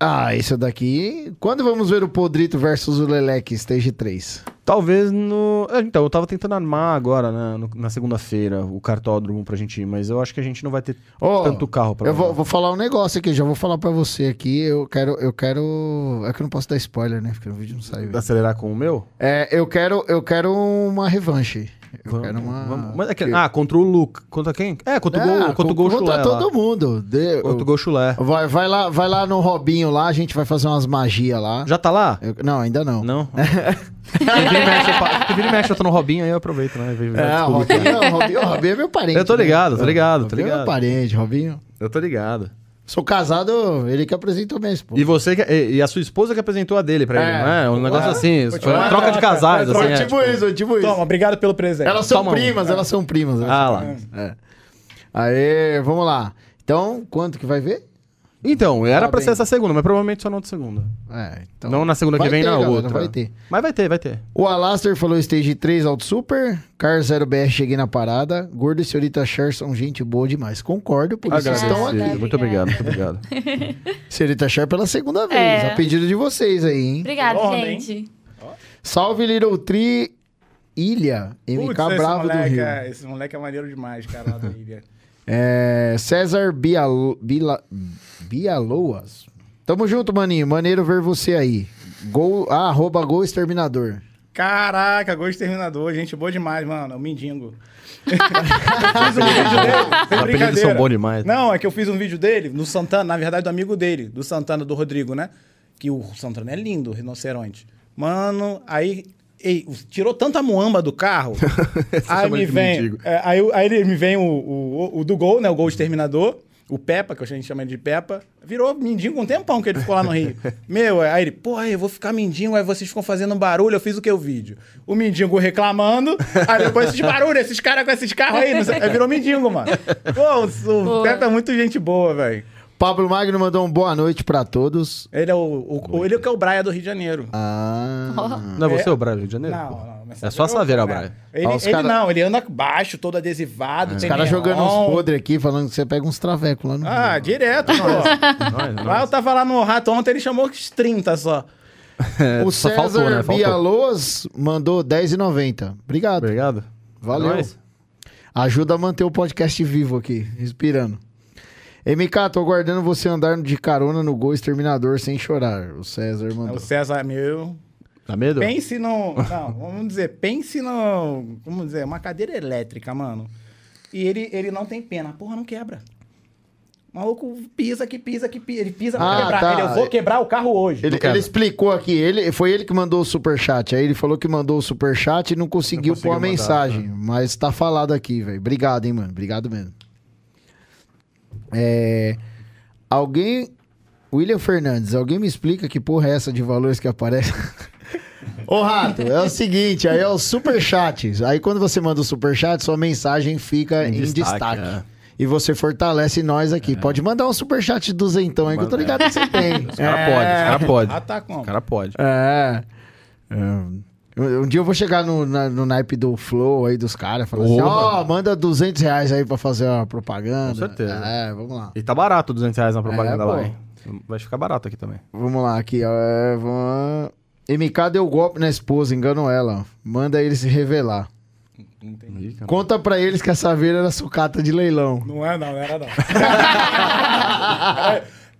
Ah, isso daqui. Quando vamos ver o Podrito versus o Leleque, Stage 3? Talvez no. é, Então, eu tava tentando armar agora, né, no- na segunda-feira, o cartódromo pra gente ir, mas eu acho que a gente não vai ter Ó, tanto carro pra Eu vou, levar. vou falar um negócio aqui, já vou falar pra você aqui. Eu quero, eu quero. É que eu não posso dar spoiler, né? Porque o vídeo não saiu. acelerar com o meu? É, eu quero, eu quero uma revanche. Eu Vamos, quero uma. vamos. Mas é que- Ah, contra o Luke. Contra quem? É, contra o Ah, Gol, contra o Gol Chulé. contra lá. todo mundo. De- Contra o Gol Chulé. Vai, vai lá, vai lá no Robinho lá, a gente vai fazer umas magias lá. Já tá lá? Eu- Não, ainda não. Não. Porque vira e mexe, eu pa- porque vira e mexe, eu tô no Robinho, aí eu aproveito, né? e vejo- É, o descubro. Robinho, não, o Robinho, o Robinho é meu parente. Eu tô né? ligado, tô ligado, tô Robinho é meu ligado. parente, Robinho. Eu tô ligado. Sou casado, ele que apresentou minha esposa. E você que- e, e a sua esposa que apresentou a dele pra ele, É. né? Um negócio Ah, assim, foi foi uma tipo- troca de casais, Foi assim. Foi é, tipo isso, foi tipo isso. Toma, obrigado pelo presente. Elas são Toma um. primas, elas são primas. elas Ah, são lá. primas. É. Aê, vamos lá. Então, quanto que vai ver? Então, era pra ser essa segunda, mas provavelmente só não de segunda. É, então... não na segunda vai que vem, ter, na galera, outra. vai ter. Mas vai ter, vai ter. O Alastair falou Stage 3 Auto Super, Car 0BR cheguei na parada, Gordo e Senhorita Cher são gente boa demais. Concordo, por isso Agradeço. estão Agradecido. aqui. Muito obrigado, muito obrigado. Senhorita Cher pela segunda vez, É. a pedido de vocês aí, hein? Obrigada, Ordem. gente. Salve Little Tree Ilha, MK Putz, esse Bravo do moleque Rio. é- Esse moleque é maneiro demais, cara, lá da ilha. É, César Bialo, Bila- Bialoas. Tamo junto, maninho. Maneiro ver você aí. Gol, ah, arroba Gol Exterminador. Caraca, Gol Exterminador, gente boa demais, mano. É o Mindingo. eu fiz um vídeo dele, sem Os apelidos brincadeira. são bons demais. Não, é que eu fiz um vídeo dele, no Santana, na verdade, do amigo dele, do Santana, do Rodrigo, né? Que o Santana é lindo, o rinoceronte. Mano, aí. ei, tirou tanta muamba do carro. aí chama me ele de vem. mendigo. é, aí, o- aí ele me vem o, o, o do gol, né? O gol exterminador. O Peppa, que a gente chama ele de Peppa, virou mendigo um tempão que ele ficou lá no Rio. Meu, aí ele, pô, aí eu vou ficar mendigo, aí vocês ficam fazendo barulho, eu fiz o que? O vídeo. O mendigo reclamando, aí depois esses barulhos, esses caras com esses carros aí, não sei, aí virou mendigo, mano. Pô, o, o Boa. Peppa é muito gente boa, velho. Pablo Magno mandou um boa noite pra todos. Ele é o, o- o- ele é o que é o Braia do Rio de Janeiro. Ah, Não é você, É. o Braga, Rio de Janeiro? Não, pô? não, mas É só a Saveira, Braia. Braga. Ele, Ó, os ele cara- Ah. não, ele anda baixo, todo adesivado. os caras jogando uns podres aqui, falando que você pega uns travecos lá no. Ah, Rio. direto, pô. Nós, nós. Lá eu tava lá no rato ontem, ele chamou os 30 só. É, o só César faltou, né? Faltou. Bialoas mandou 10,90. Obrigado. Obrigado. Valeu. É nóis. Ajuda a manter o podcast vivo aqui, respirando. MK, tô aguardando você andar de carona no Gol Exterminador sem chorar. O César mandou. O César, meu. Dá Tá medo? Pense no. Não, vamos dizer, pense no. Vamos dizer, uma cadeira elétrica, mano. E ele, ele não tem pena. Porra, não quebra. O maluco pisa que pisa que pisa. Ele pisa pra Ah, quebrar. tá. Ele, eu vou quebrar o carro hoje. Ele, Do cara. ele explicou aqui, ele, foi ele que mandou o superchat. Aí ele falou que mandou o superchat e não conseguiu Não conseguiu pôr a mandar, né? mensagem. Mas tá falado aqui, velho. Obrigado, hein, mano. Obrigado mesmo. É, alguém. William Fernandes, alguém me explica que porra é essa de valores que aparece? Ô, Rato, é o seguinte, aí é o superchat. Aí quando você manda o superchat, sua mensagem fica em, Em destaque. destaque, é. E você fortalece nós aqui. Pode mandar um superchat duzentão aí, que eu tô ligado que você tem. Os caras podem, os caras podem. Ah, tá como? Os caras podem. É. É. Um um dia eu vou chegar no, na- no naipe do Flow aí dos caras, falar assim, ó, manda 200 reais aí pra fazer uma propaganda. Com certeza. É, vamos lá. E tá barato 200 reais na propaganda É, pô. lá, hein? Vai ficar barato aqui também. Vamos lá, aqui, ó. É, vamos... MK deu golpe na esposa, enganou ela. Manda ele se revelar. Ih, cara. Conta pra eles que a Saveira era sucata de leilão. Não é, não, não era não.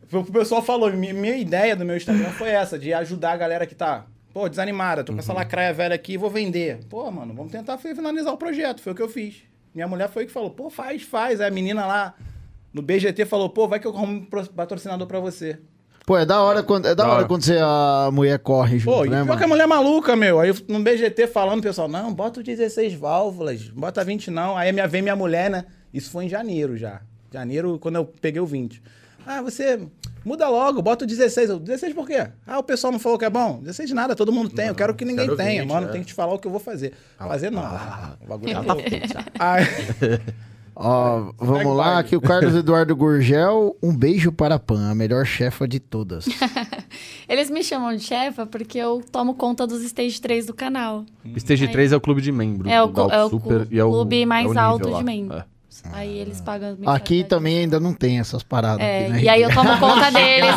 Foi o que o pessoal falou. mi- Minha ideia do meu Instagram foi essa, de ajudar a galera que tá, pô, desanimada, tô com essa lacraia velha aqui, vou vender. Pô, mano, vamos tentar fi- finalizar o projeto. Foi o que eu fiz. Minha mulher foi que falou, pô, faz, faz. Aí a menina lá no BGT falou, pô, vai que eu arrumo um pro- patrocinador pra você. Pô, é da hora quando, é da Da hora hora. quando você, a mulher corre junto, Pô, e né, pior mano? que a mulher é maluca, meu. Aí eu no BGT falando, o pessoal, não, bota o 16 válvulas, bota 20 não. Aí minha, vem minha mulher, né? Isso foi em janeiro já. Janeiro, quando eu peguei o 20. Ah, você muda logo, bota o 16. Eu, 16 por quê? Ah, o pessoal não falou que é bom? 16 nada, todo mundo tem. eu quero que ninguém quero tenha. 20, Mano, é. tem que te falar o que eu vou fazer. fazer não. o bagulho é Ah, louco. Aí- Ó, Segue vamos o lá, baile. aqui o Carlos Eduardo Gurgel, um beijo para a Pan, a melhor chefa de todas. Eles me chamam de chefa porque eu tomo conta dos Stage 3 do canal. Hum. Stage 3 é o clube de membros. É o, da cu- é o Super cu- e é o clube é mais o nível alto lá. de membros. É. Aí eles pagam. mensalidade. Aqui também ainda não tem essas paradas. É, aqui, né? É. e aí eu tomo conta deles.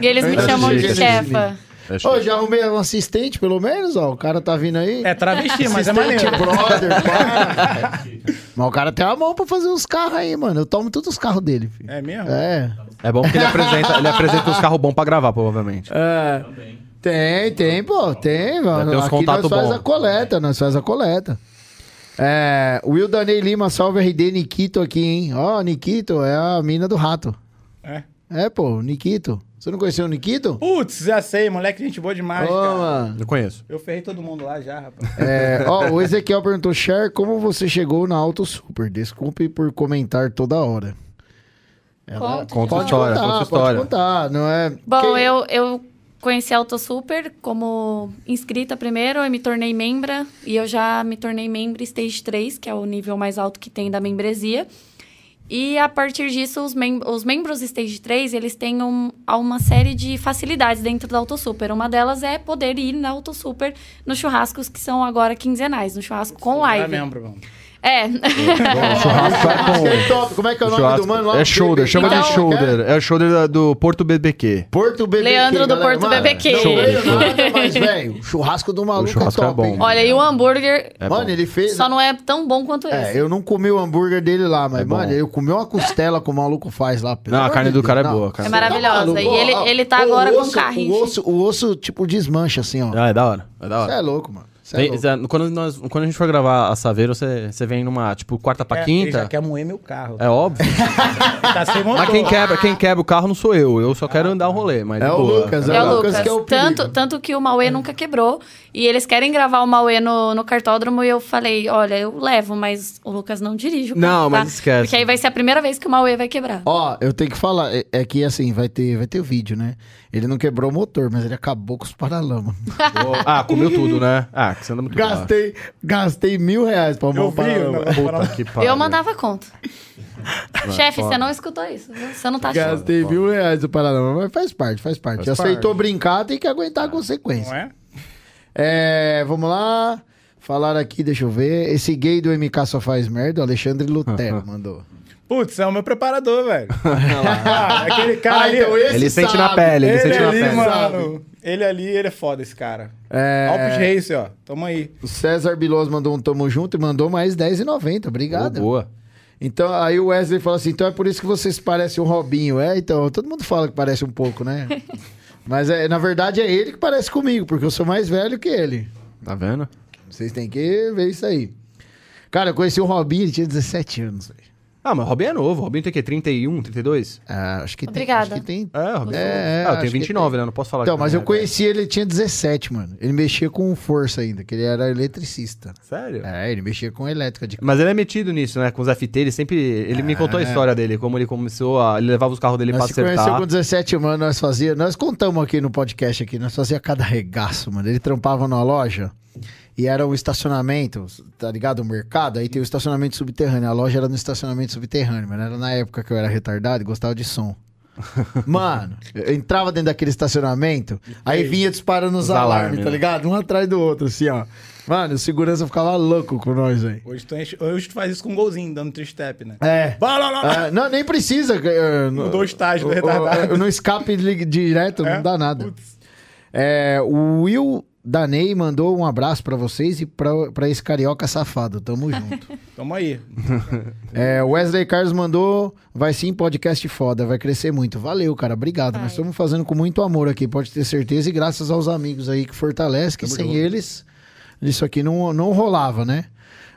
E eles me Antes chamam de de ser chefa. É Ô, já arrumei um assistente, pelo menos, ó. O cara tá vindo aí. É travesti, mas é assistente, maneiro. brother, pá. Mas o cara tem a mão pra fazer uns carros aí, mano. Eu tomo todos os carros dele, filho. É mesmo? É. É bom porque ele apresenta, ele apresenta uns carros bons pra gravar, provavelmente. É. Tem, tem, pô. Tem, mano. ter uns Aqui nós contato faz bom. a coleta, nós faz a coleta. É, Will Danei Lima, salve RD Nikito aqui, hein? Ó, Nikito é a mina do rato. É. É, pô, Nikito. Você não conheceu o Nikito? Putz, já sei, moleque, gente boa demais, Ô, cara. mano. Eu conheço. Eu ferrei todo mundo lá já, rapaz. É, ó, o Ezequiel perguntou, Cher, como você chegou na Auto Super? Desculpe por comentar toda hora. Conta, Conta João. a história, conta a história. Pode contar, não é... Bom, Quem- eu, eu conheci a AutoSuper como inscrita primeiro e me tornei membra. E eu já me tornei membro Stage 3, que é o nível mais alto que tem da membresia. E a partir disso, os, mem os membros Stage 3, eles têm um, há uma série de facilidades dentro da AutoSuper. Uma delas é poder ir na AutoSuper nos churrascos que são agora quinzenais, no churrasco com Já live. lembro, mano. É, Churrasco é com- Aquele top, Como é que é o nome do churrasco. mano lá? É shoulder, chama Então- de shoulder. É o shoulder da- do Porto BBQ. Porto BBQ. Leandro do galera. Porto Mano, BBQ. Não veio nada, mas, velho, o churrasco do maluco O churrasco é é top, bom. hein? olha, e o hambúrguer É mano, bom. ele fez... só não é tão bom quanto esse. É, eu não comi o hambúrguer dele lá, mas, É bom. mano, eu comi uma costela que o maluco faz lá. pelo Não, a amor carne de do Deus, cara é não. boa, cara. É maravilhosa. Tá e maluco? ele, Ó, ele tá ó, agora o com osso- carrinho. O osso, o osso, tipo, desmancha assim, ó. Ah, é da hora. É da Você hora. é louco, mano. Você é Tem- louco. cê- quando, nós, quando a gente for gravar a Saveiro, você, você vem numa, tipo, quarta pra É, Ele já quinta. quer moer meu carro. É óbvio. Tá sem motor. Mas quem quebra, quem quebra o carro não sou eu. Eu só quero andar um rolê, mas É de o boa. Lucas, É É o uma Lucas. coisa que é o tanto, perigo. tanto que o É. Mauê nunca quebrou. E eles querem gravar o Mauê no, no cartódromo. E eu falei: olha, eu levo, mas o Lucas não dirige. O carro, Não, tá? mas esquece. Porque aí vai ser a primeira vez que o Mauê vai quebrar. Ó, eu tenho que falar, é, é que assim, vai ter, vai ter o vídeo, né? Ele não quebrou o motor, mas ele acabou com os paralamas. Boa. Ah, comeu tudo, né? Ah, que você anda muito bem. gastei, gastei mil reais pra arrumar Eu o vi, paralama. não, não, Puta que pariu. eu mandava conta. Chefe, foda. você não escutou isso. viu? Você não tá achando. Gastei mil reais do paralama, mas faz parte, faz parte. Faz Aceitou brincar, tem que aguentar a consequência. Não é? É, vamos lá. Falaram aqui, deixa eu ver. Esse gay do MK só faz merda, o Alexandre Lutero mandou. Putz, é o meu preparador, velho. Ah, aquele cara ali. então Ele sente É na pele, ele, Ele, sente na ali, pele. mano. Ele ali, ele é foda, esse cara. É. Alpes Reis, ó. Tamo aí. O César Biloso mandou um tamo junto e mandou mais R$10,90. Ô, Obrigado. boa. Então, aí o Wesley falou assim: então é por isso que vocês parecem um Robinho. É, então, todo mundo fala que parece um pouco, né? Mas é, na verdade é ele que parece comigo, porque eu sou mais velho que ele. Tá vendo? Vocês têm que ver isso aí. Cara, eu conheci o Robinho, ele tinha 17 anos. velho. Ah, mas o Robinho é novo. O Robinho tem o quê? 31, 32? Ah, acho que tem- acho Obrigada. que tem. É, o Robinho. É, é, ah, eu acho que tenho 29, né? Não posso falar. Então, que mas eu é. conheci ele, ele tinha 17, mano. Ele mexia com força ainda, que ele era eletricista. Sério? É, ele mexia com elétrica de Mas ele é metido nisso, né? Com os FT, ele sempre. Ele me contou a história dele, como ele começou a. Ele levava os carros dele Nós pra É. se conheceu acertar. com 17 anos, nós fazia, nós contamos aqui no podcast aqui, nós fazia cada regaço, mano. Ele trampava numa loja e era um estacionamento, tá ligado? Um mercado, aí tem o estacionamento subterrâneo. A loja era no estacionamento subterrâneo, mas era na época que eu era retardado e gostava de som. Mano, eu entrava dentro daquele estacionamento, aí vinha disparando os, Os alarmes, alarme, tá né? ligado? Um atrás do outro, assim, ó. Mano, o segurança ficava louco com nós, velho. Hoje tu, enche- hoje tu faz isso com um golzinho, dando tristep, né? É. Vai lá, lá, lá. Ah, não, nem precisa. eh, no- Mudou o estágio do o- o- retardado. No escape li- direto, É? não dá nada. É, o Will Danei mandou um abraço pra vocês e pra pra esse carioca safado. Tamo junto. Tamo aí. É, o Wesley Carlos mandou. Vai sim, podcast foda. Vai crescer muito. Valeu, cara. Obrigado. Nós estamos fazendo com muito amor aqui, pode ter certeza. E graças aos amigos aí que fortalecem, que sem eles, isso aqui não, não rolava, né?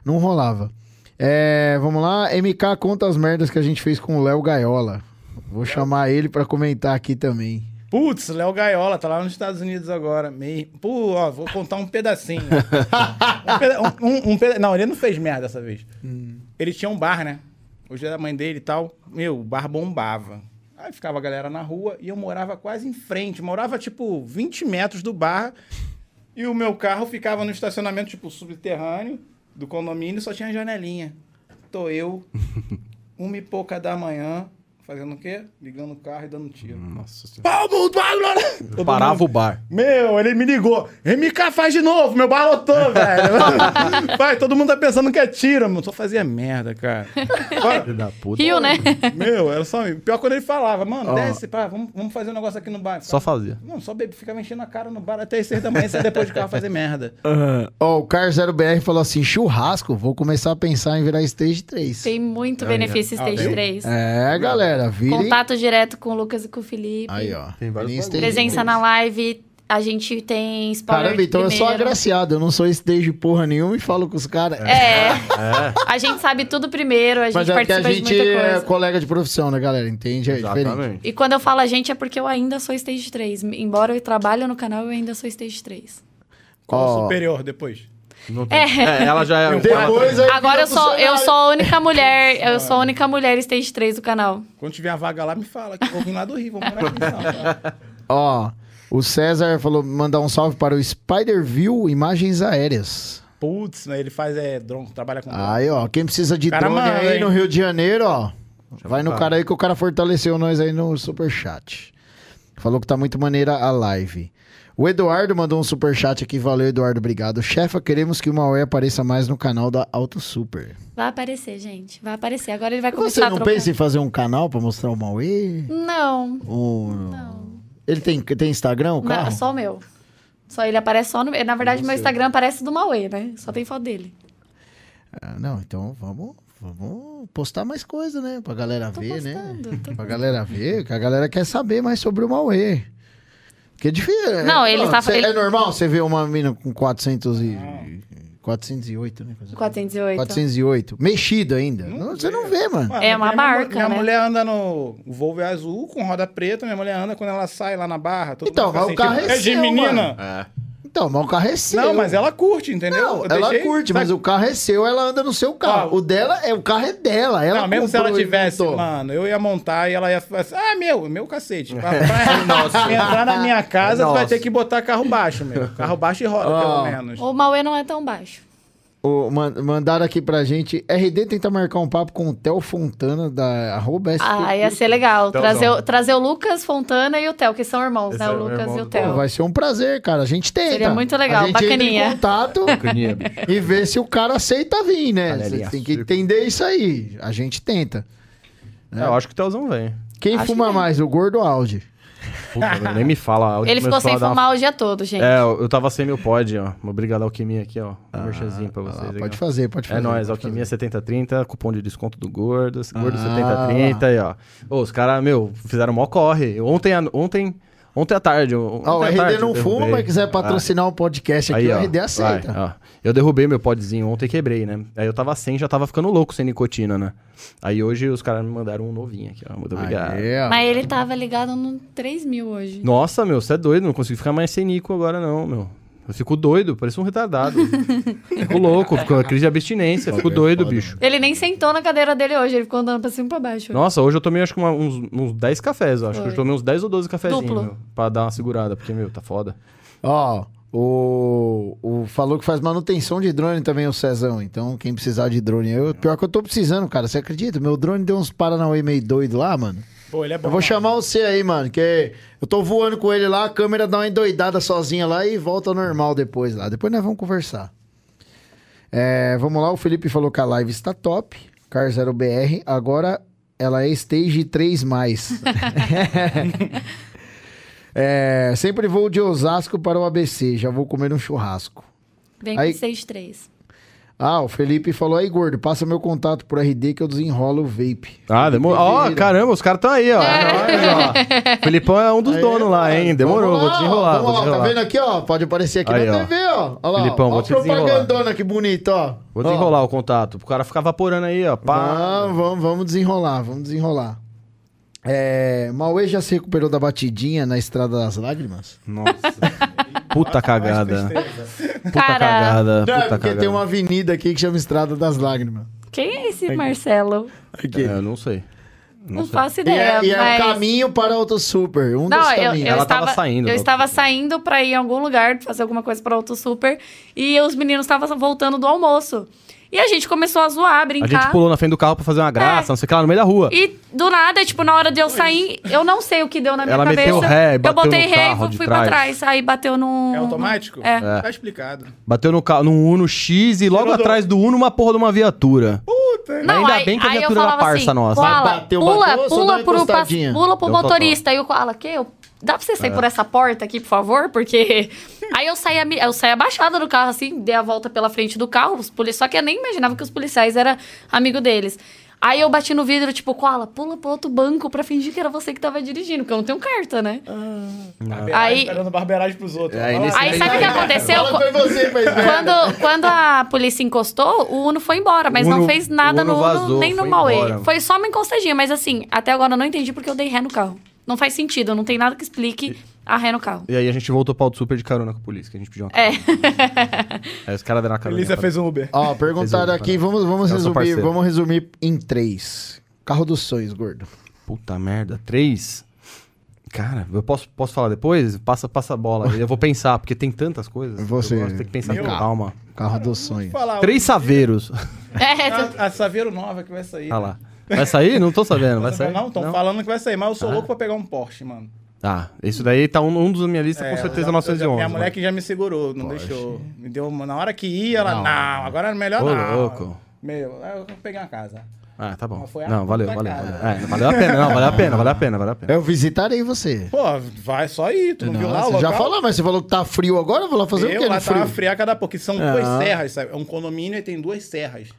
Não rolava. É, vamos lá. MK conta as merdas que a gente fez com o Léo Gaiola. Vou chamar ele pra comentar aqui também. Putz, Léo Gaiola tá lá nos Estados Unidos agora. Meio... Pô, ó, vou contar um pedacinho. um peda... um- um- um peda- Não, ele não fez merda dessa vez. Ele tinha um bar, né? Hoje era a mãe dele e tal. Meu, o bar bombava. Aí ficava a galera na rua e eu morava quase em frente. Morava, tipo, 20 metros do bar. E o meu carro ficava no estacionamento, tipo, subterrâneo do condomínio, só tinha janelinha. Tô eu, uma e pouca da manhã, fazendo o quê? Ligando o carro e dando um tiro. Nossa senhora. Palmo, palmo! Todo Parava o bar. Meu, ele me ligou. MK faz de novo, meu balotou, velho. Vai, todo mundo tá pensando que é tiro, mano. Só fazia merda, cara. Fora- Filho da puta. Rio, né? meu, era só. Pior quando ele falava, mano, desce, pá, vamos, vamos fazer um negócio aqui no bar. Só fazia. Não, só bebe, ficava enchendo a cara no bar até as seis da manhã, sai depois de carro fazer merda. Ó, o Car 0BR falou assim: churrasco, vou começar a pensar em virar Stage 3. Tem muito benefício Stage 3. Ah, É, galera, virem. Contato direto com o Lucas e com o Felipe. Aí, ó. Tem vários Virem Stage Presença 3. na live. A gente tem spoiler Caramba, de então eu sou primeira. agraciado, eu não sou stage porra nenhuma e falo com os caras. É. A gente sabe tudo primeiro, a gente Mas é porque participa a gente de muita é coisa. colega de profissão, né, galera? Entende? É diferente. Exatamente. E quando eu falo a gente é porque eu ainda sou Stage 3. Embora eu trabalhe no canal, eu ainda sou Stage 3. Qual Ó. o superior depois? Não tem- É. É, ela já um é. Depois aí Agora fica eu sou, eu funcionário. sou a única mulher, eu sou a única mulher Stage 3 do canal. Quando tiver a vaga lá, me fala. Que eu vou vir lá do Rio, vamos morar aqui no São. Ó, o César falou mandar um salve para o Spider View Imagens Aéreas. Putz, né? Ele faz é drone, trabalha com drone. Aí, ó, quem precisa de Cara, drone manda, aí hein? no Rio de Janeiro, ó. Vai no cara. cara aí que o cara fortaleceu nós aí no superchat. Falou que tá muito maneira a live. O Eduardo mandou um superchat aqui. Valeu, Eduardo. Obrigado. Chefa, queremos que o Maué apareça mais no canal da Auto Super. Vai aparecer, gente. Vai aparecer. Agora ele vai Você começar a não trocar. pensa em fazer um canal pra mostrar o Mauê? Não, Ou- não. Ele tem, tem Instagram, o Não, carro? só o meu. Só ele aparece só no. Na verdade, meu Instagram parece do Mauê, né? Só tem foto dele. Ah, não, então vamos, vamos postar mais coisa, né? Pra galera Tô ver, postando, né? Tá tô Pra galera ver, que a galera quer saber mais sobre o Mauê. Porque é difícil. Não, é, ele tá- cê- ele- É normal você ver uma mina com 400 e... 408, né? 408. 408. Mexido ainda. Não, você não vê, mano. Mano, É uma minha mu- marca, Minha né? mulher anda no. O Volvo é azul com roda preta, minha mulher anda quando ela sai lá na barra. todo Então, mundo fica mas o carro é é de seu, menina. mano. Então, mas o carro é seu. Não, mas ela curte, entendeu? Não, Eu ela deixei- curte, Sabe- mas o carro é seu, ela anda no seu carro. Ah, o dela é o carro é dela. Ela não, mesmo se ela comprou e tivesse, montou. mano, eu ia montar e ela ia falar assim, ah, meu, meu cacete. Pra, É pra entrar na minha casa, tu vai Nossa. ter que botar carro baixo, meu. Carro baixo e roda, Ó. pelo menos. O Mauê não é tão baixo. Ô, man- mandaram aqui pra gente. RD tenta marcar um papo com o Theo Fontana da arroba SP. Ah, ia ser legal. Theozão. Trazer o, trazer o Lucas Fontana e o Theo, que são irmãos, Então Esse né? é O o Lucas irmão e o do Pô, Theo. vai ser um prazer, cara. A gente tenta. Seria muito legal, A gente entra bacaninha. em contato e vê se o cara aceita vir, né? Você Galerinha, tem que entender isso aí. A gente tenta. É, eu acho que o Telzão vem. Quem Acho fuma que é. vem. mais, o gordo ou o Audi? Puta, velho, nem me fala. a última Ele ficou vez que eu sem falava- fumar o dia todo, gente. É, eu eu tava sem meu pod, ó. Obrigado, Alquimia, aqui, ó. Um merchanzinho pra Ah, vocês. aqui, ó. pode fazer, pode fazer. É nóis, pode Alquimia 7030, cupom de desconto do Gordo, Gordo Ah, 7030 aí, ó. Ô, os caras, meu, fizeram mó corre. Ontem, à- ontem, ontem à tarde. fazer. Ontem Ó, o à RD tarde eu não fuma, derrubei. mas quiser Ah, patrocinar o podcast aqui, o RD vai, Ah, aceita. ó. Eu derrubei meu podzinho ontem e quebrei, né? Aí eu tava sem, já tava ficando louco sem nicotina, né? Aí hoje os caras me mandaram um novinho aqui, ó. Muito obrigado. Aê, ó. Mas ele tava ligado no 3 mil hoje. Nossa, meu, você é doido, não consigo ficar mais sem Nico agora, não, meu. Eu fico doido, pareço um retardado. fico louco, fico uma crise de abstinência, fico doido, bicho. Ele nem sentou na cadeira dele hoje, ele ficou andando pra cima e pra baixo. Nossa, hoje eu tomei acho que uma- uns, uns 10 cafés, eu acho que Foi. eu tomei uns 10 ou 12 cafezinhos, Duplo. meu, pra dar uma segurada, porque, meu, tá foda. Ó, o, o falou que faz manutenção de drone também, o Cezão. Então, quem precisar de drone, eu, pior que eu tô precisando, cara. Você acredita? Meu drone deu uns Paranauê meio doido lá, mano. Pô, ele é bom. Eu vou mano. chamar você aí, mano, que eu tô voando com ele lá, a câmera dá uma endoidada sozinha lá e volta ao normal depois lá. Depois nós vamos conversar. É, vamos lá, o Felipe falou que a live está top. Car 0 BR, agora ela é Stage 3. é, sempre vou de Osasco para o ABC, já vou comer um churrasco. Vem Aí- com 6-3. Ah, o Felipe falou aí, gordo, passa meu contato pro RD que eu desenrolo o vape. Ah, demorou. Ó, caramba, os caras tão aí, ó. É. nóis, ó. Felipão é um dos Aí, donos lá, hein? Demorou, Vamos vou lá, desenrolar, vamos vou lá, desenrolar. Tá vendo aqui, ó? Pode aparecer aqui Aí, na ó. TV, ó. Olha lá. Filipão, ó, vou a te desenrolar. propagandona que bonita, ó. Vou Ó. desenrolar o contato, pro cara ficar vaporando aí, ó. Pá. Vamos, vamos, vamos desenrolar, vamos desenrolar. É, Mauê já se recuperou da batidinha na Estrada das Lágrimas? Nossa. Puta cagada. Puta Cara. cagada. Não, Puta porque cagada. tem uma avenida aqui que chama Estrada das Lágrimas. Quem é esse Marcelo? É, eu não sei. Não, sei. faço E é, ideia, e é mas... o caminho para Auto Super, um dos Não, eu, caminhos. eu Ela tava estava saindo Eu do estava Auto saindo pra ir em algum lugar fazer alguma coisa para outro super e os meninos estavam voltando do almoço. E a gente começou a zoar, a A brincar. gente pulou na frente do carro pra fazer uma graça, É. não sei o que lá, no meio da rua. E do nada, tipo, na hora de eu sair, eu não sei o que deu na minha Ela cabeça. meteu ré, bateu eu botei no ré carro e de fui trás. pra trás. Aí bateu no. É automático? É. Tá explicado. Bateu no carro, num Uno X e logo Rodou. atrás do Uno uma porra de uma viatura. Puta! Não, Ainda aí, bem que a aí eu viatura era falava parça assim, nossa. Koala, Mas bateu, pula, bateu ou só deu pula, uma né, pro, pas- encostadinha? pula pro Deu um totó. motorista. Aí o Koala, que? Eu, dá pra você É. sair por essa porta aqui, por favor? Porque... aí eu saí, ami- eu saí abaixada do carro, assim, dei a volta pela frente do carro. Os poli... Só que eu nem imaginava que os policiais eram amigo deles. Aí eu bati no vidro, tipo, Koala, pula pro outro banco pra fingir que era você que tava dirigindo, porque eu não tenho carta, né? Aí- Tá dando barbeiragem pros outros. É, Aí Vai lá. nesse Aí sabe é o que aconteceu? Fala, foi você, mas... é- Quando, quando a polícia encostou, o Uno foi embora, mas O Uno- não fez nada o Uno no Uno, vazou, nem no foi Mauê. embora. Foi só uma encostadinha, mas assim, até agora eu não entendi porque eu dei ré no carro. Não faz sentido, não tem nada que explique a ré no carro. E aí a gente voltou pro Auto Super de carona com a polícia, que a gente pediu uma É. Aí os caras deram a A carona. Elisa pra- fez um Uber. Ó, perguntaram Resumo, aqui, vamos, vamos, Eu sou resumir, parceiro. vamos resumir em três. Carro dos sonhos, gordo. Puta merda, três? Cara, eu posso, posso falar depois? Passa, passa a bola. Eu vou pensar, porque tem tantas coisas. Você. Eu gosto, tem que pensar com Meu. calma. Carro dos sonhos. Falar, Três saveiros. É, A, a Saveiro Nova que vai sair. Ah lá. Vai sair? Não tô sabendo. Vai Não, sair? Não, Então estão falando que vai sair, mas eu sou louco pra pegar um Porsche, mano. Ah, isso daí tá um, um dos da minha lista, É, com eu certeza já- 911. eu já- Minha mulher mano. que já me segurou, não deixou. Me deu uma, na hora que ia, ela, não, agora é melhor Ô, não. louco. Meu, aí eu peguei uma casa. Ah, tá bom. Mas foi a Não, valeu, puta valeu. cara. valeu. É, valeu a pena, não, valeu a pena, valeu a pena, valeu a pena. É, Eu visitarei você. Pô, vai só ir, tu não, viu lá o Nossa, local? já falou, mas você falou que tá frio agora? Eu vou lá fazer o eu quê lá no frio? tava frio a cada pouco, que são duas serras, sabe? É um condomínio e tem duas serras.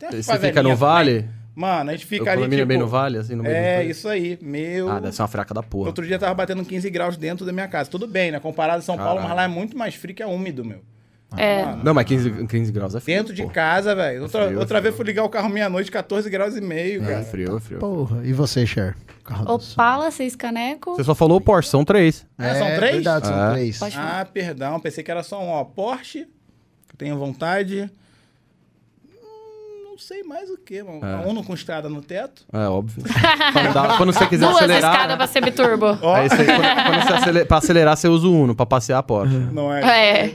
Tem umas Você fica favelinhas no vale? também. Mano, a gente O fica ali, condomínio é tipo... bem no vale, assim, no meio É, do- isso aí, meu... Ah, deve ser uma fraca da porra. Outro dia tava batendo 15 graus dentro da minha casa. Tudo bem, né? Comparado a São Paulo, mas Caralho. lá é muito mais frio que é úmido, meu. é. Ah, Não, mas 15, 15 graus é frio. Dentro de pô. É casa, velho. Outra, frio, outra vez fui ligar o carro meia-noite, 14 graus e meio, É cara. frio, é frio. Porra, e você, Cher? Carro dos sonhos. Opala, seis caneco. Você só falou Porsche, são três. Ah, são três? É, verdade, são Ah. três. Pode falar. Ah, perdão. Pensei que era só um, ó, Porsche. que Tenho vontade. Hum, Não sei mais o que, mano. A Uno com estrada no teto. É óbvio. quando, dá- quando você quiser Duas acelerar. escadas pra ser biturbo. Aí você, quando, quando você acele- pra acelerar, você usa o Uno, pra passear a Porsche. Não é? É.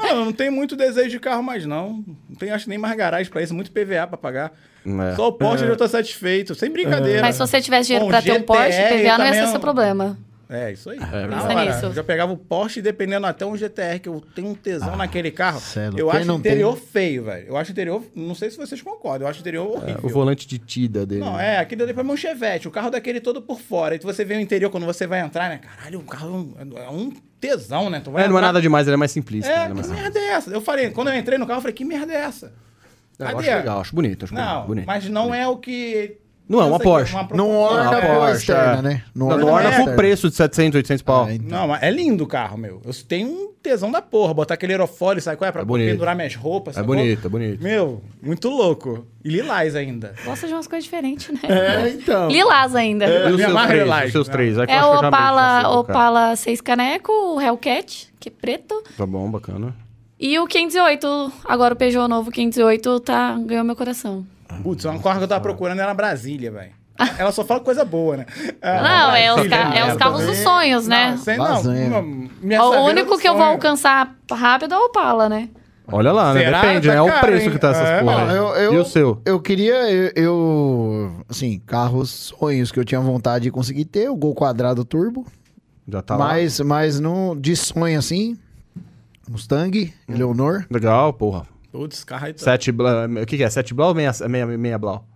Mano, não tem muito desejo de carro mais, não. Não tem, acho, nem mais garagem pra isso. Muito PVA pra pagar. É. Uhum. Só o Porsche eu já tô satisfeito. Sem brincadeira. Mas se você tivesse dinheiro Bom, pra ter um GTR Porsche, PVA não ia também é ser um- seu problema. É, isso aí. Na verdade. hora, Pensa nisso. eu já pegava o Porsche e dependendo até um GTR, que eu tenho um Ah, tesão naquele carro. cê é louco. eu Quem acho o não tem? interior feio, velho. Eu acho o interior, não sei se vocês concordam, eu acho É, o interior horrível. O volante de tida dele. Não, é, aquele ali pra mim é um chevette, o carro daquele todo por fora. E tu- você vê o interior quando você vai entrar, né? Caralho, o carro é um- é um tesão, né? Tu vai É, não é entrar- nada demais, ele é mais simplista. É, né, que mas- merda é essa? Eu falei, quando eu entrei no carro, eu falei, que merda é essa? É, Eu Cadê? acho legal, acho bonito, acho Não, bonito. mas não é o que. Não é uma pensa que Porsche. uma Não proporção- orna Ah, com a Porsche, externa, é. né? Não, não não orna é, com o externa. preço de 700, 800 pau. Ah, então. Não, mas é lindo o carro, meu. Eu tenho um tesão da porra. Botar aquele aerofólio, sabe qual é? Pra É bonito. pendurar minhas roupas. É sacou? bonito, é bonito. Meu, muito louco. E lilás ainda. Gosta de umas coisas diferentes, né? É, então. Lilás ainda. E os minha seus marca é três, Light, os seus né? três. É, que eu É acho que eu o já meio Opala, esqueci, cara. Opala 6 Caneco, o Hellcat, que é preto. Tá bom, bacana. E o 508, agora o Peugeot novo 508 tá, ganhou meu coração. Putz, é uma corra que eu Ah. tava procurando era Brasília, velho. Ela só fala coisa boa, né? não, é os, ca- né? é os carros dos sonhos, né? Não, sem, Lasanha. não. Minha o saveira único do que eu vou sonho. alcançar rápido é o Opala, né? Olha lá, né? Será? Depende, Tá né? É o caro, preço hein? que tá essas É, porra. Não, aí. eu, eu, E o seu? Eu queria, eu, eu, assim, carros sonhos que eu tinha vontade de conseguir ter, o Gol Quadrado Turbo, Já tá lá? mas, mas não de sonho assim, Mustang, Hum. Eleonor, Legal, porra. Putz, carro aí tá. Sete bla... O que, que é? Sete blau ou meia, meia, meia blau?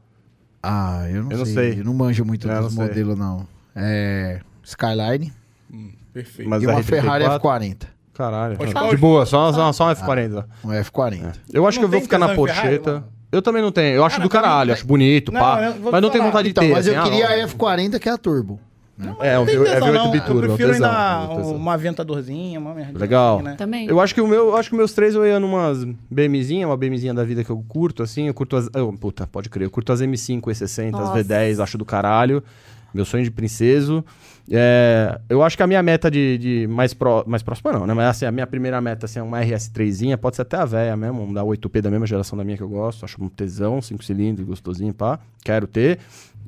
ah, eu não, Eu não sei, sei. É, eu não manjo muito Eu não dos sei. modelos não, é, Skyline Perfeito. Mas e a uma R34? Ferrari F40, Caralho. Tá. Pode de falar. boa, só, só, só um F40. um F40. É. Eu acho Não que eu vou tem ficar na tesão em Ferrari, Pocheta. mano? Eu também não tenho. Eu acho Cara, do caralho, também- acho bonito, Não, pá. eu vou te mas não tenho falar. vontade de Então, ter. mas eu assim, ah, queria ó. a F40 que é a Turbo. É, o Tem V8 tesão, não. biturbo, é Eu um prefiro tesão, ainda é um tesão. uma aventadorzinha, uma merdinha. Legal. assim, Né? Também. Eu acho que o meu, eu acho que meus três eu ia numas BMzinha, uma BMzinha da vida que eu curto, assim, eu curto as. oh, puta, pode crer, eu curto as M5, E60, Nossa. as V10, acho do caralho. Meu sonho de princeso. É, eu acho que a minha meta de, de mais, pró- mais próxima não, né? Mas assim, a minha primeira meta assim, é uma RS3zinha, pode ser até a velha mesmo, um da 8P da mesma geração da minha que eu gosto, acho um tesão, cinco cilindros, gostosinho, pá. Quero ter,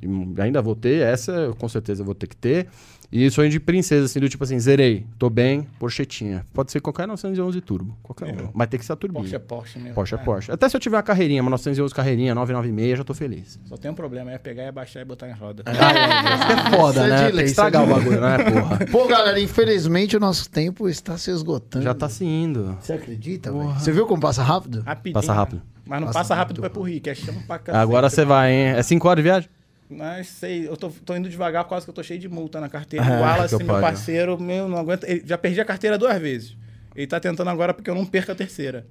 e, hum, ainda vou ter, essa eu com certeza vou ter que ter. E sonho de princesa, assim, do tipo assim, zerei, tô bem, porchetinha. Pode ser qualquer 911 turbo, qualquer um. Mas tem que ser a turbina. Porsche é Porsche mesmo. Porsche é né? Porsche. Até se eu tiver uma carreirinha, uma 911 carreirinha, 996, já tô feliz. Só tem um problema, é pegar, é baixar e botar em roda. Ah, é foda, Isso é de né? lei, tem que isso é estragar de o bagulho, né, porra? Pô, galera, infelizmente o nosso tempo está se esgotando. Já tá se indo. Você acredita, velho? Você viu como passa rápido? Rapidinho. né? Passa rápido. Mas não Passa passa, rápido. rápido pra ir pro Rio, que é chama pra Tá cacete. Agora você vai, hein? É 5 horas de viagem? Mas sei, eu tô, tô indo devagar por causa que eu tô cheio de multa na carteira. É, o Wallace, que eu meu pago. parceiro, meu, não aguenta. Ele, já perdi a carteira duas vezes. Ele tá tentando agora porque eu não perca a terceira.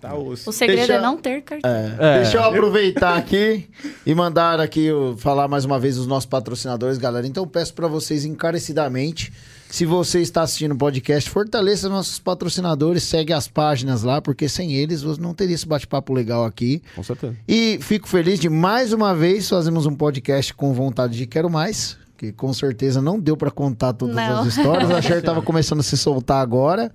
Tá osso. O segredo Deixa- é não ter carteira. É. Deixa eu aproveitar aqui e mandar aqui eu falar mais uma vez os nossos patrocinadores, galera. Então eu peço para vocês encarecidamente, se você está assistindo o podcast, fortaleça nossos patrocinadores, segue as páginas lá, porque sem eles você não teria esse bate-papo legal aqui. Com certeza. E fico feliz de mais uma vez fazermos um podcast com vontade de quero mais. Que com certeza não deu pra contar todas Não. as histórias. A Cher tava começando a se soltar agora,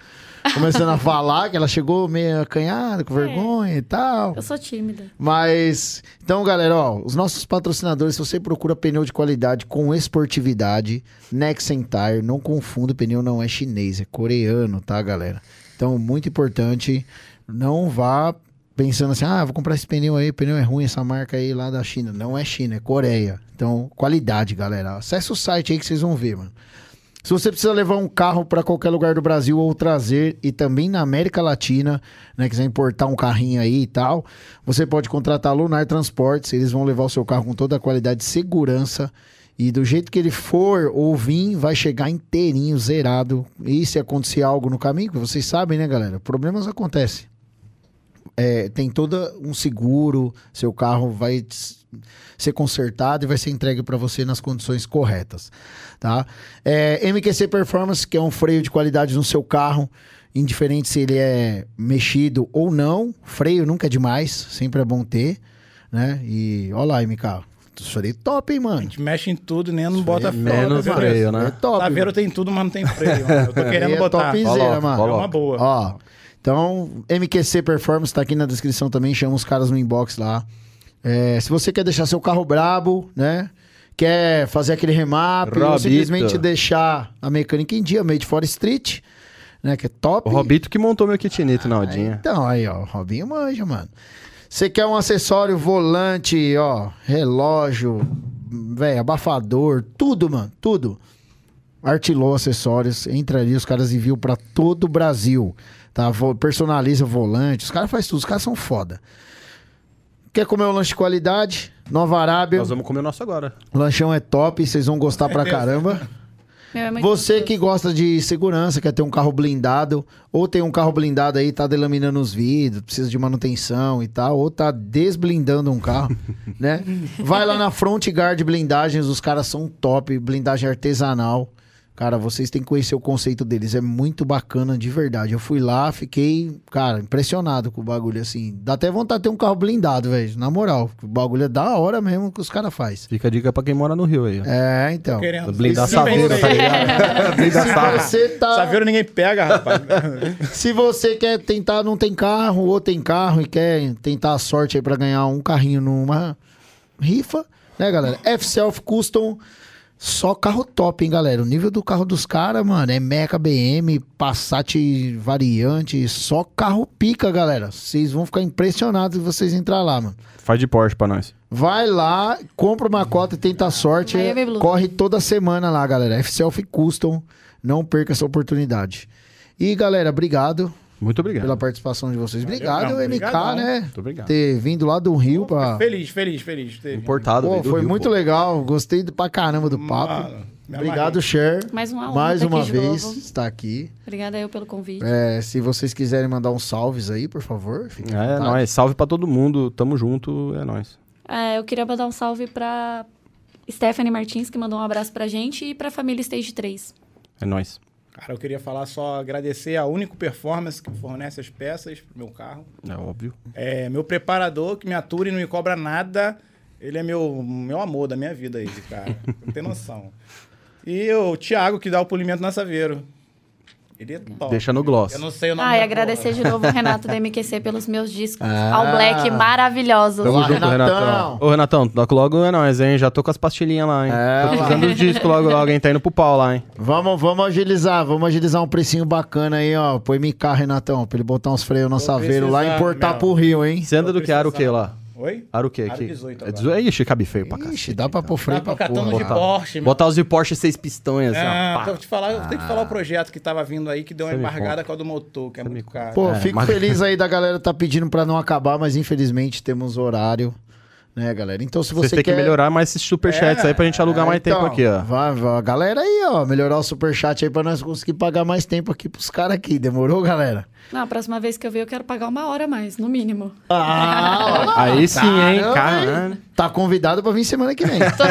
começando a falar, que ela chegou meio acanhada, com vergonha e tal. Eu sou tímida. Mas, então, galera, ó, os nossos patrocinadores, se você procura pneu de qualidade com esportividade, Next Tire, não confunda, o pneu não é chinês, é coreano, tá, galera? Então, muito importante, não vá pensando assim, ah, vou comprar esse pneu aí, pneu é ruim, essa marca aí lá da China. Não é China, é Coreia. Então, qualidade, galera. Acesse o site aí que vocês vão ver, mano. Se você precisa levar um carro para qualquer lugar do Brasil ou trazer, e também na América Latina, né, quiser importar um carrinho aí e tal, você pode contratar a Lunar Transportes, eles vão levar o seu carro com toda a qualidade e segurança. E do jeito que ele for ou vir, vai chegar inteirinho, zerado. E se acontecer algo no caminho, que vocês sabem, né, galera? Problemas acontecem. É, tem todo um seguro, seu carro vai s- ser consertado e vai ser entregue para você nas condições corretas, tá? É, MQC Performance, que é um freio de qualidade no seu carro, indiferente se ele é mexido ou não, freio nunca é demais, sempre é bom ter, né? E olha lá, MK, freio é top, hein, A mano? gente mexe em tudo, nem não bota freio. Menos tá vendo? freio, né? Top, Saveiro mano. tem tudo, mas não tem freio. mano. Eu tô querendo Freio é botar. topzera, Coloca, mano. É uma Coloca. boa. Ó, então, MQC Performance tá aqui na descrição também, chama os caras no inbox lá. É, se você quer deixar seu carro brabo, né? Quer fazer aquele remap, ou Robito. simplesmente deixar a mecânica em dia, Made for Street, né? Que é top. O Robito que montou meu kitnet na Aí, Aldinha. Então, aí, ó, o Robinho manja, mano. Você quer um acessório, volante, ó, relógio, velho, abafador, tudo, mano, tudo. Artilou acessórios, entra ali, os caras enviam pra todo o Brasil, tá? Vo- Personaliza volante, os caras fazem tudo, os caras são foda. Quer comer um lanche de qualidade? Nova Arábia, Nós vamos comer o nosso agora. lanchão é top, vocês vão gostar pra caramba. Meu, é muito Você gostoso. que gosta de segurança, quer ter um carro blindado, ou tem um carro blindado aí, tá delaminando os vidros, precisa de manutenção e tal, ou tá desblindando um carro, né? Vai lá na Front Guard Blindagens, os caras são top, blindagem artesanal. Cara, vocês têm que conhecer o conceito deles, é muito bacana de verdade. Eu fui lá, fiquei, cara, impressionado com o bagulho assim. Dá até vontade de ter um carro blindado, velho, na moral. O bagulho é da hora mesmo que os caras fazem. Fica a dica pra quem mora no Rio aí. ó. É, então. Querendo. Blindar Se Saveiro, vender. tá ligado? Blindar Saveiro. Você tá Saveiro ninguém pega, rapaz. Se você quer tentar, não tem carro, ou tem carro e quer tentar a sorte aí pra ganhar um carrinho numa rifa, né, galera? F-Self Custom, só carro top, hein, galera? O nível do carro dos caras, mano, é Meca BM, Passat variante, só carro pica, galera. Vocês vão ficar impressionados se vocês entrar lá, mano. Faz de Porsche pra nós. Vai lá, compra uma cota e tenta a sorte. Miami Blue. Corre toda semana lá, galera. F-Self Custom, não perca essa oportunidade. E, galera, obrigado Muito obrigado. pela participação de vocês. Obrigado, não, MK, obrigadão. né? Muito obrigado. Ter vindo lá do Rio pra. Feliz, feliz, feliz. de ter vindo. Importado. Pô, veio do foi Rio, muito pô. legal. Gostei do- pra caramba do papo. Mano, me amarrei. Obrigado, Cher. Mais uma honra Mais tá aqui uma de vez novo. está aqui. Obrigada eu pelo convite. É, se vocês quiserem mandar uns salves aí, por favor. fiquem à É, vontade. nóis. Salve pra todo mundo. Tamo junto. É nóis. É, eu queria mandar um salve pra Stephanie Martins, que mandou um abraço pra gente, e pra família Stage 3. É nóis. Cara, eu queria falar só agradecer a Único Performance que fornece as peças pro meu carro. É óbvio. É, meu preparador que me atura e não me cobra nada. Ele é meu, meu amor da minha vida, ele, cara. não tem noção. E o Thiago que dá o polimento na Saveiro. Ele é top. Deixa no gloss. Eu não sei o nome Ah, e da agradecer de novo o Renato da MQC pelos meus discos Ah. ao Black maravilhosos. Tamo Tamo Olá, junto, Renatão. Renatão. Ô, Renatão, toca logo é nóis, hein? Já tô com as pastilhinhas lá, hein? É, tô lá. precisando do disco logo, logo, hein? Tá indo pro pau lá, hein? Vamos, vamos agilizar, vamos agilizar um precinho bacana aí, ó. Põe MK, Renatão, pra ele botar uns freios na Saveiro lá e precisar, importar meu. pro Rio, hein? Você anda do que? Aro o quê lá? Oi? Aro o quê? Aro Que- 18 é agora. 18? Ixi, cabe feio pra cá. Ixi, dá pra pôr freio Tá pra porra. catando de Porsche, mano. Botar os de Porsche seis pistões, assim, ó. Ah, Pá. eu, te falar, eu tenho que falar o projeto que tava vindo aí, que deu uma me embargada com a do motor, que é muito caro. Pô, É, fico mas- feliz aí da galera tá pedindo pra não acabar, mas infelizmente temos horário, né, galera? Então se você Vocês têm quer... que melhorar mais esses superchats É, aí pra gente alugar mais Então, tempo aqui, ó. Vai, vai, a galera aí, ó, melhorar o superchat aí pra nós conseguir pagar mais tempo aqui pros caras aqui. Demorou, galera? Não, a próxima vez que eu ver, eu quero pagar uma hora a mais, no mínimo. Ah, Aí sim, hein? Caramba, Caralho. hein? Tá convidado pra vir semana que vem. Tô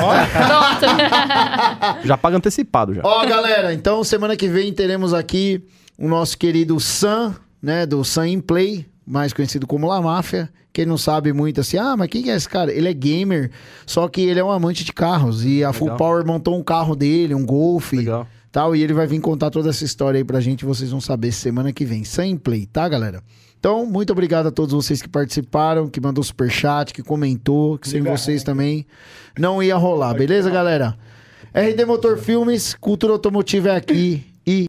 pronto. Já paga antecipado já. Ó, galera, então semana que vem teremos aqui o nosso querido Sam, né, do Sam in Play, mais conhecido como La Máfia. Quem não sabe muito assim, ah, mas quem que é esse cara? Ele é gamer, só que ele é um amante de carros e a Full Power montou um carro dele, um Golf, Legal. tal, e ele vai vir contar toda essa história aí pra gente, vocês vão saber semana que vem. Sam in Play, tá, galera? Então, muito obrigado a todos vocês que participaram, que mandou superchat, que comentou, que sem vocês também não ia rolar, beleza, galera? RD Motor Filmes, cultura automotiva é aqui.